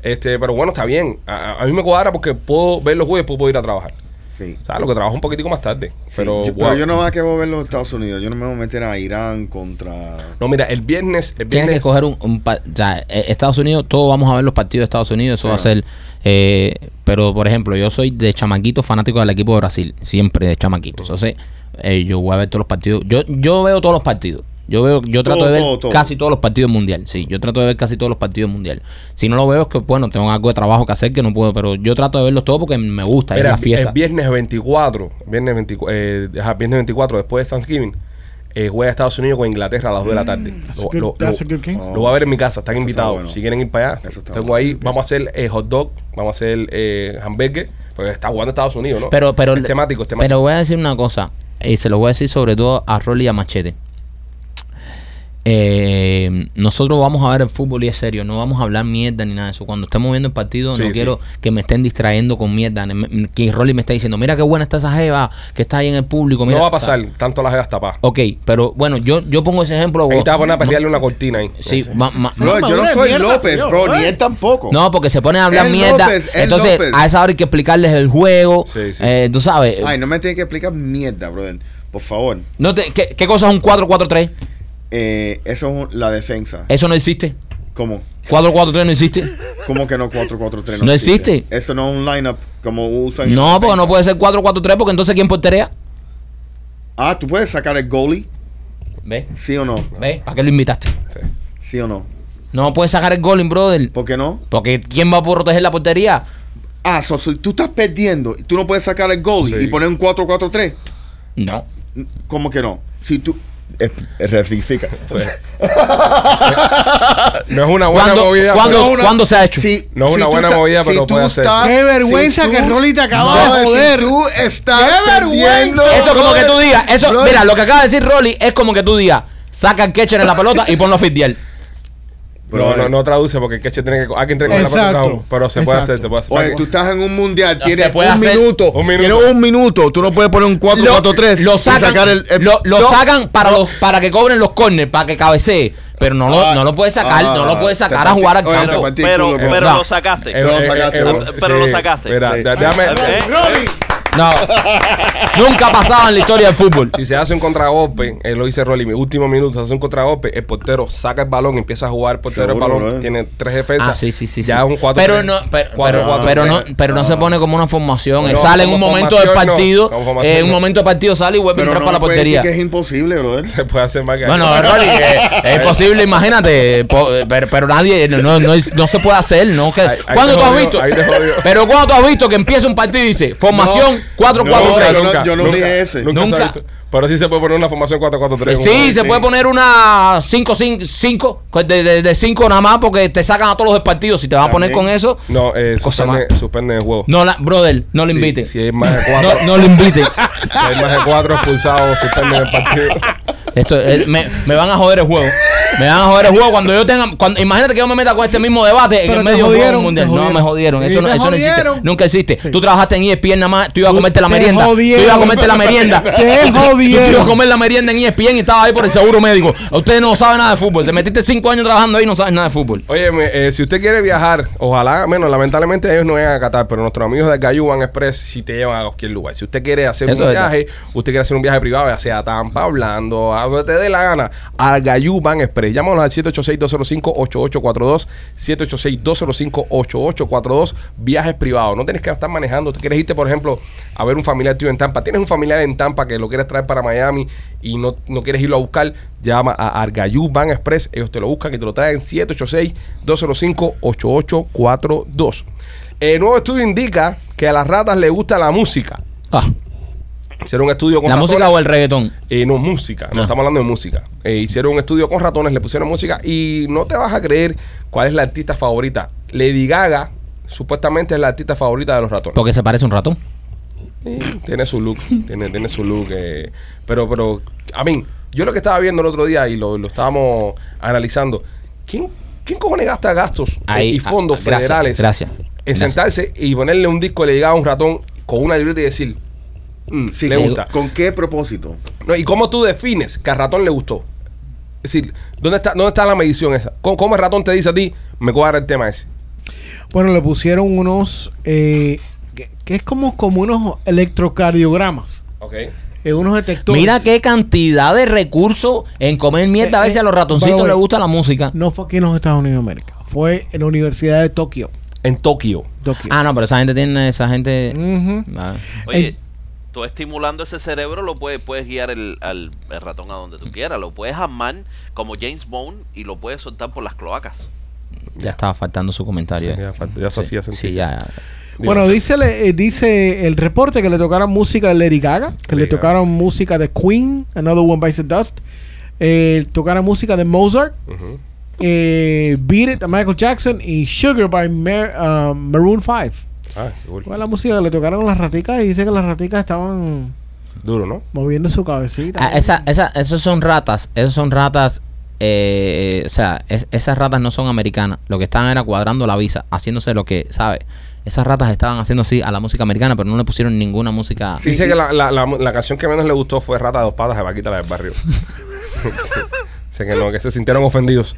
[SPEAKER 1] Este, pero bueno, está bien. A, a- a mí me cuadra porque puedo ver los juegos y después puedo ir a trabajar.
[SPEAKER 5] Sí.
[SPEAKER 1] O sea, lo que trabajo un poquitico más tarde. Pero,
[SPEAKER 5] yo,
[SPEAKER 1] wow.
[SPEAKER 5] pero yo no me quiero ver los Estados Unidos. Yo no me voy a meter a Irán contra.
[SPEAKER 1] No, mira, el viernes. El
[SPEAKER 3] Tienes
[SPEAKER 1] viernes
[SPEAKER 3] que coger un, un pa- o sea, eh, Estados Unidos, todos vamos a ver los partidos de Estados Unidos, eso va a ser, eh, pero por ejemplo, yo soy de chamaquito fanático del equipo de Brasil, siempre de chamaquito, entonces eh, yo voy a ver todos los partidos, yo yo veo todos los partidos, yo veo, yo trato
[SPEAKER 5] Todo,
[SPEAKER 3] de ver
[SPEAKER 5] todo, todo.
[SPEAKER 3] casi todos los partidos mundial, sí, yo trato de ver casi todos los partidos mundial, si no lo veo es que bueno tengo algo de trabajo que hacer que no puedo, pero yo trato de verlos todos porque me gusta,
[SPEAKER 1] Mira,
[SPEAKER 3] es la
[SPEAKER 1] el-
[SPEAKER 3] fiesta.
[SPEAKER 1] El viernes 24, viernes 24, eh, ajá, viernes 24 después de Thanksgiving, eh, juega Estados Unidos con Inglaterra a las 2 de la tarde.
[SPEAKER 4] That's a
[SPEAKER 1] Lo,
[SPEAKER 4] good-
[SPEAKER 1] lo-
[SPEAKER 4] that's
[SPEAKER 1] lo-
[SPEAKER 4] a good game.
[SPEAKER 1] lo voy a ver en mi casa, están
[SPEAKER 5] Eso está
[SPEAKER 1] invitados.
[SPEAKER 5] bueno.
[SPEAKER 1] Si quieren ir para allá,
[SPEAKER 5] Eso está
[SPEAKER 1] tengo
[SPEAKER 5] bueno.
[SPEAKER 1] ahí, vamos a hacer eh, hot dog, vamos a hacer eh, hamburger, porque está jugando Estados Unidos, ¿no?
[SPEAKER 3] Pero, pero,
[SPEAKER 1] es temático, es temático.
[SPEAKER 3] pero voy a decir una cosa, y se lo voy a decir sobre todo a Rolly y a Machete. Eh, nosotros vamos a ver el fútbol y es serio, no vamos a hablar mierda ni nada de eso. Cuando estemos viendo el partido,
[SPEAKER 1] Sí,
[SPEAKER 3] no
[SPEAKER 1] sí.
[SPEAKER 3] quiero que me estén distrayendo con mierda. ne- me- Que Rolly me está diciendo, mira qué buena está esa jeva que está ahí en el público. mira".
[SPEAKER 1] no va a
[SPEAKER 3] O sea,
[SPEAKER 1] pasar tanto las vegas tapadas.
[SPEAKER 3] Ok, pero bueno, yo, yo pongo ese ejemplo.
[SPEAKER 1] Ahí te va a poner a pelearle una cortina ahí.
[SPEAKER 3] Sí, ma- ma-
[SPEAKER 5] Bro, yo no
[SPEAKER 4] madura de
[SPEAKER 5] soy
[SPEAKER 4] mierda,
[SPEAKER 5] López,
[SPEAKER 4] señor,
[SPEAKER 5] bro,
[SPEAKER 4] ¿eh?
[SPEAKER 5] ni él tampoco.
[SPEAKER 3] No, porque se ponen a hablar
[SPEAKER 5] El
[SPEAKER 3] mierda.
[SPEAKER 5] López, el
[SPEAKER 3] entonces,
[SPEAKER 5] López.
[SPEAKER 3] a esa hora hay que explicarles el juego.
[SPEAKER 1] Sí, sí.
[SPEAKER 3] eh, tú sabes.
[SPEAKER 5] Ay, no me tiene que explicar mierda, brother. Por favor.
[SPEAKER 3] No te- ¿qué, qué cosa es un 4-4-3?
[SPEAKER 5] Eh, eso es un- la defensa.
[SPEAKER 3] Eso no existe.
[SPEAKER 5] ¿Cómo?
[SPEAKER 3] 4-4-3 no existe.
[SPEAKER 5] ¿Cómo que no 4-4-3?
[SPEAKER 3] No existe.
[SPEAKER 5] Eso no es un lineup como usan. en
[SPEAKER 3] No,
[SPEAKER 5] la
[SPEAKER 3] porque no
[SPEAKER 5] defensa.
[SPEAKER 3] puede ser 4-4-3 porque entonces ¿quién portería?
[SPEAKER 5] Ah, ¿tú puedes sacar el goalie?
[SPEAKER 3] Ve,
[SPEAKER 5] ¿Sí o no?
[SPEAKER 3] ve, ¿para qué lo invitaste?
[SPEAKER 1] Sí.
[SPEAKER 5] ¿Sí o no?
[SPEAKER 3] No puedes sacar el golem, brother.
[SPEAKER 5] ¿Por qué no?
[SPEAKER 3] Porque ¿quién va a proteger la portería?
[SPEAKER 5] Ah, so, so, tú estás perdiendo. y Tú no puedes sacar el goalie
[SPEAKER 1] Sí.
[SPEAKER 5] y poner un 4-4-3.
[SPEAKER 3] No.
[SPEAKER 5] ¿Cómo que no? Si tú. es- es- Rectifica.
[SPEAKER 1] No es una buena
[SPEAKER 3] ¿Cuándo,
[SPEAKER 1] movida.
[SPEAKER 3] ¿cuándo-
[SPEAKER 1] pero-
[SPEAKER 5] una-
[SPEAKER 3] ¿cuándo se ha hecho?
[SPEAKER 5] Si-
[SPEAKER 1] No es una
[SPEAKER 5] tú
[SPEAKER 1] buena
[SPEAKER 5] ta-
[SPEAKER 1] movida, pero
[SPEAKER 5] tú
[SPEAKER 1] puede ser.
[SPEAKER 4] Qué vergüenza
[SPEAKER 5] si
[SPEAKER 4] que Rolly te acaba de
[SPEAKER 5] si
[SPEAKER 4] joder.
[SPEAKER 5] tú estás
[SPEAKER 4] Qué
[SPEAKER 5] perdiendo.
[SPEAKER 4] vergüenza.
[SPEAKER 3] Eso como que tú digas, eso,
[SPEAKER 5] Rolly,
[SPEAKER 3] mira, lo que acaba de decir Rolly es como que tú digas, saca el catcher en la pelota y ponlo a fitear.
[SPEAKER 1] No, no,
[SPEAKER 5] eh,
[SPEAKER 1] no traduce porque el queche tiene que. Alguien tiene que poner la
[SPEAKER 4] Exacto.
[SPEAKER 1] pelota abajo, Pero se puede
[SPEAKER 4] Exacto.
[SPEAKER 1] hacer, se puede hacer.
[SPEAKER 5] Oye, tú estás en un mundial, tienes
[SPEAKER 3] se puede
[SPEAKER 5] un,
[SPEAKER 3] hacer.
[SPEAKER 5] minuto,
[SPEAKER 1] Un minuto.
[SPEAKER 5] Tienes un minuto. Tú no puedes poner un 4-4-3.
[SPEAKER 3] lo
[SPEAKER 5] y
[SPEAKER 3] sacan,
[SPEAKER 5] sacar el- el-
[SPEAKER 3] lo, lo
[SPEAKER 5] No.
[SPEAKER 3] sacan para los para que cobren los corners, para que cabecee, pero no lo,
[SPEAKER 5] Ah,
[SPEAKER 3] no lo puedes sacar,
[SPEAKER 5] ah,
[SPEAKER 3] no lo puedes
[SPEAKER 5] te
[SPEAKER 3] sacar a
[SPEAKER 5] partí-
[SPEAKER 3] jugar al
[SPEAKER 5] oye, te
[SPEAKER 3] campo.
[SPEAKER 5] partí el
[SPEAKER 6] Pero,
[SPEAKER 5] culo, bro.
[SPEAKER 6] pero
[SPEAKER 3] No.
[SPEAKER 6] lo sacaste.
[SPEAKER 1] Eh,
[SPEAKER 5] Tú lo
[SPEAKER 1] eh,
[SPEAKER 5] sacaste.
[SPEAKER 1] eh,
[SPEAKER 5] Pero-
[SPEAKER 6] pero lo sacaste.
[SPEAKER 1] Mira,
[SPEAKER 5] Sí.
[SPEAKER 1] da-
[SPEAKER 3] Ah,
[SPEAKER 1] déjame.
[SPEAKER 6] Eh,
[SPEAKER 4] Rolly.
[SPEAKER 3] No. Nunca ha pasado en la historia del fútbol.
[SPEAKER 1] Si se hace un contragolpe, eh, lo dice Rolly, mi último minuto, se hace un contragolpe, el portero saca el balón, empieza a jugar el portero
[SPEAKER 5] Seguro, eh.
[SPEAKER 1] el balón,
[SPEAKER 5] bro.
[SPEAKER 1] tiene tres defensas.
[SPEAKER 3] Ah, sí, sí, sí.
[SPEAKER 1] Ya
[SPEAKER 3] sí.
[SPEAKER 1] es un 4
[SPEAKER 3] Pero no, pero, pero- pero no, pero no se pone como una formación.
[SPEAKER 1] No,
[SPEAKER 3] eh, sale en
[SPEAKER 1] como
[SPEAKER 3] un momento del
[SPEAKER 1] formación no,
[SPEAKER 3] partido,
[SPEAKER 1] como
[SPEAKER 3] eh,
[SPEAKER 1] formación
[SPEAKER 3] en un
[SPEAKER 1] no.
[SPEAKER 3] momento del partido sale y vuelve a
[SPEAKER 5] Pero
[SPEAKER 3] entrar
[SPEAKER 5] no
[SPEAKER 3] para la
[SPEAKER 5] me puedes decir
[SPEAKER 3] portería.
[SPEAKER 5] que es imposible, brother.
[SPEAKER 1] [LAUGHS] Se puede hacer más que
[SPEAKER 3] Bueno, Rolly,
[SPEAKER 1] [LAUGHS]
[SPEAKER 3] eh, es posible, imagínate, po- eh, pero, pero nadie, no, no, no, es- no se puede hacer, ¿no? Que,
[SPEAKER 1] Ahí- ahí
[SPEAKER 3] ¿Cuándo
[SPEAKER 1] te
[SPEAKER 3] tú has
[SPEAKER 1] jodió,
[SPEAKER 3] visto?
[SPEAKER 1] ahí te jodió.
[SPEAKER 3] Pero cuando tú has visto que empieza un partido y dice, formación
[SPEAKER 5] yo
[SPEAKER 3] 4-4-3.
[SPEAKER 5] no- yo no dije ese.
[SPEAKER 1] Nunca. se ha
[SPEAKER 3] Nunca.
[SPEAKER 1] visto. Pero sí se puede poner una formación 4-4-3.
[SPEAKER 3] Sí, se
[SPEAKER 5] sí.
[SPEAKER 3] puede poner una 5 5 5 pues de, de, de cinco nada más porque te sacan a todos los partidos si te vas a poner
[SPEAKER 5] También.
[SPEAKER 3] con eso.
[SPEAKER 1] No, eh,
[SPEAKER 3] Cosa
[SPEAKER 1] suspende, suspende el juego.
[SPEAKER 3] No la brother, no lo invite.
[SPEAKER 1] Si hay más de
[SPEAKER 3] No,
[SPEAKER 1] 4,
[SPEAKER 3] no lo invite.
[SPEAKER 1] si [LAUGHS] hay más de 4 expulsados, suspenden el partido.
[SPEAKER 3] [LAUGHS] Esto eh, me, me van a joder el juego. Me van a joder el juego cuando yo tenga cuando, imagínate que yo me meta con este mismo debate en
[SPEAKER 4] Pero
[SPEAKER 3] el
[SPEAKER 4] te
[SPEAKER 3] medio del
[SPEAKER 4] jodieron,
[SPEAKER 3] juego mundial.
[SPEAKER 4] te
[SPEAKER 3] No
[SPEAKER 4] jodieron.
[SPEAKER 3] me jodieron,
[SPEAKER 4] Sí,
[SPEAKER 3] eso no,
[SPEAKER 4] te
[SPEAKER 3] eso no existe.
[SPEAKER 4] jodieron.
[SPEAKER 3] Nunca existe.
[SPEAKER 4] Sí.
[SPEAKER 3] Tú trabajaste en E ESPN nada más, tú ibas a comerte la
[SPEAKER 4] Te
[SPEAKER 3] merienda. Tú ibas a
[SPEAKER 4] jodieron.
[SPEAKER 3] comerte la merienda.
[SPEAKER 4] [LAUGHS] Te
[SPEAKER 3] Tú- Tú te ibas a
[SPEAKER 4] jodieron.
[SPEAKER 3] comer la merienda en E ESPN y estabas ahí por el seguro médico. Ustedes no saben nada de fútbol. Te metiste cinco años trabajando ahí y no sabes nada de fútbol.
[SPEAKER 1] Oye, me- eh, si usted quiere viajar, ojalá, menos lamentablemente ellos no vayan a Qatar, pero nuestros amigos de Gayu Van Express sí te llevan a cualquier lugar. Si usted quiere hacer
[SPEAKER 3] Eso
[SPEAKER 1] un
[SPEAKER 3] es verdad.
[SPEAKER 1] viaje, usted quiere hacer un viaje privado, ya sea a Tampa, hablando, a donde te dé la gana, al Gayu Van Express. Llámanos al 786-205-8842, 786-205-8842, viajes privados. No tienes que estar manejando, tú quieres irte, por ejemplo, a ver un familiar tuyo en Tampa. Tienes un familiar en Tampa que lo quieres traer para Miami y no, no quieres irlo a buscar, llama a Argayú Van Express. Ellos te lo buscan y te lo traen 786-205-8842. El nuevo estudio indica que a las ratas les gusta la música.
[SPEAKER 3] Ah,
[SPEAKER 1] Hicieron un estudio con
[SPEAKER 3] la música
[SPEAKER 1] ratones.
[SPEAKER 3] o el reggaetón.
[SPEAKER 1] Eh, no, música. No
[SPEAKER 3] Ah.
[SPEAKER 1] estamos hablando de música. Eh, hicieron un estudio con ratones, le pusieron música y no te vas a creer cuál es la artista favorita. Lady Gaga supuestamente es la artista favorita de los ratones.
[SPEAKER 3] Porque se parece a un ratón.
[SPEAKER 1] Eh, Tiene su look, tiene, tiene su look. eh, pero, pero, a mí, yo lo que estaba viendo el otro día y lo, lo estábamos analizando, ¿quién, quién cojones gasta gastos eh,
[SPEAKER 3] Ahí,
[SPEAKER 1] y fondos
[SPEAKER 3] ah, gracias,
[SPEAKER 1] federales
[SPEAKER 3] gracias,
[SPEAKER 1] en
[SPEAKER 3] gracias.
[SPEAKER 1] sentarse y ponerle un disco le llegaba a un ratón con una libreta y decir, mm,
[SPEAKER 5] Sí,
[SPEAKER 1] le
[SPEAKER 5] ¿con-
[SPEAKER 1] gusta?
[SPEAKER 5] ¿Con qué propósito?
[SPEAKER 1] No, ¿Y cómo tú defines que al ratón le gustó? Es decir, ¿dónde está, dónde está la medición esa? ¿Cómo, cómo el ratón te dice a ti, me cuadra el tema ese?
[SPEAKER 4] Bueno, le pusieron unos. eh, que, que es como, como unos electrocardiogramas.
[SPEAKER 1] Ok.
[SPEAKER 4] eh, unos detectores.
[SPEAKER 3] Mira qué cantidad de recursos en comer mierda. A
[SPEAKER 4] Eh,
[SPEAKER 3] veces a los
[SPEAKER 4] eh,
[SPEAKER 3] ratoncitos
[SPEAKER 4] by the
[SPEAKER 3] les
[SPEAKER 4] way.
[SPEAKER 3] gusta la música.
[SPEAKER 4] No fue aquí en los Estados Unidos de América. Fue en la Universidad de Tokio.
[SPEAKER 1] En Tokio.
[SPEAKER 4] Tokio.
[SPEAKER 3] Ah, no, pero esa gente tiene, esa gente...
[SPEAKER 4] Ujú.
[SPEAKER 1] Mm.
[SPEAKER 3] Ah.
[SPEAKER 6] Oye,
[SPEAKER 4] Eh.
[SPEAKER 6] tú estimulando ese cerebro lo puedes, puedes guiar el, al, el ratón a donde tú quieras. Lo puedes amar como James Bond y lo puedes soltar por las cloacas.
[SPEAKER 3] Ya estaba faltando su comentario.
[SPEAKER 1] Sí,
[SPEAKER 3] eh.
[SPEAKER 1] ya falta- ya se hacía sentir.
[SPEAKER 3] Sí, ya.
[SPEAKER 4] Bueno, dice, le- eh, dice el reporte que le tocaron música de Lady Gaga, que le
[SPEAKER 1] Lady Gaga.
[SPEAKER 4] tocaron música de Queen, Another One Bites the Dust, eh, tocaron música de Mozart,
[SPEAKER 1] Ujú.
[SPEAKER 4] eh, Beat It de Michael Jackson y Sugar by Mar- ah, Maroon 5.
[SPEAKER 1] Ah, qué cool.
[SPEAKER 4] Fue la música que le tocaron las raticas y dice que las raticas estaban
[SPEAKER 1] Duro, ¿no?
[SPEAKER 4] moviendo su cabecita.
[SPEAKER 3] Ah, esa, esa, esos son ratas. Esos son ratas. eh, o sea, es- esas ratas no son americanas. Lo que estaban era cuadrando la visa, haciéndose lo que, ¿sabes? Esas ratas estaban haciendo así a la música americana, pero no le pusieron ninguna música.
[SPEAKER 5] Sí,
[SPEAKER 1] Dice
[SPEAKER 5] y-
[SPEAKER 1] que la, la- la- la canción que menos le gustó fue Rata de dos patas de Vaquita la del
[SPEAKER 3] [LAUGHS]
[SPEAKER 1] barrio. [LAUGHS] Sí. Sé que no, que se sintieron ofendidos.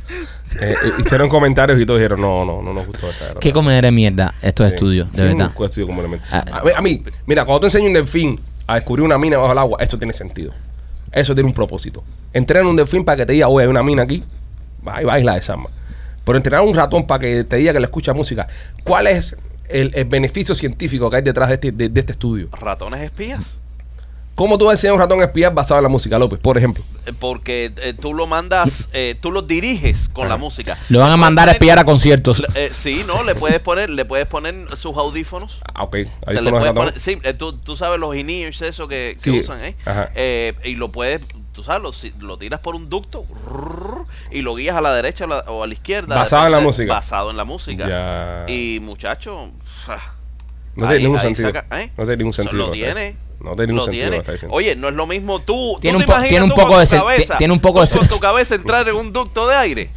[SPEAKER 1] Eh, eh, hicieron comentarios y todos dijeron, no, no, no nos gustó esta. de
[SPEAKER 3] ¿Qué
[SPEAKER 1] verdad".
[SPEAKER 3] comer de mierda estos
[SPEAKER 1] Sí.
[SPEAKER 3] estudios? De
[SPEAKER 1] Sí,
[SPEAKER 3] verdad.
[SPEAKER 1] un estudio como elemento.
[SPEAKER 3] Ah.
[SPEAKER 1] a, mí- a mí, mira, cuando te enseño un delfín a descubrir una mina bajo el agua, esto tiene sentido. Eso tiene un propósito. Entrenar un delfín para que te diga, oye, hay una mina aquí, va y va y la desarma. Pero entrenar un ratón para que te diga que le escucha música. ¿Cuál es el, el beneficio científico que hay detrás de este, de- de este estudio?
[SPEAKER 6] ¿Ratones espías?
[SPEAKER 1] ¿Cómo tú vas a enseñar a un ratón a espiar basado en la música, López, por ejemplo?
[SPEAKER 6] Eh, Porque eh, tú lo mandas, eh, tú lo diriges con la música.
[SPEAKER 3] Lo van a mandar a espiar a conciertos.
[SPEAKER 6] Le- eh, sí, no, le puedes poner, le puedes poner sus audífonos.
[SPEAKER 1] Ah, ok.
[SPEAKER 6] Se le
[SPEAKER 1] audífonos de
[SPEAKER 6] puede
[SPEAKER 1] ratón.
[SPEAKER 6] poner- sí, eh, tú, tú sabes los in-ears eso que, que
[SPEAKER 1] Sí,
[SPEAKER 6] usan, ¿eh?
[SPEAKER 1] ajá.
[SPEAKER 6] Eh, Y lo puedes, tú sabes, lo, si- lo tiras por un ducto rrrr, y lo guías a la derecha o, la- o a la izquierda.
[SPEAKER 1] Basado en la
[SPEAKER 6] depende-
[SPEAKER 1] música.
[SPEAKER 6] Basado en la música.
[SPEAKER 1] Ya.
[SPEAKER 6] Y muchacho, ah,
[SPEAKER 1] No tiene
[SPEAKER 6] ahí-
[SPEAKER 1] ningún
[SPEAKER 6] ahí
[SPEAKER 1] sentido.
[SPEAKER 6] saca- ¿eh?
[SPEAKER 1] No tiene ningún
[SPEAKER 6] Eso
[SPEAKER 1] sentido.
[SPEAKER 6] Lo
[SPEAKER 1] lo que está
[SPEAKER 6] tiene.
[SPEAKER 1] diciendo. No tiene ningún
[SPEAKER 6] Lo
[SPEAKER 1] sentido.
[SPEAKER 6] tiene.
[SPEAKER 1] lo que está diciendo.
[SPEAKER 6] Oye, no es lo mismo tú.
[SPEAKER 3] Tiene
[SPEAKER 6] tú
[SPEAKER 3] un
[SPEAKER 6] te
[SPEAKER 3] po-
[SPEAKER 6] imaginas
[SPEAKER 3] tiene un
[SPEAKER 6] tú
[SPEAKER 3] poco
[SPEAKER 6] con
[SPEAKER 3] de
[SPEAKER 6] tu
[SPEAKER 3] sen-
[SPEAKER 6] cabeza-
[SPEAKER 3] tiene un poco
[SPEAKER 6] tú
[SPEAKER 3] de sen-
[SPEAKER 6] Con tu cabeza entrar en un ducto de aire.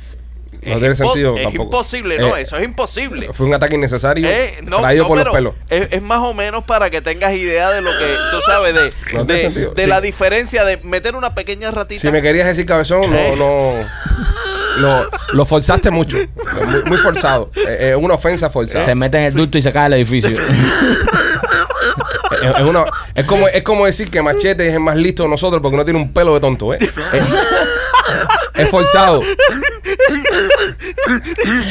[SPEAKER 1] No tiene sentido
[SPEAKER 6] Es
[SPEAKER 1] tampoco.
[SPEAKER 6] imposible, no,
[SPEAKER 1] Eh,
[SPEAKER 6] eso es imposible.
[SPEAKER 1] Fue un ataque innecesario
[SPEAKER 6] Eh, no,
[SPEAKER 1] traído
[SPEAKER 6] no,
[SPEAKER 1] por los
[SPEAKER 6] pero
[SPEAKER 1] pelos.
[SPEAKER 6] Es, es más o menos para que tengas idea de lo que tú sabes, de,
[SPEAKER 1] No tiene
[SPEAKER 6] de-
[SPEAKER 1] sentido,
[SPEAKER 6] de
[SPEAKER 1] sí.
[SPEAKER 6] la diferencia de meter una pequeña ratita.
[SPEAKER 1] Si me querías decir cabezón, no,
[SPEAKER 6] Eh.
[SPEAKER 1] no. Lo, lo forzaste mucho. Muy, muy forzado. Eh, eh, una ofensa forzada.
[SPEAKER 3] Se mete en el ducto y se cae el edificio. [LAUGHS]
[SPEAKER 1] Eh, Es, es una- es como, es como decir que Machete es el más listo de nosotros porque no tiene un pelo de tonto, ¿eh? Es, es forzado.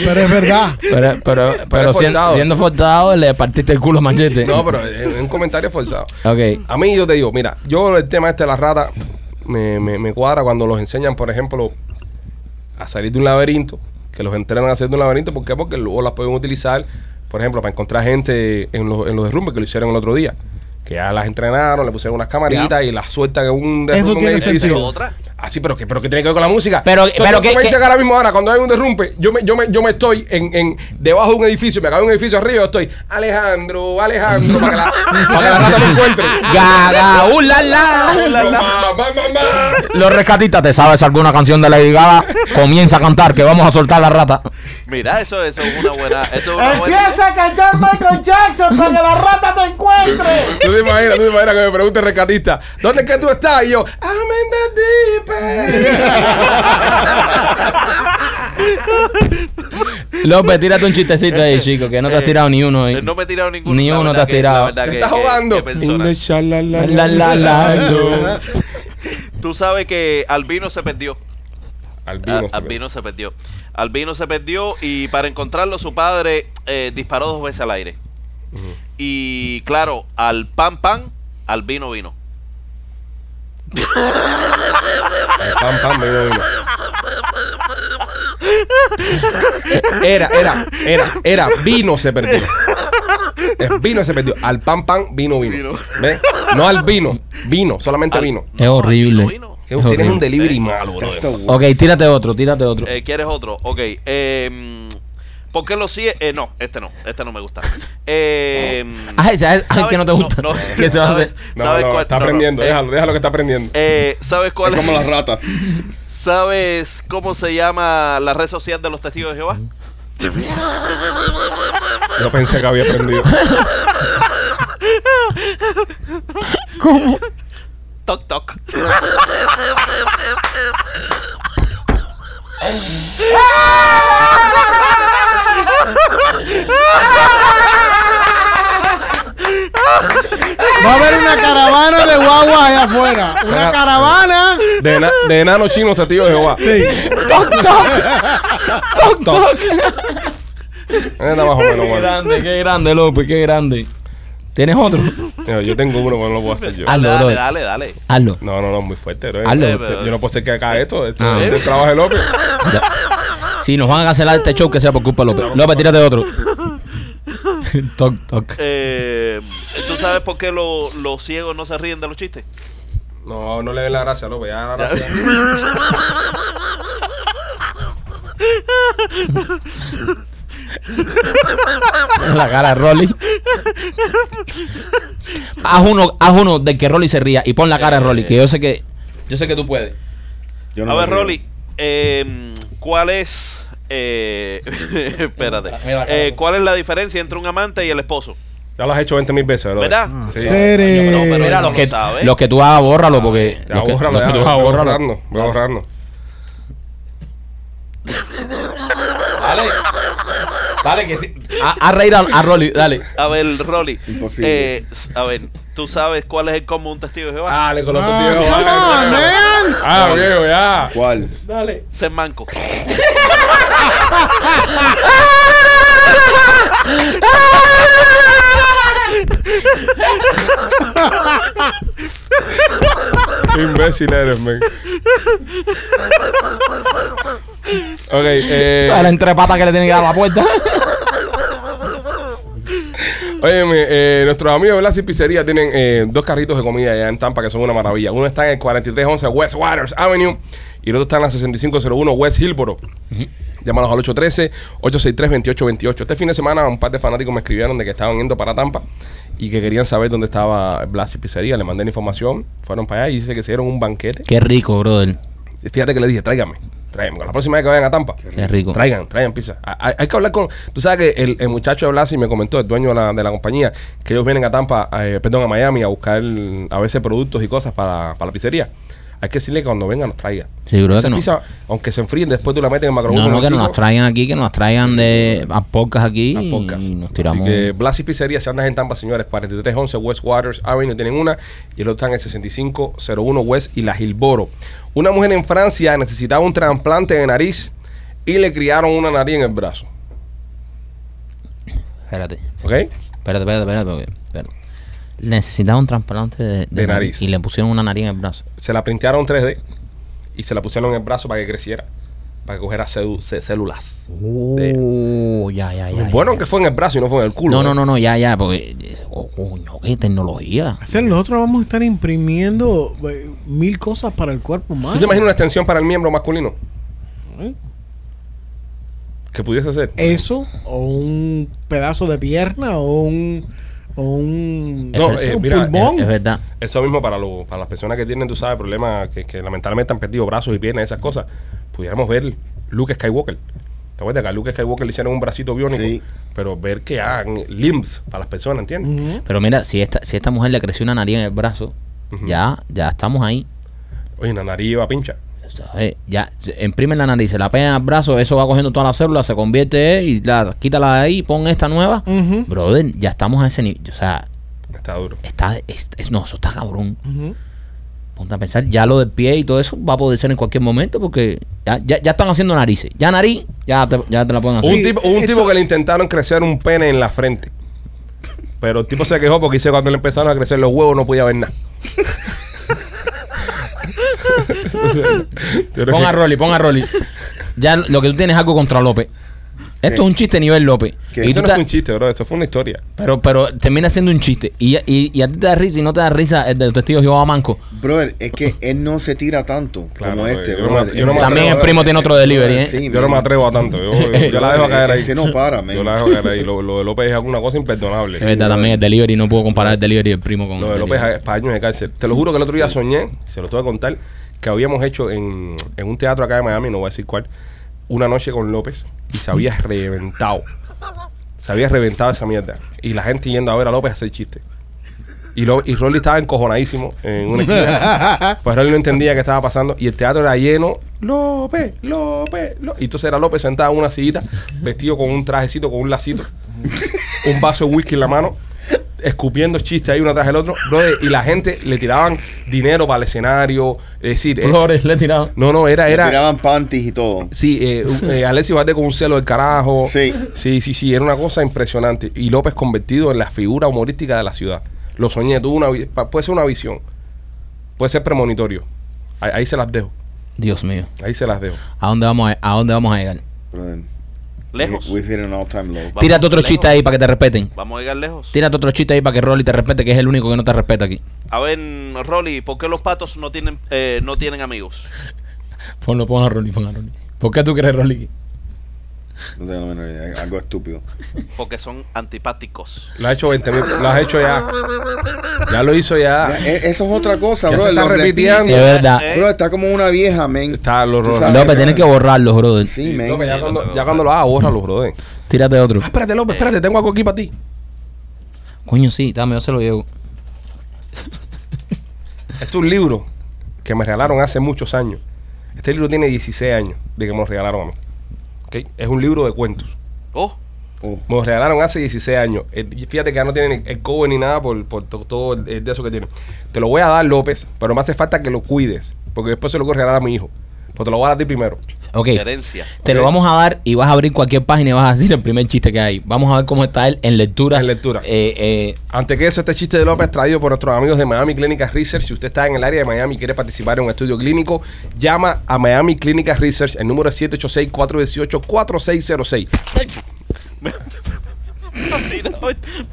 [SPEAKER 4] Pero
[SPEAKER 3] [LAUGHS]
[SPEAKER 4] es verdad.
[SPEAKER 3] Pero, pero, pero sien-
[SPEAKER 1] forzado.
[SPEAKER 3] siendo forzado, le partiste el culo a Manchete.
[SPEAKER 1] No, pero es, es un comentario forzado.
[SPEAKER 3] Ok.
[SPEAKER 1] A mí yo te digo, mira, yo el tema este de las ratas me, me- me cuadra cuando los enseñan, por ejemplo, a salir de un laberinto, que los entrenan a salir de un laberinto, ¿por qué? Porque luego las pueden utilizar, por ejemplo, para encontrar gente en los, en los derrumbes que lo hicieron el otro día. Que ya las entrenaron, le pusieron unas camaritas y las sueltan en un derrumbe. en un
[SPEAKER 4] tiene
[SPEAKER 1] edificio.
[SPEAKER 4] sentido.
[SPEAKER 6] Otra.
[SPEAKER 1] Así, Ah, pero que, pero que tiene que ver con la música.
[SPEAKER 3] Pero-
[SPEAKER 1] Entonces,
[SPEAKER 3] pero
[SPEAKER 1] tú
[SPEAKER 3] que-
[SPEAKER 1] me
[SPEAKER 3] que-
[SPEAKER 1] dices que ahora mismo, ahora, cuando hay un derrumbe, yo me, yo me, yo me estoy en, en debajo de un edificio, me acabo de un edificio arriba, yo estoy Alejandro, Alejandro, para que
[SPEAKER 3] [LAUGHS]
[SPEAKER 1] la, para que la rata me encuentre.
[SPEAKER 3] Gaga, Ah, uh, la, la.
[SPEAKER 1] Mamá, mamá.
[SPEAKER 3] Los rescatistas, ¿te sabes alguna canción de Lady Gaga? Comienza a cantar que vamos a soltar la rata.
[SPEAKER 6] Mira, eso, eso es una buena. Eso es una buena
[SPEAKER 7] Empieza a cantar Michael Jackson para que la rata te encuentre.
[SPEAKER 1] Tú te imaginas, tú te imaginas que me pregunte el rescatista, ¿dónde es que tú estás? Y yo, I'm in the deep end".
[SPEAKER 3] López, tírate un chistecito ahí, chico, que no te has
[SPEAKER 6] Eh,
[SPEAKER 3] tirado ni uno. ahí.
[SPEAKER 6] idea. No me he tirado ninguno.
[SPEAKER 3] Ni
[SPEAKER 6] la
[SPEAKER 3] uno te
[SPEAKER 6] verdad
[SPEAKER 3] has
[SPEAKER 6] que- la
[SPEAKER 3] tirado.
[SPEAKER 6] verdad
[SPEAKER 1] Te
[SPEAKER 6] que-
[SPEAKER 1] estás
[SPEAKER 6] que- que
[SPEAKER 1] jugando.
[SPEAKER 6] persona.
[SPEAKER 1] In the shalalala.
[SPEAKER 3] La, la, la, do.
[SPEAKER 6] Tú sabes que Albino se perdió.
[SPEAKER 1] Albino.
[SPEAKER 6] Albino,
[SPEAKER 1] se ve.
[SPEAKER 6] Ah, Albino se perdió. Albino se perdió y para encontrarlo su padre eh, disparó dos veces al aire. Y claro, al pan pan, Albino vino.
[SPEAKER 1] Pam, pam, vino, vino. Era, era, era, era, vino se perdió. El vino se perdió. Al pan pan, vino, vino.
[SPEAKER 6] Vino.
[SPEAKER 1] ¿Ves? No al vino, vino, solamente
[SPEAKER 6] Al-
[SPEAKER 1] vino.
[SPEAKER 3] Es horrible.
[SPEAKER 6] Albino Ah, vino.
[SPEAKER 1] Que Tienes
[SPEAKER 3] horrible.
[SPEAKER 1] un delivery malo, bro.
[SPEAKER 5] That's the worst.
[SPEAKER 3] Ok, tírate otro, tírate otro.
[SPEAKER 6] Eh, ¿Quieres otro? Ok. Eh, mm, ¿Por qué lo sigue? Eh, no, este no, este no
[SPEAKER 3] [LAUGHS]
[SPEAKER 6] me gusta. Eh, mm,
[SPEAKER 3] Ah, ese es el
[SPEAKER 6] ¿sabes?
[SPEAKER 3] [LAUGHS] que no te gusta.
[SPEAKER 6] no,
[SPEAKER 3] ¿Qué se va a hacer?
[SPEAKER 6] [LAUGHS] ¿sabes-
[SPEAKER 1] No,
[SPEAKER 6] sabes
[SPEAKER 1] no,
[SPEAKER 6] cuál-
[SPEAKER 1] está
[SPEAKER 6] no, no,
[SPEAKER 1] aprendiendo,
[SPEAKER 6] eh,
[SPEAKER 1] déjalo, déjalo que está aprendiendo.
[SPEAKER 6] eh, ¿Sabes cuál
[SPEAKER 5] Es como las
[SPEAKER 6] es?
[SPEAKER 5] ratas.
[SPEAKER 6] ¿Sabes cómo se llama la red social de los testigos de Jehová?
[SPEAKER 1] Yo pensé que había [LAUGHS] aprendido. [LAUGHS]
[SPEAKER 6] Toc Toc.
[SPEAKER 4] Va a haber una caravana de guagua allá afuera. Una caravana.
[SPEAKER 1] De, ena- de enano chino, este tío de Jehová.
[SPEAKER 4] Sí.
[SPEAKER 3] Toc, toc. Toc, toc.
[SPEAKER 1] Era más o menos
[SPEAKER 3] Qué
[SPEAKER 1] bueno.
[SPEAKER 3] grande, qué grande, López, qué grande. ¿Tienes otro?
[SPEAKER 1] Yo- Yo tengo uno, pero no lo puedo hacer yo.
[SPEAKER 3] Al-
[SPEAKER 6] Dale,
[SPEAKER 3] Hazlo,
[SPEAKER 6] dale,
[SPEAKER 3] brother.
[SPEAKER 6] dale, dale.
[SPEAKER 3] Hazlo.
[SPEAKER 1] No, no, no, muy fuerte, bro.
[SPEAKER 3] Hazlo.
[SPEAKER 1] Yo- Yo no puedo hacer que haga esto. Esto
[SPEAKER 3] Ah.
[SPEAKER 1] es el trabajo de López.
[SPEAKER 3] Si nos van a cancelar este show, que sea por culpa de López. López, tírate otro. [LAUGHS] toc, toc.
[SPEAKER 6] Eh, ¿Tú sabes por qué lo- los ciegos no se ríen de los chistes?
[SPEAKER 1] No, no le den la gracia, López. Ya la gracia.
[SPEAKER 3] La cara de Rolly. haz uno, haz uno de que Rolly se ría y pon la cara de Rolly, que yo sé que. Yo sé que tú puedes.
[SPEAKER 5] Yo
[SPEAKER 6] A
[SPEAKER 5] me
[SPEAKER 6] ver,
[SPEAKER 5] río.
[SPEAKER 6] Rolly, eh, ¿cuál es. eh, [LAUGHS] espérate.
[SPEAKER 3] Mira,
[SPEAKER 6] Eh, ¿Cuál es la diferencia entre un amante y el esposo?
[SPEAKER 1] Ya lo has hecho 20 mil veces, bro.
[SPEAKER 6] ¿Verdad?
[SPEAKER 1] Sí.
[SPEAKER 4] Ser, eh,
[SPEAKER 6] No, pero-
[SPEAKER 3] Mira,
[SPEAKER 6] no
[SPEAKER 3] los
[SPEAKER 6] lo
[SPEAKER 3] que,
[SPEAKER 6] sabes.
[SPEAKER 3] los que tú hagas, bórralo, porque.
[SPEAKER 1] Ya,
[SPEAKER 3] los que,
[SPEAKER 1] bórralo,
[SPEAKER 3] los que
[SPEAKER 1] ya,
[SPEAKER 3] tú hagas,
[SPEAKER 1] voy a
[SPEAKER 3] bórralo.
[SPEAKER 1] borrarlo, Voy a borrarlo.
[SPEAKER 3] Dale. Dale, que. te- A, a reír a, a Rolly, dale.
[SPEAKER 6] A ver, Rolly.
[SPEAKER 5] Imposible.
[SPEAKER 6] eh, s- a ver, ¿tú sabes cuál es el común de un testigo de Jehová?
[SPEAKER 1] Dale con los
[SPEAKER 4] Ah,
[SPEAKER 1] testigos.
[SPEAKER 4] come
[SPEAKER 1] dale, dale.
[SPEAKER 4] on, man.
[SPEAKER 1] Ah, viejo, ya.
[SPEAKER 5] ¿Cuál?
[SPEAKER 3] Dale.
[SPEAKER 6] Ser manco.
[SPEAKER 1] Qué imbécil eres, man. Ok, eh.
[SPEAKER 3] Esa es la entrepata que le tienen que dar a la puerta.
[SPEAKER 1] Óyeme, eh, nuestros amigos de la Pizzería tienen eh, dos carritos de comida allá en Tampa que son una maravilla. Uno está en el 4311 West Waters Avenue y el otro está en la 6501 West Hillboro. Llámanos al 813-863-2828. Este fin de semana un par de fanáticos me escribieron de que estaban yendo para Tampa y que querían saber dónde estaba Blas y Pizzería. Le mandé la información, fueron para allá y dice que se dieron un banquete.
[SPEAKER 3] Qué rico, brother.
[SPEAKER 1] Fíjate que le dije, tráigame, tráigame. La próxima vez que vayan a Tampa,
[SPEAKER 3] Qué rico.
[SPEAKER 1] Traigan, traigan pizza. Ha- Hay, hay que hablar con. Tú sabes que el, el muchacho de Blasi me comentó, el dueño de la, de la compañía, que ellos vienen a Tampa, eh, perdón, a Miami a buscar a veces productos y cosas para, para la pizzería. Hay que decirle que cuando vengan nos traigan.
[SPEAKER 3] Sí, bro,
[SPEAKER 1] Esa
[SPEAKER 3] que no.
[SPEAKER 1] pizza, aunque se enfríen, después tú la metes en el microondas.
[SPEAKER 3] No, no,
[SPEAKER 1] un
[SPEAKER 3] que nos las
[SPEAKER 1] ratito,
[SPEAKER 3] traigan aquí, que nos las traigan de a pocas aquí.
[SPEAKER 1] las pocas.
[SPEAKER 3] Y nos tiramos.
[SPEAKER 1] Así que Blasi Pizzería, si andas en Tampa, señores, 4311 West Waters Avenue tienen una y el otro está en el 6501 West y la Gilboro. Una mujer en Francia necesitaba un trasplante de nariz y le criaron una nariz en el brazo.
[SPEAKER 3] Espérate,
[SPEAKER 1] ¿Ok?
[SPEAKER 3] espérate, espérate, espérate. espérate, espérate. Necesitaba un trasplante de, de
[SPEAKER 1] De nariz.
[SPEAKER 3] Y le pusieron una nariz en el brazo.
[SPEAKER 1] se la printearon 3D y se la pusieron en el brazo para que creciera, para que cogiera cédu- cé- células.
[SPEAKER 3] Oh, ya, ya, ya.
[SPEAKER 1] bueno,
[SPEAKER 3] ya,
[SPEAKER 1] que fue en el brazo y no fue en el
[SPEAKER 3] ya.
[SPEAKER 1] culo. ¿eh?
[SPEAKER 3] No, no, no, no, ya, ya, porque. Oh, coño, qué tecnología.
[SPEAKER 4] O sea, nosotros vamos a estar imprimiendo eh, mil cosas para el cuerpo humano.
[SPEAKER 1] ¿Tú te imaginas una extensión para el miembro masculino?
[SPEAKER 4] ¿Eh?
[SPEAKER 1] Que pudiese ser.
[SPEAKER 4] Eso, o un pedazo de pierna, o un. O un,
[SPEAKER 1] No,
[SPEAKER 4] un
[SPEAKER 1] eh, mira,
[SPEAKER 4] pulmón.
[SPEAKER 3] Es, es verdad.
[SPEAKER 1] Eso mismo para, lo- para las personas que tienen, tú sabes, problemas que, que lamentablemente han perdido brazos y piernas, esas cosas. Pudiéramos ver Luke Skywalker. ¿Te acuerdas que a Luke Skywalker le hicieron un bracito biónico?
[SPEAKER 5] Sí.
[SPEAKER 1] Pero ver que hagan limbs para las personas, ¿entiendes?
[SPEAKER 4] Ujú.
[SPEAKER 3] Pero mira, si esta, si esta mujer le creció una nariz en el brazo, ya, ya estamos ahí.
[SPEAKER 1] Oye, una nariz va a pincha.
[SPEAKER 3] ¿sabes? Ya, se- imprimen la nariz, se la pegan al brazo, eso va cogiendo todas las células, se convierte y la, quítala de ahí, pon esta nueva.
[SPEAKER 4] Ujú.
[SPEAKER 3] Brother, ya estamos a ese nivel. O sea,
[SPEAKER 1] Está duro.
[SPEAKER 3] está, es, es- no, eso está cabrón.
[SPEAKER 4] Ujú.
[SPEAKER 3] Ponte a pensar, ya lo del pie y todo eso va a poder ser en cualquier momento porque ya, ya, ya están haciendo narices. Ya nariz, ya te, ya te la pueden hacer.
[SPEAKER 1] un tipo, un
[SPEAKER 4] eso-
[SPEAKER 1] tipo que le intentaron crecer un pene en la frente. Pero el tipo se quejó porque dice que cuando le empezaron a crecer los huevos no podía ver nada. Yo creo
[SPEAKER 3] Pon
[SPEAKER 1] que-
[SPEAKER 3] a Rolly, pon
[SPEAKER 1] [LAUGHS]
[SPEAKER 3] a Rolly. Ya lo que tú tienes es algo contra López. Esto
[SPEAKER 5] ¿Qué?
[SPEAKER 3] es un chiste nivel López.
[SPEAKER 5] ¿Qué?
[SPEAKER 3] Y
[SPEAKER 1] Eso
[SPEAKER 3] tú
[SPEAKER 1] no
[SPEAKER 3] estás-
[SPEAKER 1] fue un chiste, bro. Eso fue una historia.
[SPEAKER 3] pero, pero termina siendo un chiste. Y, y, y a ti te da risa y no te da risa el del testigo Jehová Manco.
[SPEAKER 5] Brother, es que él no se tira tanto
[SPEAKER 1] Claro,
[SPEAKER 5] como
[SPEAKER 1] brother,
[SPEAKER 5] este.
[SPEAKER 1] yo no
[SPEAKER 5] brother.
[SPEAKER 1] me- yo no me
[SPEAKER 5] Este-
[SPEAKER 1] También el
[SPEAKER 3] primo tiene otro delivery, ¿eh?
[SPEAKER 5] Sí,
[SPEAKER 1] yo no me
[SPEAKER 5] man.
[SPEAKER 1] atrevo a tanto.
[SPEAKER 5] [LAUGHS]
[SPEAKER 1] Yo, yo la dejo caer ahí.
[SPEAKER 5] Este no para, man.
[SPEAKER 1] Yo la dejo caer ahí. Lo, lo de López es una cosa imperdonable.
[SPEAKER 3] es verdad, también el delivery. No puedo comparar el delivery del primo con
[SPEAKER 1] Lo de
[SPEAKER 3] el
[SPEAKER 1] López
[SPEAKER 3] delivery.
[SPEAKER 1] es para años de cárcel. Te lo juro que el otro día soñé, se lo tuve a contar, que habíamos hecho en, en un teatro acá de Miami, no voy a decir cuál, una noche con López y se había reventado. Se había reventado esa mierda. Y la gente yendo a ver a López a hacer chistes. Y, Lo- y Rolly estaba encojonadísimo en una esquina. Pues Rolly no entendía qué estaba pasando. Y el teatro era lleno. López, López, López. Y entonces era López sentado en una sillita, vestido con un trajecito, con un lacito, [LAUGHS] un vaso de whisky en la mano, escupiendo chistes ahí uno tras el otro. brother, y la gente le tiraban dinero para el escenario. Es decir, eh,
[SPEAKER 3] Flores, le he tirado.
[SPEAKER 1] no, no, era,
[SPEAKER 5] Le
[SPEAKER 1] era.
[SPEAKER 5] tiraban panties y todo.
[SPEAKER 1] Sí, eh, un- eh, Alexis Valdés con un celo del carajo.
[SPEAKER 5] Sí.
[SPEAKER 1] Sí, sí, sí, era una cosa impresionante. Y López convertido en la figura humorística de la ciudad. Lo soñé, tuvo una vi- pa- puede ser una visión, puede ser premonitorio. Ahí, ahí se las dejo,
[SPEAKER 3] Dios mío.
[SPEAKER 1] ahí se las dejo.
[SPEAKER 3] ¿A dónde vamos a, a, dónde vamos a llegar?
[SPEAKER 5] Brother,
[SPEAKER 6] Lejos.
[SPEAKER 5] we- We've hit an all time low.
[SPEAKER 6] Vamos,
[SPEAKER 3] Tírate otro
[SPEAKER 6] lejos.
[SPEAKER 3] chiste ahí para que te respeten.
[SPEAKER 6] Vamos a llegar lejos.
[SPEAKER 3] Tírate otro chiste ahí para que Rolly te respete, que es el único que no te respeta aquí.
[SPEAKER 6] A ver, Rolly, ¿por qué los patos no tienen, eh, no tienen amigos?
[SPEAKER 3] Ponlo, pon a Rolly, pon a Rolly. ¿Por qué tú quieres Rolly?
[SPEAKER 5] No tengo la menor idea. Algo estúpido.
[SPEAKER 6] Porque son antipáticos.
[SPEAKER 1] Lo has hecho 20 mil, lo has hecho ya. Ya lo hizo ya.
[SPEAKER 5] Ya, e- Eso es otra cosa,
[SPEAKER 1] Ya
[SPEAKER 5] brother.
[SPEAKER 1] se está
[SPEAKER 5] Los
[SPEAKER 1] repitiendo.
[SPEAKER 3] De verdad.
[SPEAKER 6] Eh.
[SPEAKER 5] Bro, está como una vieja, men.
[SPEAKER 1] Está los
[SPEAKER 5] Tú
[SPEAKER 1] ro-
[SPEAKER 5] sabes,
[SPEAKER 3] López,
[SPEAKER 5] brother.
[SPEAKER 3] tienes que borrarlos, brother.
[SPEAKER 5] Sí, men.
[SPEAKER 1] López, ya,
[SPEAKER 6] Sí,
[SPEAKER 1] cuando,
[SPEAKER 6] López,
[SPEAKER 1] ya cuando lo hagas, bórralo, brother.
[SPEAKER 3] Tírate otro.
[SPEAKER 1] Ah, espérate, López, espérate, tengo algo aquí para ti.
[SPEAKER 3] Coño, sí, dame, yo se lo llevo.
[SPEAKER 1] Este es un libro que me regalaron hace muchos años. Este libro tiene 16 años de que me lo regalaron a mí. ¿ok? Es un libro de cuentos.
[SPEAKER 6] Oh,
[SPEAKER 5] Oh.
[SPEAKER 1] Me lo regalaron hace 16 años. Eh, Fíjate que ya no tienen el cover ni nada por, por to- todo el, el de eso que tienen. Te lo voy a dar, López, pero me hace falta que lo cuides. Porque después se lo voy a regalar a mi hijo. Pero te lo voy a dar a ti primero.
[SPEAKER 3] Ok.
[SPEAKER 6] [LAUGHS] herencia.
[SPEAKER 3] Te lo
[SPEAKER 1] Ok.
[SPEAKER 3] vamos a dar y vas a abrir cualquier página y vas a decir el primer chiste que hay. Vamos a ver cómo está él en lectura.
[SPEAKER 1] En lectura.
[SPEAKER 3] Eh, eh,
[SPEAKER 1] Antes que eso, este chiste de López traído por nuestros amigos de Miami Clinic Research. Si usted está en el área de Miami y quiere participar en un estudio clínico, llama a Miami Clinic Research. El número es 786-418-4606.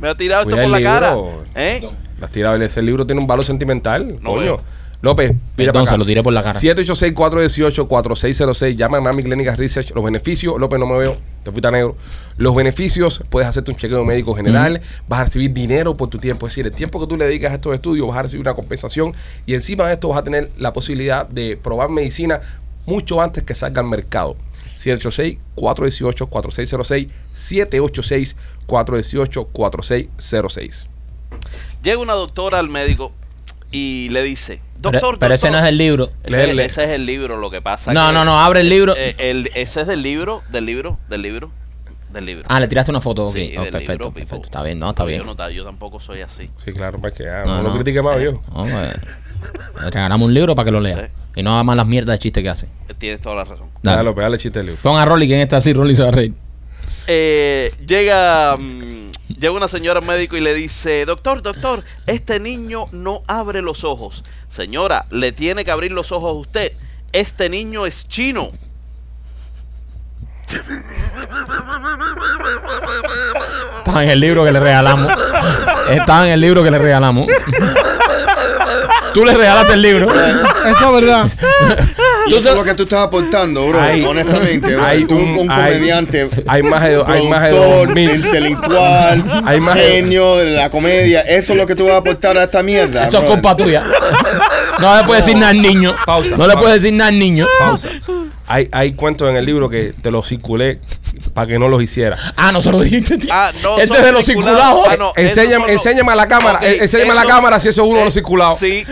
[SPEAKER 6] Me ha tirado esto
[SPEAKER 1] Cuida el
[SPEAKER 6] por la cara.
[SPEAKER 1] libro.
[SPEAKER 6] ¿Eh?
[SPEAKER 1] Las tirables, ese libro tiene un valor sentimental.
[SPEAKER 6] No
[SPEAKER 1] coño.
[SPEAKER 6] veo.
[SPEAKER 1] López, mira
[SPEAKER 3] Perdón,
[SPEAKER 1] para acá.
[SPEAKER 3] se lo tiré por la cara.
[SPEAKER 1] 786-418-4606. Llama a Miami Clinic Research. Los beneficios, López, no me veo. Te fuiste a negro. Los beneficios, puedes hacerte un chequeo médico general, vas a recibir dinero por tu tiempo. Es decir, el tiempo que tú le dedicas a estos estudios, vas a recibir una compensación y encima de esto vas a tener la posibilidad de probar medicina mucho antes que salga al mercado. 786-418-4606. 786-418-4606.
[SPEAKER 6] Llega una doctora al médico y le dice,
[SPEAKER 3] pero-
[SPEAKER 6] doctor,
[SPEAKER 3] pero ese no es
[SPEAKER 6] doctor".
[SPEAKER 3] el libro.
[SPEAKER 6] Ese,
[SPEAKER 1] Léele.
[SPEAKER 6] ese es el libro, lo que pasa.
[SPEAKER 3] No,
[SPEAKER 6] que-
[SPEAKER 3] no, no, abre el libro.
[SPEAKER 6] Eh, el- ese es del libro, del libro, del libro, del libro.
[SPEAKER 3] Ah, le tiraste una foto. ok.
[SPEAKER 6] Sí,
[SPEAKER 3] Oh,
[SPEAKER 6] del
[SPEAKER 3] perfecto,
[SPEAKER 6] libro,
[SPEAKER 3] perfecto.
[SPEAKER 6] people.
[SPEAKER 3] Está bien, no, está
[SPEAKER 6] Yo
[SPEAKER 3] bien.
[SPEAKER 6] no ta- Yo, tampoco soy así.
[SPEAKER 1] Sí, claro, para que ah,
[SPEAKER 3] No,
[SPEAKER 1] no,
[SPEAKER 3] no.
[SPEAKER 1] lo critique más, viejo.
[SPEAKER 3] No, pues, le regalamos un libro para que lo lea. Y no haga más las mierdas de chistes que hace.
[SPEAKER 6] Eh, Tienes toda la razón.
[SPEAKER 3] Dale.
[SPEAKER 1] Dale, pegale chiste al libro.
[SPEAKER 3] Pon a Rolly, ¿quién está así? Rolly se va a reír.
[SPEAKER 6] Eh, llega, mm, llega una señora al médico y le dice, doctor, doctor, este niño no abre los ojos. Señora, le tiene que abrir los ojos a usted. Este niño es chino.
[SPEAKER 3] Estaba en el libro que le regalamos. Estaba en el libro que le regalamos. Tú le regalaste el libro.
[SPEAKER 4] Eso es verdad.
[SPEAKER 3] Tú
[SPEAKER 5] Eso es
[SPEAKER 3] se-
[SPEAKER 5] lo que tú estás aportando, bro.
[SPEAKER 1] Hay-
[SPEAKER 5] honestamente, bro.
[SPEAKER 1] hay
[SPEAKER 5] tú un,
[SPEAKER 1] un-
[SPEAKER 5] un
[SPEAKER 1] hay-
[SPEAKER 5] comediante.
[SPEAKER 1] Hay más de, do- hay más de
[SPEAKER 5] productor,
[SPEAKER 1] dos mil.
[SPEAKER 5] intelectual,
[SPEAKER 1] Hay más de-
[SPEAKER 5] genio de la comedia. Eso es lo que tú vas a aportar a esta mierda.
[SPEAKER 3] Eso es
[SPEAKER 5] brother.
[SPEAKER 3] culpa tuya. No le puedes decir nada al niño.
[SPEAKER 1] Pausa,
[SPEAKER 3] No le
[SPEAKER 1] pausa.
[SPEAKER 3] puedes decir nada al niño.
[SPEAKER 1] Pausa. Hay, hay cuentos en el libro que te los circulé para que no los hiciera.
[SPEAKER 3] Ah, no se lo dijiste. tío.
[SPEAKER 6] Ah, no,
[SPEAKER 3] Ese
[SPEAKER 6] son
[SPEAKER 3] es de los
[SPEAKER 6] circulados.
[SPEAKER 3] circulados.
[SPEAKER 6] Ah, no, esos
[SPEAKER 1] enséñame,
[SPEAKER 6] son los-
[SPEAKER 1] enséñame a la cámara.
[SPEAKER 6] Ok,
[SPEAKER 1] eh, enséñame a la
[SPEAKER 6] esos-
[SPEAKER 1] cámara si eso es uno de los
[SPEAKER 6] Eh,
[SPEAKER 1] circulados. [LAUGHS]
[SPEAKER 6] Sí.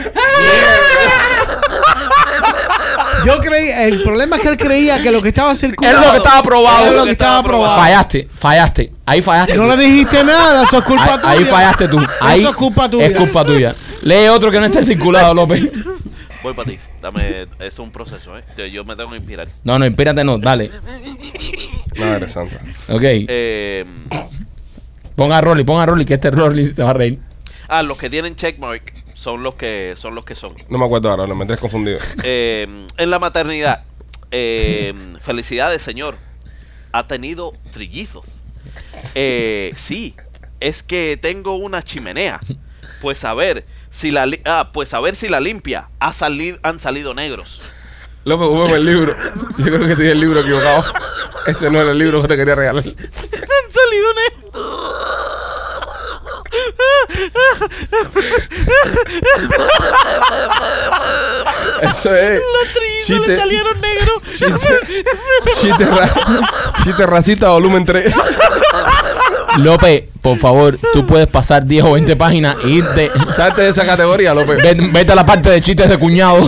[SPEAKER 4] Yo creí, el problema es que él creía que lo que estaba
[SPEAKER 3] Es
[SPEAKER 4] circulando.
[SPEAKER 3] lo que estaba
[SPEAKER 4] Era
[SPEAKER 3] aprobado.
[SPEAKER 4] lo que estaba
[SPEAKER 6] Ah,
[SPEAKER 4] aprobado.
[SPEAKER 3] Fallaste, fallaste. Ahí fallaste.
[SPEAKER 4] No le dijiste nada, eso es culpa
[SPEAKER 3] ahí,
[SPEAKER 4] tuya.
[SPEAKER 3] ahí fallaste tú. Ahí
[SPEAKER 4] eso es culpa tuya.
[SPEAKER 3] Es culpa tuya. Lee otro que no esté circulado, López.
[SPEAKER 6] Voy para ti. Dame, esto es un proceso, ¿eh? Yo- Yo me tengo que inspirar.
[SPEAKER 3] No, no, espérate, no. Dale.
[SPEAKER 1] Madre santa.
[SPEAKER 3] Ok.
[SPEAKER 6] Eh,
[SPEAKER 3] Ponga a Rolly, ponga a Rolly, que este Rolly se va a reír.
[SPEAKER 6] ah, los que tienen checkmark son los que son los que son.
[SPEAKER 1] No me acuerdo ahora, me tendré confundido.
[SPEAKER 6] Eh, en la maternidad, eh, felicidades, señor. Ha tenido trillizos. Eh, sí, es que tengo una chimenea. Pues a ver si la li- ah, pues a ver si la limpia. Ha salido, han salido negros.
[SPEAKER 1] López, búscame el libro. Yo creo que tenía el libro equivocado. Ese no era el libro que te quería regalar.
[SPEAKER 6] Han salido negros.
[SPEAKER 1] Eso es. Chiste,
[SPEAKER 6] negros.
[SPEAKER 1] chiste, chiste, ra- chiste racista, volumen 3.
[SPEAKER 3] López, por favor, tú puedes pasar 10 o 20 páginas e irte.
[SPEAKER 1] Salte de esa categoría, López.
[SPEAKER 3] Ven- Vete a la parte de chistes de cuñado.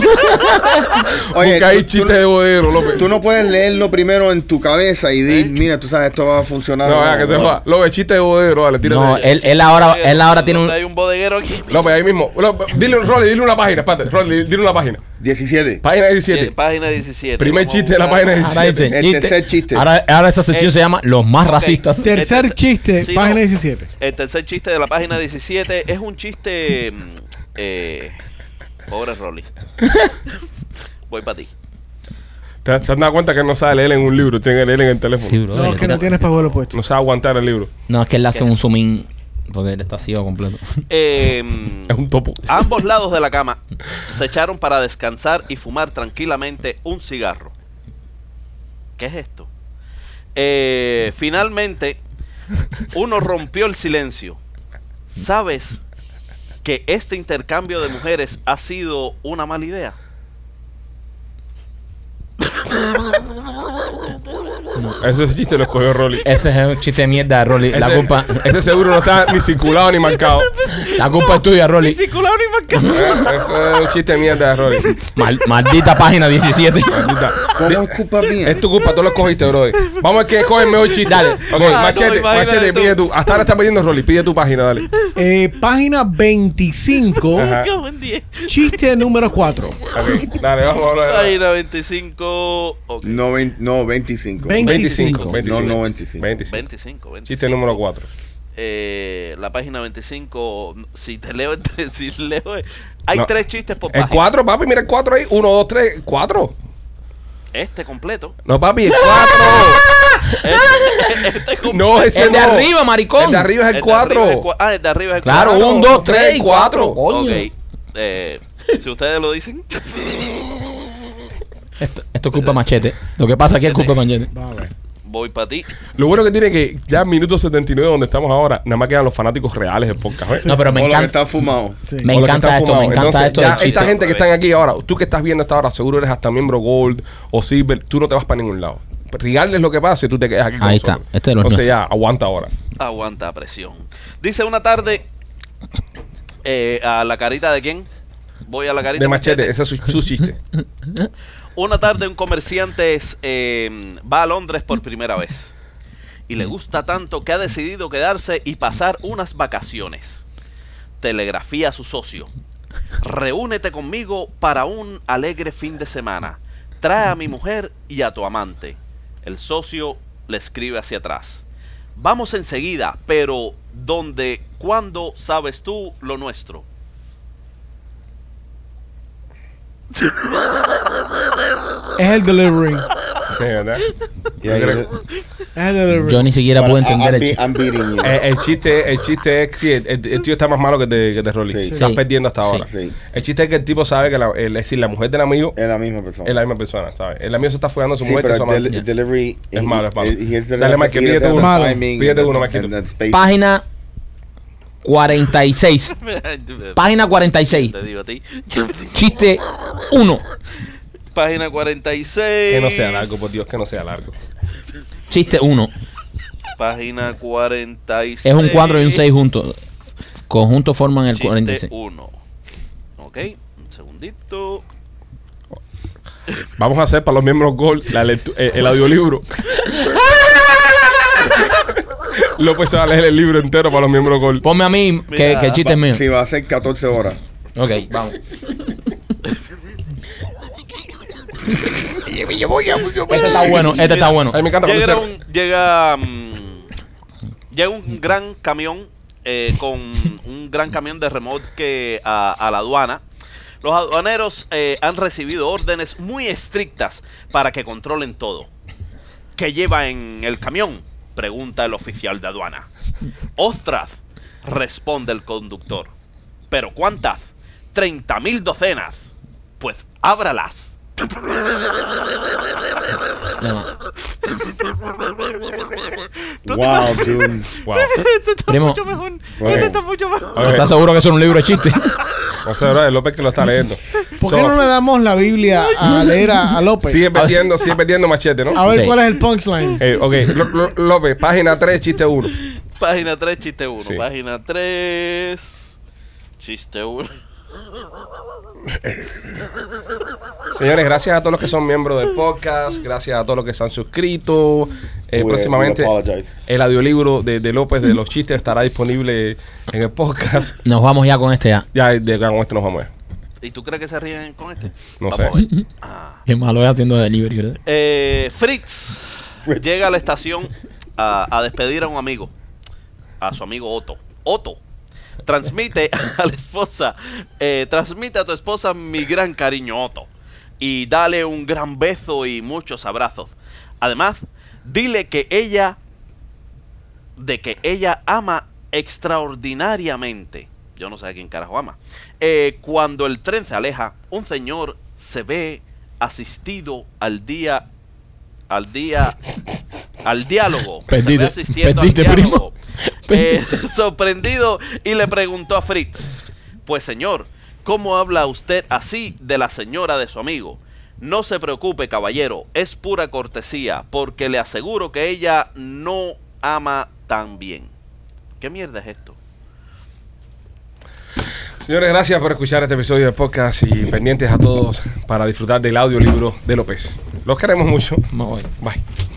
[SPEAKER 5] Oye,
[SPEAKER 1] Busca ahí
[SPEAKER 5] tú- tú
[SPEAKER 1] chistes de bodero, López.
[SPEAKER 5] Tú no puedes leerlo primero en tu cabeza y decir, mira, tú sabes, esto va a funcionar.
[SPEAKER 1] ¿Eh? No, vaya que se va. López, chiste de bodero, vale, tírate.
[SPEAKER 3] No, eh. él, él ahora, él ahora tiene un.
[SPEAKER 6] Hay un bodeguero aquí.
[SPEAKER 1] López, ahí mismo. López, dile, un- Rolly, dile una página, espérate. Rolly, dile una página.
[SPEAKER 5] 17.
[SPEAKER 1] Página 17.
[SPEAKER 6] Página 17.
[SPEAKER 1] Primer
[SPEAKER 6] Vamos a
[SPEAKER 1] chiste de la
[SPEAKER 6] buscar.
[SPEAKER 1] página
[SPEAKER 3] Ahora
[SPEAKER 1] 17.
[SPEAKER 3] ese
[SPEAKER 5] Este El
[SPEAKER 3] chiste-
[SPEAKER 5] tercer chiste.
[SPEAKER 3] Ahora, ahora esa sección
[SPEAKER 6] Eh,
[SPEAKER 3] se llama Los más
[SPEAKER 6] ok.
[SPEAKER 3] racistas.
[SPEAKER 6] Sí.
[SPEAKER 4] Tercer
[SPEAKER 6] Este-
[SPEAKER 4] chiste,
[SPEAKER 6] sí,
[SPEAKER 4] página
[SPEAKER 6] no.
[SPEAKER 4] 17.
[SPEAKER 6] El tercer chiste de la página 17 es un chiste. mm, eh, pobre Rolly. Voy para ti.
[SPEAKER 1] ¿Te has te has dado cuenta que no sabe leer en un libro, tiene que leer en el teléfono?
[SPEAKER 3] Sí, bro,
[SPEAKER 4] No,
[SPEAKER 3] él
[SPEAKER 4] es que no
[SPEAKER 3] está-
[SPEAKER 4] tienes pajuelo puesto.
[SPEAKER 1] No sabe aguantar el libro.
[SPEAKER 3] no, es que él hace un zoom in porque él está ciego
[SPEAKER 4] [LAUGHS]
[SPEAKER 3] completo.
[SPEAKER 6] Eh, mm,
[SPEAKER 1] Es un topo.
[SPEAKER 6] a ambos lados de la cama se echaron para descansar y fumar tranquilamente un cigarro. ¿Qué es esto? Eh, finalmente, uno rompió el silencio. ¿Sabes que este intercambio de mujeres ha sido una mala idea?
[SPEAKER 1] Ese chiste lo escogió Rolly.
[SPEAKER 3] Ese es un chiste de mierda, Rolly. La
[SPEAKER 1] Ese-
[SPEAKER 3] culpa,
[SPEAKER 1] Ese seguro no está ni circulado ni marcado. Eh,
[SPEAKER 3] la culpa es tuya, Rolly.
[SPEAKER 4] Circular y marcar.
[SPEAKER 1] Eso es un chiste de mierda de Rolly.
[SPEAKER 3] Mal- maldita página [LAUGHS] 17.
[SPEAKER 1] Maldita.
[SPEAKER 5] ¿Cómo es culpa mía?
[SPEAKER 1] Es tu culpa, tú lo cogiste, brother. Vamos a ver qué coge el mejor chiste.
[SPEAKER 3] Dale.
[SPEAKER 1] Ok,
[SPEAKER 6] Ah,
[SPEAKER 1] machete,
[SPEAKER 6] no, imagínate
[SPEAKER 1] machete,
[SPEAKER 6] tú.
[SPEAKER 1] pide tu. Hasta ahora está pidiendo Rolly, pide tu página, dale.
[SPEAKER 4] Eh, página 25,
[SPEAKER 1] Ajá.
[SPEAKER 6] Yo vendí.
[SPEAKER 4] chiste número 4.
[SPEAKER 1] Ok, dale, vamos a hablar.
[SPEAKER 6] Página 25. ok.
[SPEAKER 5] No, vein- no, 25.
[SPEAKER 4] Veinte-
[SPEAKER 1] 25,
[SPEAKER 4] 25.
[SPEAKER 1] 25.
[SPEAKER 5] No, no, 25.
[SPEAKER 1] 25.
[SPEAKER 6] 25, 25.
[SPEAKER 1] Chiste número 4.
[SPEAKER 6] Eh, la página 25. Si te leo, [LAUGHS] entre- si leo. eh, Hay
[SPEAKER 1] No.
[SPEAKER 6] tres chistes por
[SPEAKER 1] El
[SPEAKER 6] página.
[SPEAKER 1] 4, papi, mira el 4 ahí. 1, 2, 3, 4.
[SPEAKER 6] Este completo.
[SPEAKER 1] No, papi, el [LAUGHS] 4.
[SPEAKER 6] Este, este completo.
[SPEAKER 1] No, ese
[SPEAKER 3] El de
[SPEAKER 1] no.
[SPEAKER 3] arriba, maricón.
[SPEAKER 1] El de arriba es el
[SPEAKER 6] El de arriba es
[SPEAKER 1] 4.
[SPEAKER 6] el cua- Ah, el de arriba es el
[SPEAKER 3] Claro,
[SPEAKER 6] cuatro.
[SPEAKER 3] un, dos, tres y cuatro. Coño.
[SPEAKER 6] Ok. Eh, si ustedes lo dicen. [LAUGHS]
[SPEAKER 3] Esto, esto es culpa de machete. Lo que pasa aquí es culpa de machete.
[SPEAKER 6] Voy para ti.
[SPEAKER 1] Lo bueno que tiene que ya en minuto 79, donde estamos ahora, nada más quedan los fanáticos reales del podcast. ¿eh?
[SPEAKER 3] No, pero me
[SPEAKER 5] O lo que
[SPEAKER 3] encanta.
[SPEAKER 5] está fumado.
[SPEAKER 3] Me
[SPEAKER 1] O los que
[SPEAKER 3] encanta
[SPEAKER 1] están
[SPEAKER 3] esto,
[SPEAKER 1] fumados.
[SPEAKER 3] me encanta
[SPEAKER 1] Entonces,
[SPEAKER 3] esto
[SPEAKER 1] ya
[SPEAKER 3] del chiste.
[SPEAKER 1] Esta gente que están aquí ahora, tú que estás viendo esta hora, seguro eres hasta miembro Gold o Silver, tú no te vas para ningún lado. Regarles lo que pase, tú te quedas aquí.
[SPEAKER 3] Ahí está, este es lo
[SPEAKER 1] Entonces
[SPEAKER 3] nuestro.
[SPEAKER 1] ya, aguanta ahora.
[SPEAKER 6] Aguanta presión. Dice una tarde. eh, ¿A la carita de quién? Voy a la carita
[SPEAKER 1] De machete, ese es su, su chiste.
[SPEAKER 6] Una tarde un comerciante es, eh, va a Londres por primera vez. Y le gusta tanto que ha decidido quedarse y pasar unas vacaciones. Telegrafía a su socio. Reúnete conmigo para un alegre fin de semana. Trae a mi mujer y a tu amante. El socio le escribe hacia atrás. Vamos enseguida, pero ¿dónde, cuándo sabes tú lo nuestro? [LAUGHS]
[SPEAKER 4] Es el delivery.
[SPEAKER 1] Sí, ¿verdad?
[SPEAKER 5] Y ahí-
[SPEAKER 1] creo-
[SPEAKER 4] Es el delivery.
[SPEAKER 3] Yo ni siquiera puedo
[SPEAKER 5] Bueno,
[SPEAKER 3] entender
[SPEAKER 5] I'm
[SPEAKER 3] el
[SPEAKER 5] be-
[SPEAKER 3] chiste.
[SPEAKER 5] I'm beating you.
[SPEAKER 1] Eh, el chiste, el chiste es que sí, el, el- el tío está más malo que te, que te Rolly.
[SPEAKER 5] Sí.
[SPEAKER 1] Estás
[SPEAKER 3] Sí.
[SPEAKER 1] perdiendo hasta
[SPEAKER 3] Sí.
[SPEAKER 1] ahora.
[SPEAKER 5] Sí.
[SPEAKER 1] El chiste es que el tipo sabe que la, el- es decir, la mujer del amigo
[SPEAKER 5] Es la misma persona.
[SPEAKER 1] es la misma persona, ¿sabes? El amigo se está fugando a su
[SPEAKER 5] Sí,
[SPEAKER 1] mujer.
[SPEAKER 5] pero
[SPEAKER 1] que
[SPEAKER 5] el
[SPEAKER 1] su amante.
[SPEAKER 5] del- el delivery
[SPEAKER 1] Es malo, es malo.
[SPEAKER 5] he- he's the
[SPEAKER 1] Dale,
[SPEAKER 5] left-
[SPEAKER 1] Mike,
[SPEAKER 5] he
[SPEAKER 1] pídete
[SPEAKER 5] doesn't
[SPEAKER 1] uno.
[SPEAKER 5] have
[SPEAKER 4] Malo.
[SPEAKER 5] timing
[SPEAKER 1] Pídete
[SPEAKER 5] and
[SPEAKER 1] uno,
[SPEAKER 5] that-
[SPEAKER 1] Maquito.
[SPEAKER 5] and that space.
[SPEAKER 3] Página 46. Página 46.
[SPEAKER 6] Te digo a ti.
[SPEAKER 3] Chiste 1.
[SPEAKER 6] Página 46.
[SPEAKER 1] Que no sea largo, por Dios, que no sea largo.
[SPEAKER 3] Chiste 1.
[SPEAKER 6] Página 46.
[SPEAKER 3] Es un 4 y un 6 juntos. Conjuntos forman el 46.
[SPEAKER 6] 1. Ok, un segundito.
[SPEAKER 1] Vamos a hacer para los miembros Gold la lectu- eh, el audiolibro. [LAUGHS] López se va a leer el libro entero para los miembros Gold.
[SPEAKER 3] Ponme a mí que,
[SPEAKER 6] Mira.
[SPEAKER 3] que el chiste es mío.
[SPEAKER 5] Sí, va a ser 14 [LAUGHS] horas.
[SPEAKER 3] Ok, vamos. Este está bueno, este está bueno.
[SPEAKER 1] A mí me encanta cuando
[SPEAKER 6] Llega
[SPEAKER 1] se-
[SPEAKER 6] un, llega, mm, llega un gran camión eh, con un gran camión de remolque a, a la aduana. Los aduaneros eh, han recibido órdenes muy estrictas para que controlen todo. ¿Qué lleva en el camión? Pregunta el oficial de aduana. Ostras, responde el conductor. ¿Pero cuántas? Treinta mil docenas. Pues ábralas.
[SPEAKER 1] Wow.
[SPEAKER 5] Wow, dude.
[SPEAKER 3] Primo,
[SPEAKER 4] [LAUGHS]
[SPEAKER 5] Wow.
[SPEAKER 1] Ok.
[SPEAKER 3] ¿tú ¿estás seguro que eso es un libro de chistes?
[SPEAKER 1] No sé, bro, es López que lo está leyendo.
[SPEAKER 4] [LAUGHS] ¿Por
[SPEAKER 1] So,
[SPEAKER 4] qué no le damos la Biblia a leer a, a López?
[SPEAKER 1] Sigue perdiendo, sigue perdiendo machete, ¿no?
[SPEAKER 4] A ver
[SPEAKER 3] Sí.
[SPEAKER 4] cuál es el punchline.
[SPEAKER 1] Eh, ok, Lo- Lo- López, página 3, chiste 1.
[SPEAKER 6] Página 3, chiste 1.
[SPEAKER 1] Sí.
[SPEAKER 6] Página 3. Chiste 1.
[SPEAKER 1] Señores, gracias a todos los que son miembros del podcast, gracias a todos los que se han suscrito. Eh,
[SPEAKER 5] We-
[SPEAKER 1] próximamente
[SPEAKER 5] we apologize.
[SPEAKER 1] el audiolibro de, de López de los chistes estará disponible en el podcast. [LAUGHS]
[SPEAKER 3] Nos vamos ya con este ya.
[SPEAKER 1] Ya de con esto nos vamos. a ir.
[SPEAKER 6] [LAUGHS] ¿Y tú crees que se ríen con este?
[SPEAKER 1] No
[SPEAKER 6] Vamos
[SPEAKER 1] sé.
[SPEAKER 6] a
[SPEAKER 1] [LAUGHS]
[SPEAKER 6] ver. Ah.
[SPEAKER 3] Qué malo es haciendo delivery, ¿verdad?
[SPEAKER 6] Eh, Fritz
[SPEAKER 5] Fritz.
[SPEAKER 6] llega a la estación a, a despedir a un amigo, a su amigo Otto. Otto, transmite [LAUGHS] a la esposa, eh, transmite a tu esposa mi gran cariño, Otto, y dale un gran beso y muchos abrazos. Además, dile que ella, de que ella ama extraordinariamente. Yo no sé a quién carajo ama. Eh, cuando el tren se aleja, un señor se ve asistido al día al día al diálogo. Se ve
[SPEAKER 3] Perdiste,
[SPEAKER 6] asistiendo al
[SPEAKER 3] perdiste, primo.
[SPEAKER 6] diálogo. Eh, [LAUGHS] sorprendido y le preguntó a Fritz, pues señor, ¿cómo habla usted así de la señora de su amigo? No se preocupe, caballero, es pura cortesía, porque le aseguro que ella no ama tan bien. ¿Qué mierda es esto?
[SPEAKER 8] Señores, gracias por escuchar este episodio de podcast y pendientes a todos para disfrutar del audiolibro de López. Los queremos mucho.
[SPEAKER 3] Me voy.
[SPEAKER 8] Bye.